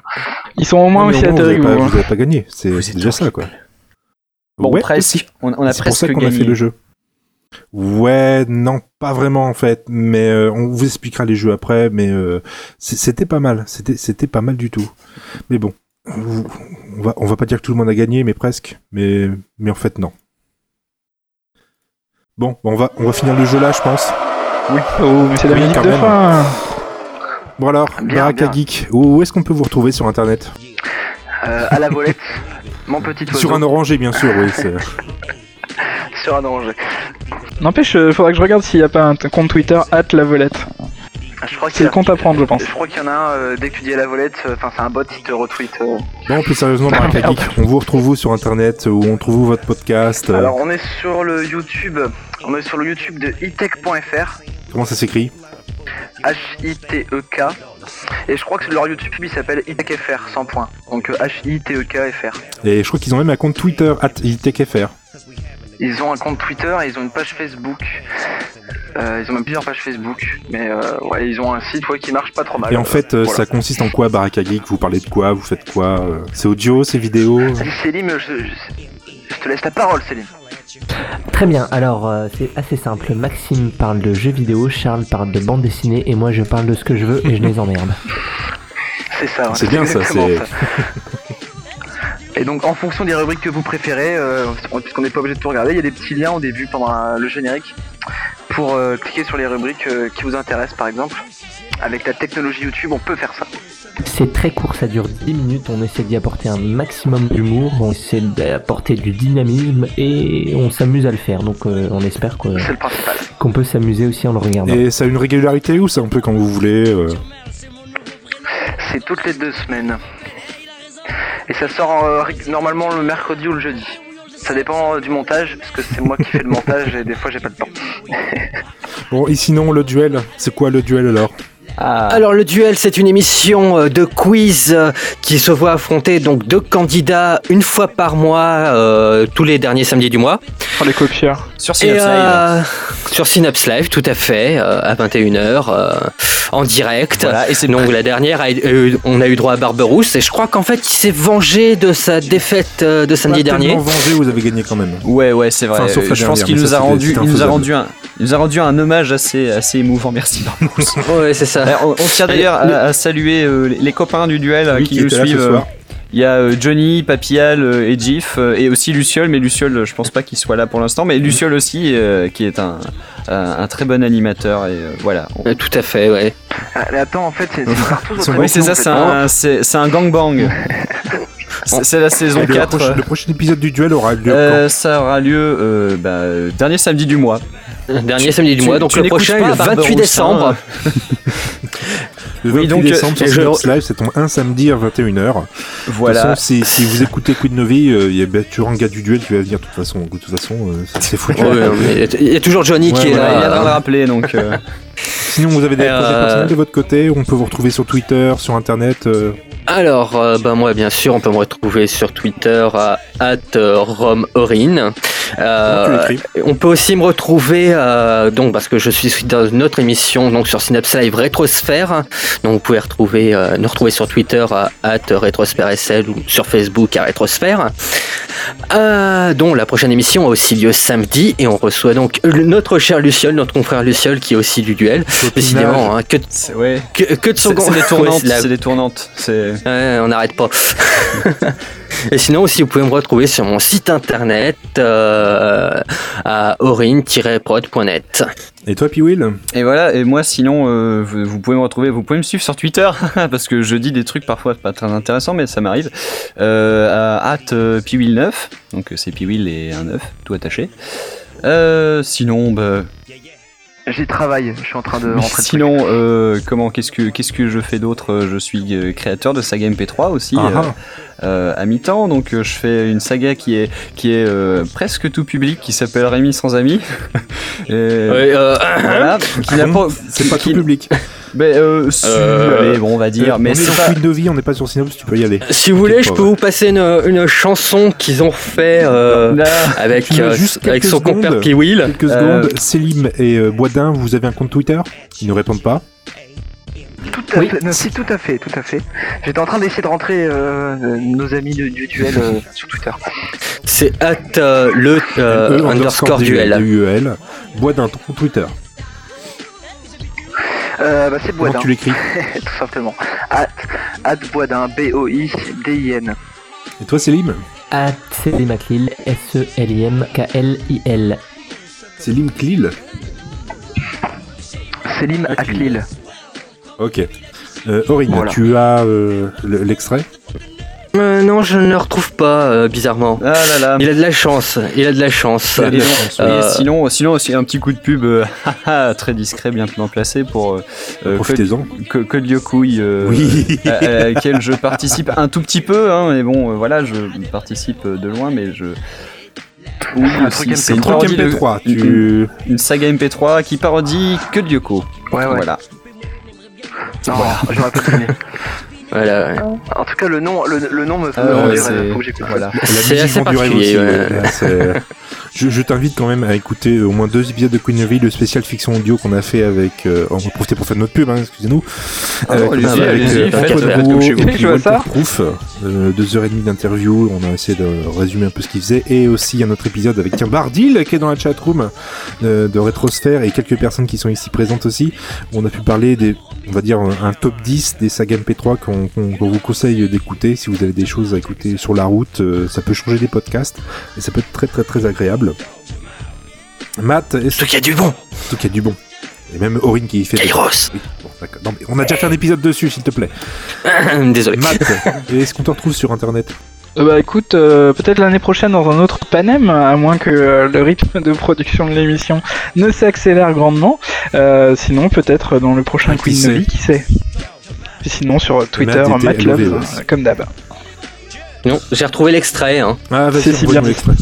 Speaker 5: Ils sont au moins
Speaker 4: Non, mais
Speaker 5: aussi
Speaker 4: au moins, vous n'avez
Speaker 5: atterrés que vous.
Speaker 4: pas,
Speaker 5: hein.
Speaker 4: vous avez pas gagné, c'est c'est déjà ça, quoi.
Speaker 8: Bon,
Speaker 4: ouais,
Speaker 8: presque.
Speaker 4: aussi.
Speaker 8: On- on a
Speaker 4: C'est pour ça
Speaker 8: presque
Speaker 4: qu'on a fait
Speaker 8: gagné.
Speaker 4: le jeu. Ouais, non, pas vraiment en fait, mais euh, on vous expliquera les jeux après, mais euh, c- c'était pas mal, c'était c'était pas mal du tout. Mais bon, vous- on va on va pas dire que tout le monde a gagné, mais presque, mais mais en fait non. Bon, on va on va finir le jeu là, je pense. Oui.
Speaker 5: hein. Oh, mais c'est la musique
Speaker 4: quand
Speaker 5: de
Speaker 4: même.
Speaker 5: fin.
Speaker 4: Bon alors,
Speaker 9: Bien,
Speaker 4: Baraka
Speaker 9: bien.
Speaker 4: Geek, où, où est-ce qu'on peut vous retrouver sur internet
Speaker 9: Euh, à la volette, mon petit oiseau.
Speaker 4: Sur un oranger bien sûr, oui. c'est-
Speaker 9: Sur un orange.
Speaker 5: N'empêche, euh, faudra que je regarde s'il n'y a pas un t- compte Twitter at la volette.
Speaker 9: Ah, Je crois
Speaker 5: C'est
Speaker 9: qu'il y
Speaker 5: le
Speaker 9: a-
Speaker 5: compte à prendre, je pense.
Speaker 9: je crois qu'il y en a un, euh, dès que tu dis à la volette, euh, enfin c'est un bot qui te retweet. euh.
Speaker 4: Bon, plus sérieusement,
Speaker 9: *laughs*
Speaker 4: Baraka
Speaker 9: Ah,
Speaker 4: Geek, on vous retrouve où sur internet, où on trouve où votre podcast euh,
Speaker 9: Alors on est sur le YouTube, on est sur le YouTube de itech.fr,
Speaker 4: Comment ça s'écrit
Speaker 9: H-I-T-E-K, E et je crois que leur YouTube il s'appelle itechfr, sans point. Donc euh, H-I-T-E-K-F-R.
Speaker 4: Et je crois qu'ils ont même un compte Twitter, at ITKFR.
Speaker 9: Ils ont un compte Twitter et ils ont une page Facebook. Euh, ils ont même plusieurs pages Facebook, mais euh, ouais, ils ont un site ouais, qui marche pas trop mal.
Speaker 4: Et en fait, euh, ça consiste en quoi, Baraka Geek Vous parlez de quoi Vous faites quoi euh, C'est audio, c'est vidéo euh
Speaker 9: Salut Céline, je, je- je te laisse la parole Céline.
Speaker 6: Très bien, alors euh, c'est assez simple. Maxime parle de jeux vidéo, Charles parle de bande dessinée et moi je parle de ce que je veux et je les emmerde.
Speaker 9: *laughs* C'est ça. ouais.
Speaker 4: C'est bien, ça,
Speaker 9: exactement *laughs*
Speaker 4: c'est-
Speaker 9: Et donc en fonction des rubriques que vous préférez, euh, on- puisqu'on n'est pas obligé de tout regarder, il y a des petits liens au début pendant euh, le générique pour euh, cliquer sur les rubriques euh, qui vous intéressent par exemple. Avec la technologie YouTube, on peut faire ça.
Speaker 6: C'est très court, ça dure 10 minutes, on essaie d'y apporter un maximum d'humour, on essaie d'apporter du dynamisme et on s'amuse à le faire. Donc euh, on espère que-
Speaker 9: C'est le principal.
Speaker 6: qu'on peut s'amuser aussi en le regardant.
Speaker 4: Et ça a une régularité ou c'est un peu quand vous voulez euh
Speaker 9: C'est toutes les deux semaines. Et ça sort euh, ré- normalement le mercredi ou le jeudi. Ça dépend euh, du montage, parce que c'est moi qui fais le montage et des fois j'ai pas le temps.
Speaker 4: Bon, et sinon, le duel, c'est quoi le duel alors
Speaker 8: Ah.
Speaker 10: Alors le duel, c'est une émission euh, de quiz euh, qui se voit affronter donc deux candidats une fois par mois, euh, tous les derniers samedis du mois.
Speaker 5: Oh, les copieurs.
Speaker 8: Sur
Speaker 10: Et,
Speaker 8: Synapse Live.
Speaker 10: euh, sur Synapse Live, tout à fait, euh, à 21h, euh, en direct.
Speaker 8: Voilà, et c'est
Speaker 10: donc la dernière, a- euh, on a eu droit à Barberousse, et je crois qu'en fait, il s'est vengé de sa défaite euh, de samedi
Speaker 4: Pas tellement
Speaker 10: dernier.
Speaker 4: vengé, vous avez gagné quand même.
Speaker 8: Ouais, ouais, c'est vrai.
Speaker 4: Enfin, sauf la
Speaker 8: je pense
Speaker 4: dernière,
Speaker 8: qu'il
Speaker 4: mais
Speaker 8: nous
Speaker 4: ça,
Speaker 8: a
Speaker 4: c'était-
Speaker 8: rendu,
Speaker 4: c'était
Speaker 8: il nous a
Speaker 4: infaisable.
Speaker 8: rendu un, il nous a rendu un hommage assez, assez émouvant. Merci Barberousse.
Speaker 4: *laughs*
Speaker 10: Ouais, c'est ça.
Speaker 8: Euh, on, on tient d'ailleurs à, à saluer euh, les- les copains du duel euh,
Speaker 4: Oui,
Speaker 8: qui,
Speaker 4: qui
Speaker 8: nous
Speaker 4: étaient là ce
Speaker 8: suivent. euh,
Speaker 4: soir.
Speaker 8: Il y a euh, Johnny, Papial euh, et Gif euh, et aussi Luciole, mais Luciole, euh, je pense pas qu'il soit là pour l'instant, mais Luciole
Speaker 4: Mm.
Speaker 8: aussi, euh, qui est un, un- un très bon animateur et euh, voilà. On-
Speaker 10: Euh, Tout à fait, ouais.
Speaker 9: Ah, mais attends, en fait, c'est c'est partout sur
Speaker 8: Oui, c'est ça, c'est un, c'est- c'est
Speaker 4: *laughs*
Speaker 8: un gangbang. c'est c'est la saison
Speaker 4: Et le,
Speaker 8: 4.
Speaker 4: proche- le prochain épisode du duel aura lieu
Speaker 8: euh, ça aura lieu euh, bah, euh, dernier samedi du mois.
Speaker 10: Dernier samedi du
Speaker 8: tu-
Speaker 10: mois, donc
Speaker 8: tu
Speaker 10: le
Speaker 8: n'écoutes
Speaker 10: prochain
Speaker 8: pas
Speaker 10: est le
Speaker 8: Barberousse,
Speaker 10: 28
Speaker 8: hein.
Speaker 10: décembre.
Speaker 4: quand Le 28
Speaker 8: oui, donc, euh,
Speaker 4: décembre sur
Speaker 8: et je-
Speaker 4: Synapse Live, c'est ton un samedi à 21h. De
Speaker 8: Voilà.
Speaker 4: toute façon, si, si vous écoutez Queen Novi, euh, il y a ben, toujours un gars du duel qui va venir de toute façon. De toute façon, euh, c'est- c'est foutu.
Speaker 10: Ouais, mais Il y a toujours Johnny
Speaker 4: Ouais,
Speaker 10: qui est
Speaker 8: Voilà,
Speaker 10: là.
Speaker 8: il a de le rappeler donc. euh,
Speaker 4: *laughs* Sinon, vous avez des
Speaker 10: Euh,
Speaker 4: projets personnels de votre côté On peut vous retrouver sur Twitter, sur Internet euh,
Speaker 10: Alors, euh, bah, moi, bien sûr, on peut me retrouver sur Twitter à @romeorin. Euh,
Speaker 4: comment tu l'écris
Speaker 10: on peut aussi me retrouver euh, donc parce que je suis dans une autre émission donc sur Synapse Live Rétrosphère. Donc vous pouvez retrouver euh, nous retrouver sur Twitter à @rétrosphère_sl ou sur Facebook à Rétrosphère. Euh, dont la prochaine émission a aussi lieu samedi et on reçoit donc le- notre cher Luciol, notre confrère Luciol qui est aussi du duel. Décidément, hein, que,
Speaker 8: c'est- ouais.
Speaker 10: que, que de
Speaker 8: C'est
Speaker 10: secondes.
Speaker 8: c'est des
Speaker 10: Ouais,
Speaker 8: tournantes.
Speaker 10: c'est la-
Speaker 8: C'est des tournantes. C'est.
Speaker 10: Ouais, on n'arrête pas. *laughs* Et sinon aussi, vous pouvez me retrouver sur mon site internet euh, à orin-prod.net.
Speaker 4: Et toi, Piwil
Speaker 8: Et voilà, et moi sinon, euh, vous, vous pouvez me retrouver, vous pouvez me suivre sur Twitter, *laughs* parce que je dis des trucs parfois pas très intéressants, mais ça m'arrive, euh, à at euh, piwil9, donc euh, c'est piwil et un 9, tout attaché. Euh, sinon, bah,
Speaker 9: J'y travaille, je suis en train de rentrer. le truc.
Speaker 8: sinon, euh, comment, qu'est-ce que, qu'est-ce que je fais d'autre Euh, Je suis euh, créateur de saga MP3 aussi,
Speaker 4: Ah,
Speaker 8: euh,
Speaker 4: ah.
Speaker 8: euh, à mi-temps, donc euh, je fais une saga qui est, qui est euh, presque tout public, qui s'appelle Rémi sans amis. *laughs* Et
Speaker 10: euh,
Speaker 8: Voilà, qui n'a
Speaker 4: Ah
Speaker 8: pas,
Speaker 4: bon C'est pas tout
Speaker 8: qui-
Speaker 4: public.
Speaker 8: ben, euh, si,
Speaker 10: Euh,
Speaker 8: allez, bon, on va *laughs* dire, mais
Speaker 4: on est
Speaker 8: c'est
Speaker 4: sur
Speaker 8: pas...
Speaker 4: Queen Novi, on n'est pas sur Synapse, tu peux y aller.
Speaker 10: Si vous voulez, je
Speaker 4: pauvre.
Speaker 10: peux vous passer une, une chanson qu'ils ont fait euh,
Speaker 8: Là,
Speaker 10: avec,
Speaker 4: Tu me
Speaker 10: euh,
Speaker 4: juste
Speaker 10: avec
Speaker 4: quelques
Speaker 10: son compère
Speaker 4: secondes.
Speaker 10: Piwil.
Speaker 4: Quelques
Speaker 8: Euh,
Speaker 4: secondes, Selim et euh, Boisdin, vous avez un compte Twitter Ils ne répondent pas.
Speaker 9: Tout à fait, non, si, tout à fait, tout à fait. J'étais en train d'essayer de rentrer euh, euh, nos amis du, du duel euh, sur Twitter.
Speaker 10: C'est at euh, le euh,
Speaker 4: E
Speaker 10: underscore duel.
Speaker 4: duel. Bois d'un E ton Twitter.
Speaker 9: Euh, bah, c'est Boisdin.
Speaker 4: Comment tu l'écris
Speaker 9: *laughs* Tout simplement. At, at Boisdin, B-O-I-D-I-N.
Speaker 4: Et toi, Célim
Speaker 6: At Célim Aklil, E S-E-L-I-M-K-L-I-L.
Speaker 4: Célim Clil
Speaker 9: Célim
Speaker 8: Ah,
Speaker 9: Aklil.
Speaker 4: Ok. Euh, Aurine,
Speaker 9: Voilà.
Speaker 4: tu as euh, le- l'extrait
Speaker 10: Euh, non, je ne le retrouve pas, euh, bizarrement.
Speaker 8: Ah là là.
Speaker 10: Il a de la chance, il a de la chance.
Speaker 8: Et donc-
Speaker 10: Euh,
Speaker 8: et sinon, sinon aussi un petit coup de pub euh, *laughs* haha, très discret, bien plan placé pour euh, euh,
Speaker 4: Profitez-en.
Speaker 8: que Code Yokouille, euh,
Speaker 4: Oui.
Speaker 8: à, à laquelle je participe un tout petit peu, hein, mais bon, euh, voilà, je participe euh, de loin, mais je. Oui,
Speaker 9: Un
Speaker 8: si,
Speaker 9: truc MP3.
Speaker 8: *laughs* c'est
Speaker 4: Un
Speaker 8: une
Speaker 4: truc
Speaker 8: parodie de-
Speaker 4: MP3.
Speaker 8: une-
Speaker 4: Tu...
Speaker 8: Une saga MP3 qui parodie que de Yoko.
Speaker 9: Ouais, ouais.
Speaker 8: Voilà.
Speaker 9: Non, j'aurais pas
Speaker 8: *laughs*
Speaker 9: deviné.
Speaker 10: voilà, ouais.
Speaker 9: En tout cas, le nom, le, le nom me fait
Speaker 8: Ah ouais,
Speaker 9: me fait
Speaker 8: c'est-
Speaker 9: rêver. Faut que j'écoute.
Speaker 8: Voilà.
Speaker 10: C'est
Speaker 4: musique
Speaker 10: assez
Speaker 4: vend du rêve
Speaker 10: particulier.
Speaker 4: aussi,
Speaker 10: ouais.
Speaker 4: ouais. Là, c'est- euh, je je t'invite quand même à écouter au moins deux épisodes de Queen of le spécial fiction audio qu'on a fait avec. euh, on va profiter pour faire notre pub, hein, excusez-nous.
Speaker 8: Ah non,
Speaker 4: qu'on a
Speaker 8: allez-y,
Speaker 4: fait
Speaker 8: allez-y,
Speaker 4: avec, euh,
Speaker 8: faites,
Speaker 4: Antoine
Speaker 8: faites
Speaker 4: Rouault
Speaker 8: comme chez
Speaker 4: et
Speaker 8: vous.
Speaker 4: puis
Speaker 5: Je vois
Speaker 4: Walter
Speaker 5: ça.
Speaker 4: Proof. Euh, deux heures et demie d'interview. On a essayé de résumer un peu ce qu'il faisait. Et aussi un autre épisode avec tiens, Bardil qui est dans la chatroom euh, de Rétrosphère et quelques personnes qui sont ici présentes aussi. On a pu parler des, on va dire, un un top 10 des sagas MP3 qu'on qu'on- qu'on vous conseille d'écouter. Si vous avez des choses à écouter sur la route, euh, ça peut changer des podcasts et ça peut être très très très agréable. Matt, est-ce
Speaker 10: Surtout qu'il y a du bon,
Speaker 4: surtout qu'il y a du bon Et même Aurine qui fait. des-
Speaker 10: Kairos.
Speaker 4: Oui, bon, d'accord. Non, mais on a déjà fait un épisode dessus, s'il te plaît.
Speaker 10: *laughs*
Speaker 5: *laughs*
Speaker 10: Désolé.
Speaker 4: Matt, est-ce qu'on te retrouve sur internet
Speaker 5: Euh, Bah écoute, euh, peut-être l'année prochaine dans un autre Panem, à moins que euh, le rythme de production de l'émission ne s'accélère grandement. Euh, sinon, peut-être dans le prochain
Speaker 4: Qui
Speaker 5: Queen
Speaker 4: sait
Speaker 5: Novi, qui sait Et sinon, sur Twitter,
Speaker 4: Matt était hein.
Speaker 5: Matt Love,
Speaker 4: LOV, ouais.
Speaker 5: euh, comme d'hab.
Speaker 10: Non, j'ai retrouvé l'extrait. Hein.
Speaker 4: Ah, vas-y,
Speaker 5: C'est si
Speaker 4: envoie-nous
Speaker 5: bien.
Speaker 4: l'extrait.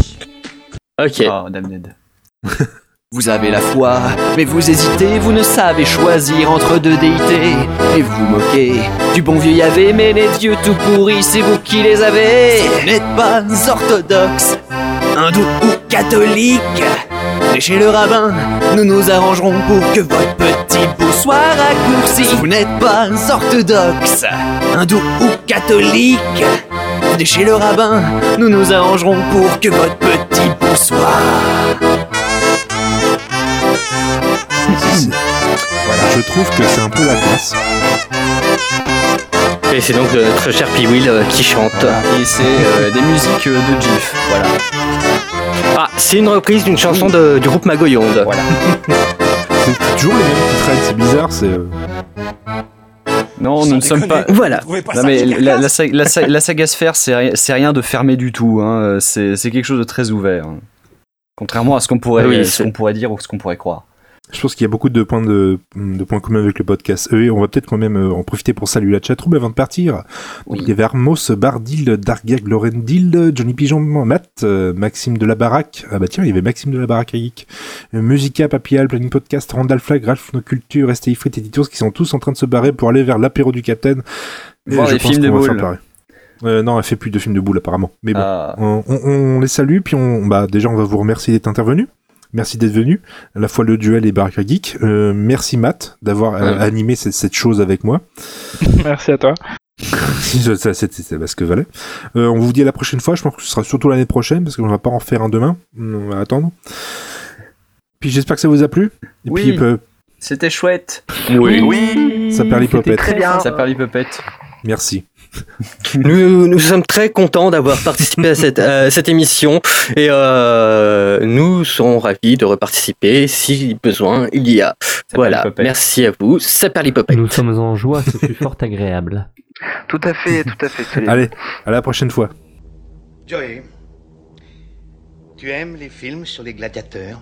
Speaker 10: Ok.
Speaker 8: Ah, damned.
Speaker 11: *laughs* Vous avez la foi, mais vous hésitez, vous ne savez choisir entre deux déités, et vous vous moquez du bon vieux Yahvé, mais les dieux tout pourris, c'est vous qui les avez. Vous n'êtes pas orthodoxe, hindou ou catholique. Allez chez le rabbin, nous nous arrangerons pour que votre petit bout soit raccourci. Vous n'êtes pas orthodoxe, hindou ou catholique. Venez chez le rabbin, nous nous arrangerons pour que votre petit bout soit
Speaker 4: Voilà, je trouve que c'est un peu la classe.
Speaker 10: Et c'est donc le très cher Piwil euh, qui chante.
Speaker 8: Et c'est euh, des musiques euh, de GIF. Voilà.
Speaker 10: Ah, c'est une reprise d'une chanson de- du groupe Magoyonde.
Speaker 4: C'est toujours les mêmes qui traînent, c'est bizarre. C'est. euh,
Speaker 8: Non, nous ne sommes pas.
Speaker 10: Voilà.
Speaker 8: Non, mais la, la, sa- la, sa- la saga sphère, c'est ri- c'est rien de fermé du tout. hein. C'est c'est quelque chose de très ouvert. hein. Contrairement à ce qu'on pourrait,
Speaker 10: Oui,
Speaker 8: ce
Speaker 10: c'est-
Speaker 8: qu'on pourrait dire ou ce qu'on pourrait croire.
Speaker 4: Je pense qu'il y a beaucoup de points de, de points communs avec le podcast. Euh, Et on va peut-être quand même euh, en profiter pour saluer la chatroom avant de partir. Donc, Il y avait Armos, Bardil, Dargag, Lorendil, Johnny Pigeon, Matt, euh, Maxime de la Baraque. Ah bah tiens, il y avait Maxime de la Baraque à Geek. Euh, Musica, Papial, Planning Podcast, Randall Flag, Ralph No Culture, STI Frit et Titos qui sont tous en train de se barrer pour aller vers l'apéro du Capitaine. Et
Speaker 8: Voir
Speaker 4: je
Speaker 8: des
Speaker 4: pense
Speaker 8: films de
Speaker 4: qu'on va faire
Speaker 8: boules.
Speaker 4: pareil. Euh, non, elle fait plus de films de boules apparemment.
Speaker 10: Eh
Speaker 4: Mais bon.
Speaker 10: ben.
Speaker 8: Ah,
Speaker 4: On, on- on les salue, puis on, bah, déjà, on va vous remercier d'être intervenu. Merci d'être venu. À la fois le duel et Baraka Geek. Euh, merci Matt d'avoir euh,
Speaker 8: Ouais.
Speaker 4: animé cette, cette chose avec moi. *laughs*
Speaker 5: Merci à toi.
Speaker 4: Ça, ça, C'était c'était ce que valait. Euh, on vous dit à la prochaine fois. Je pense que ce sera surtout l'année prochaine parce qu'on va pas en faire un demain. On va attendre. Puis j'espère que ça vous a plu. Et
Speaker 8: Oui.
Speaker 4: puis euh,
Speaker 8: c'était chouette.
Speaker 4: ça perd l'hypopète.
Speaker 9: Très bien.
Speaker 8: Ça parle pépette.
Speaker 4: Merci.
Speaker 10: Nous, nous sommes très contents d'avoir participé à cette, à cette émission et euh, nous serons ravis de reparticiper si besoin il y a. voilà,
Speaker 8: Popeye.
Speaker 10: merci à vous. Ça parle Popeye.
Speaker 6: Nous sommes en joie, ce fut fort agréable.
Speaker 9: Tout à fait, tout à fait. Célim.
Speaker 4: Allez, à la prochaine fois.
Speaker 12: Joey, tu aimes les films sur les gladiateurs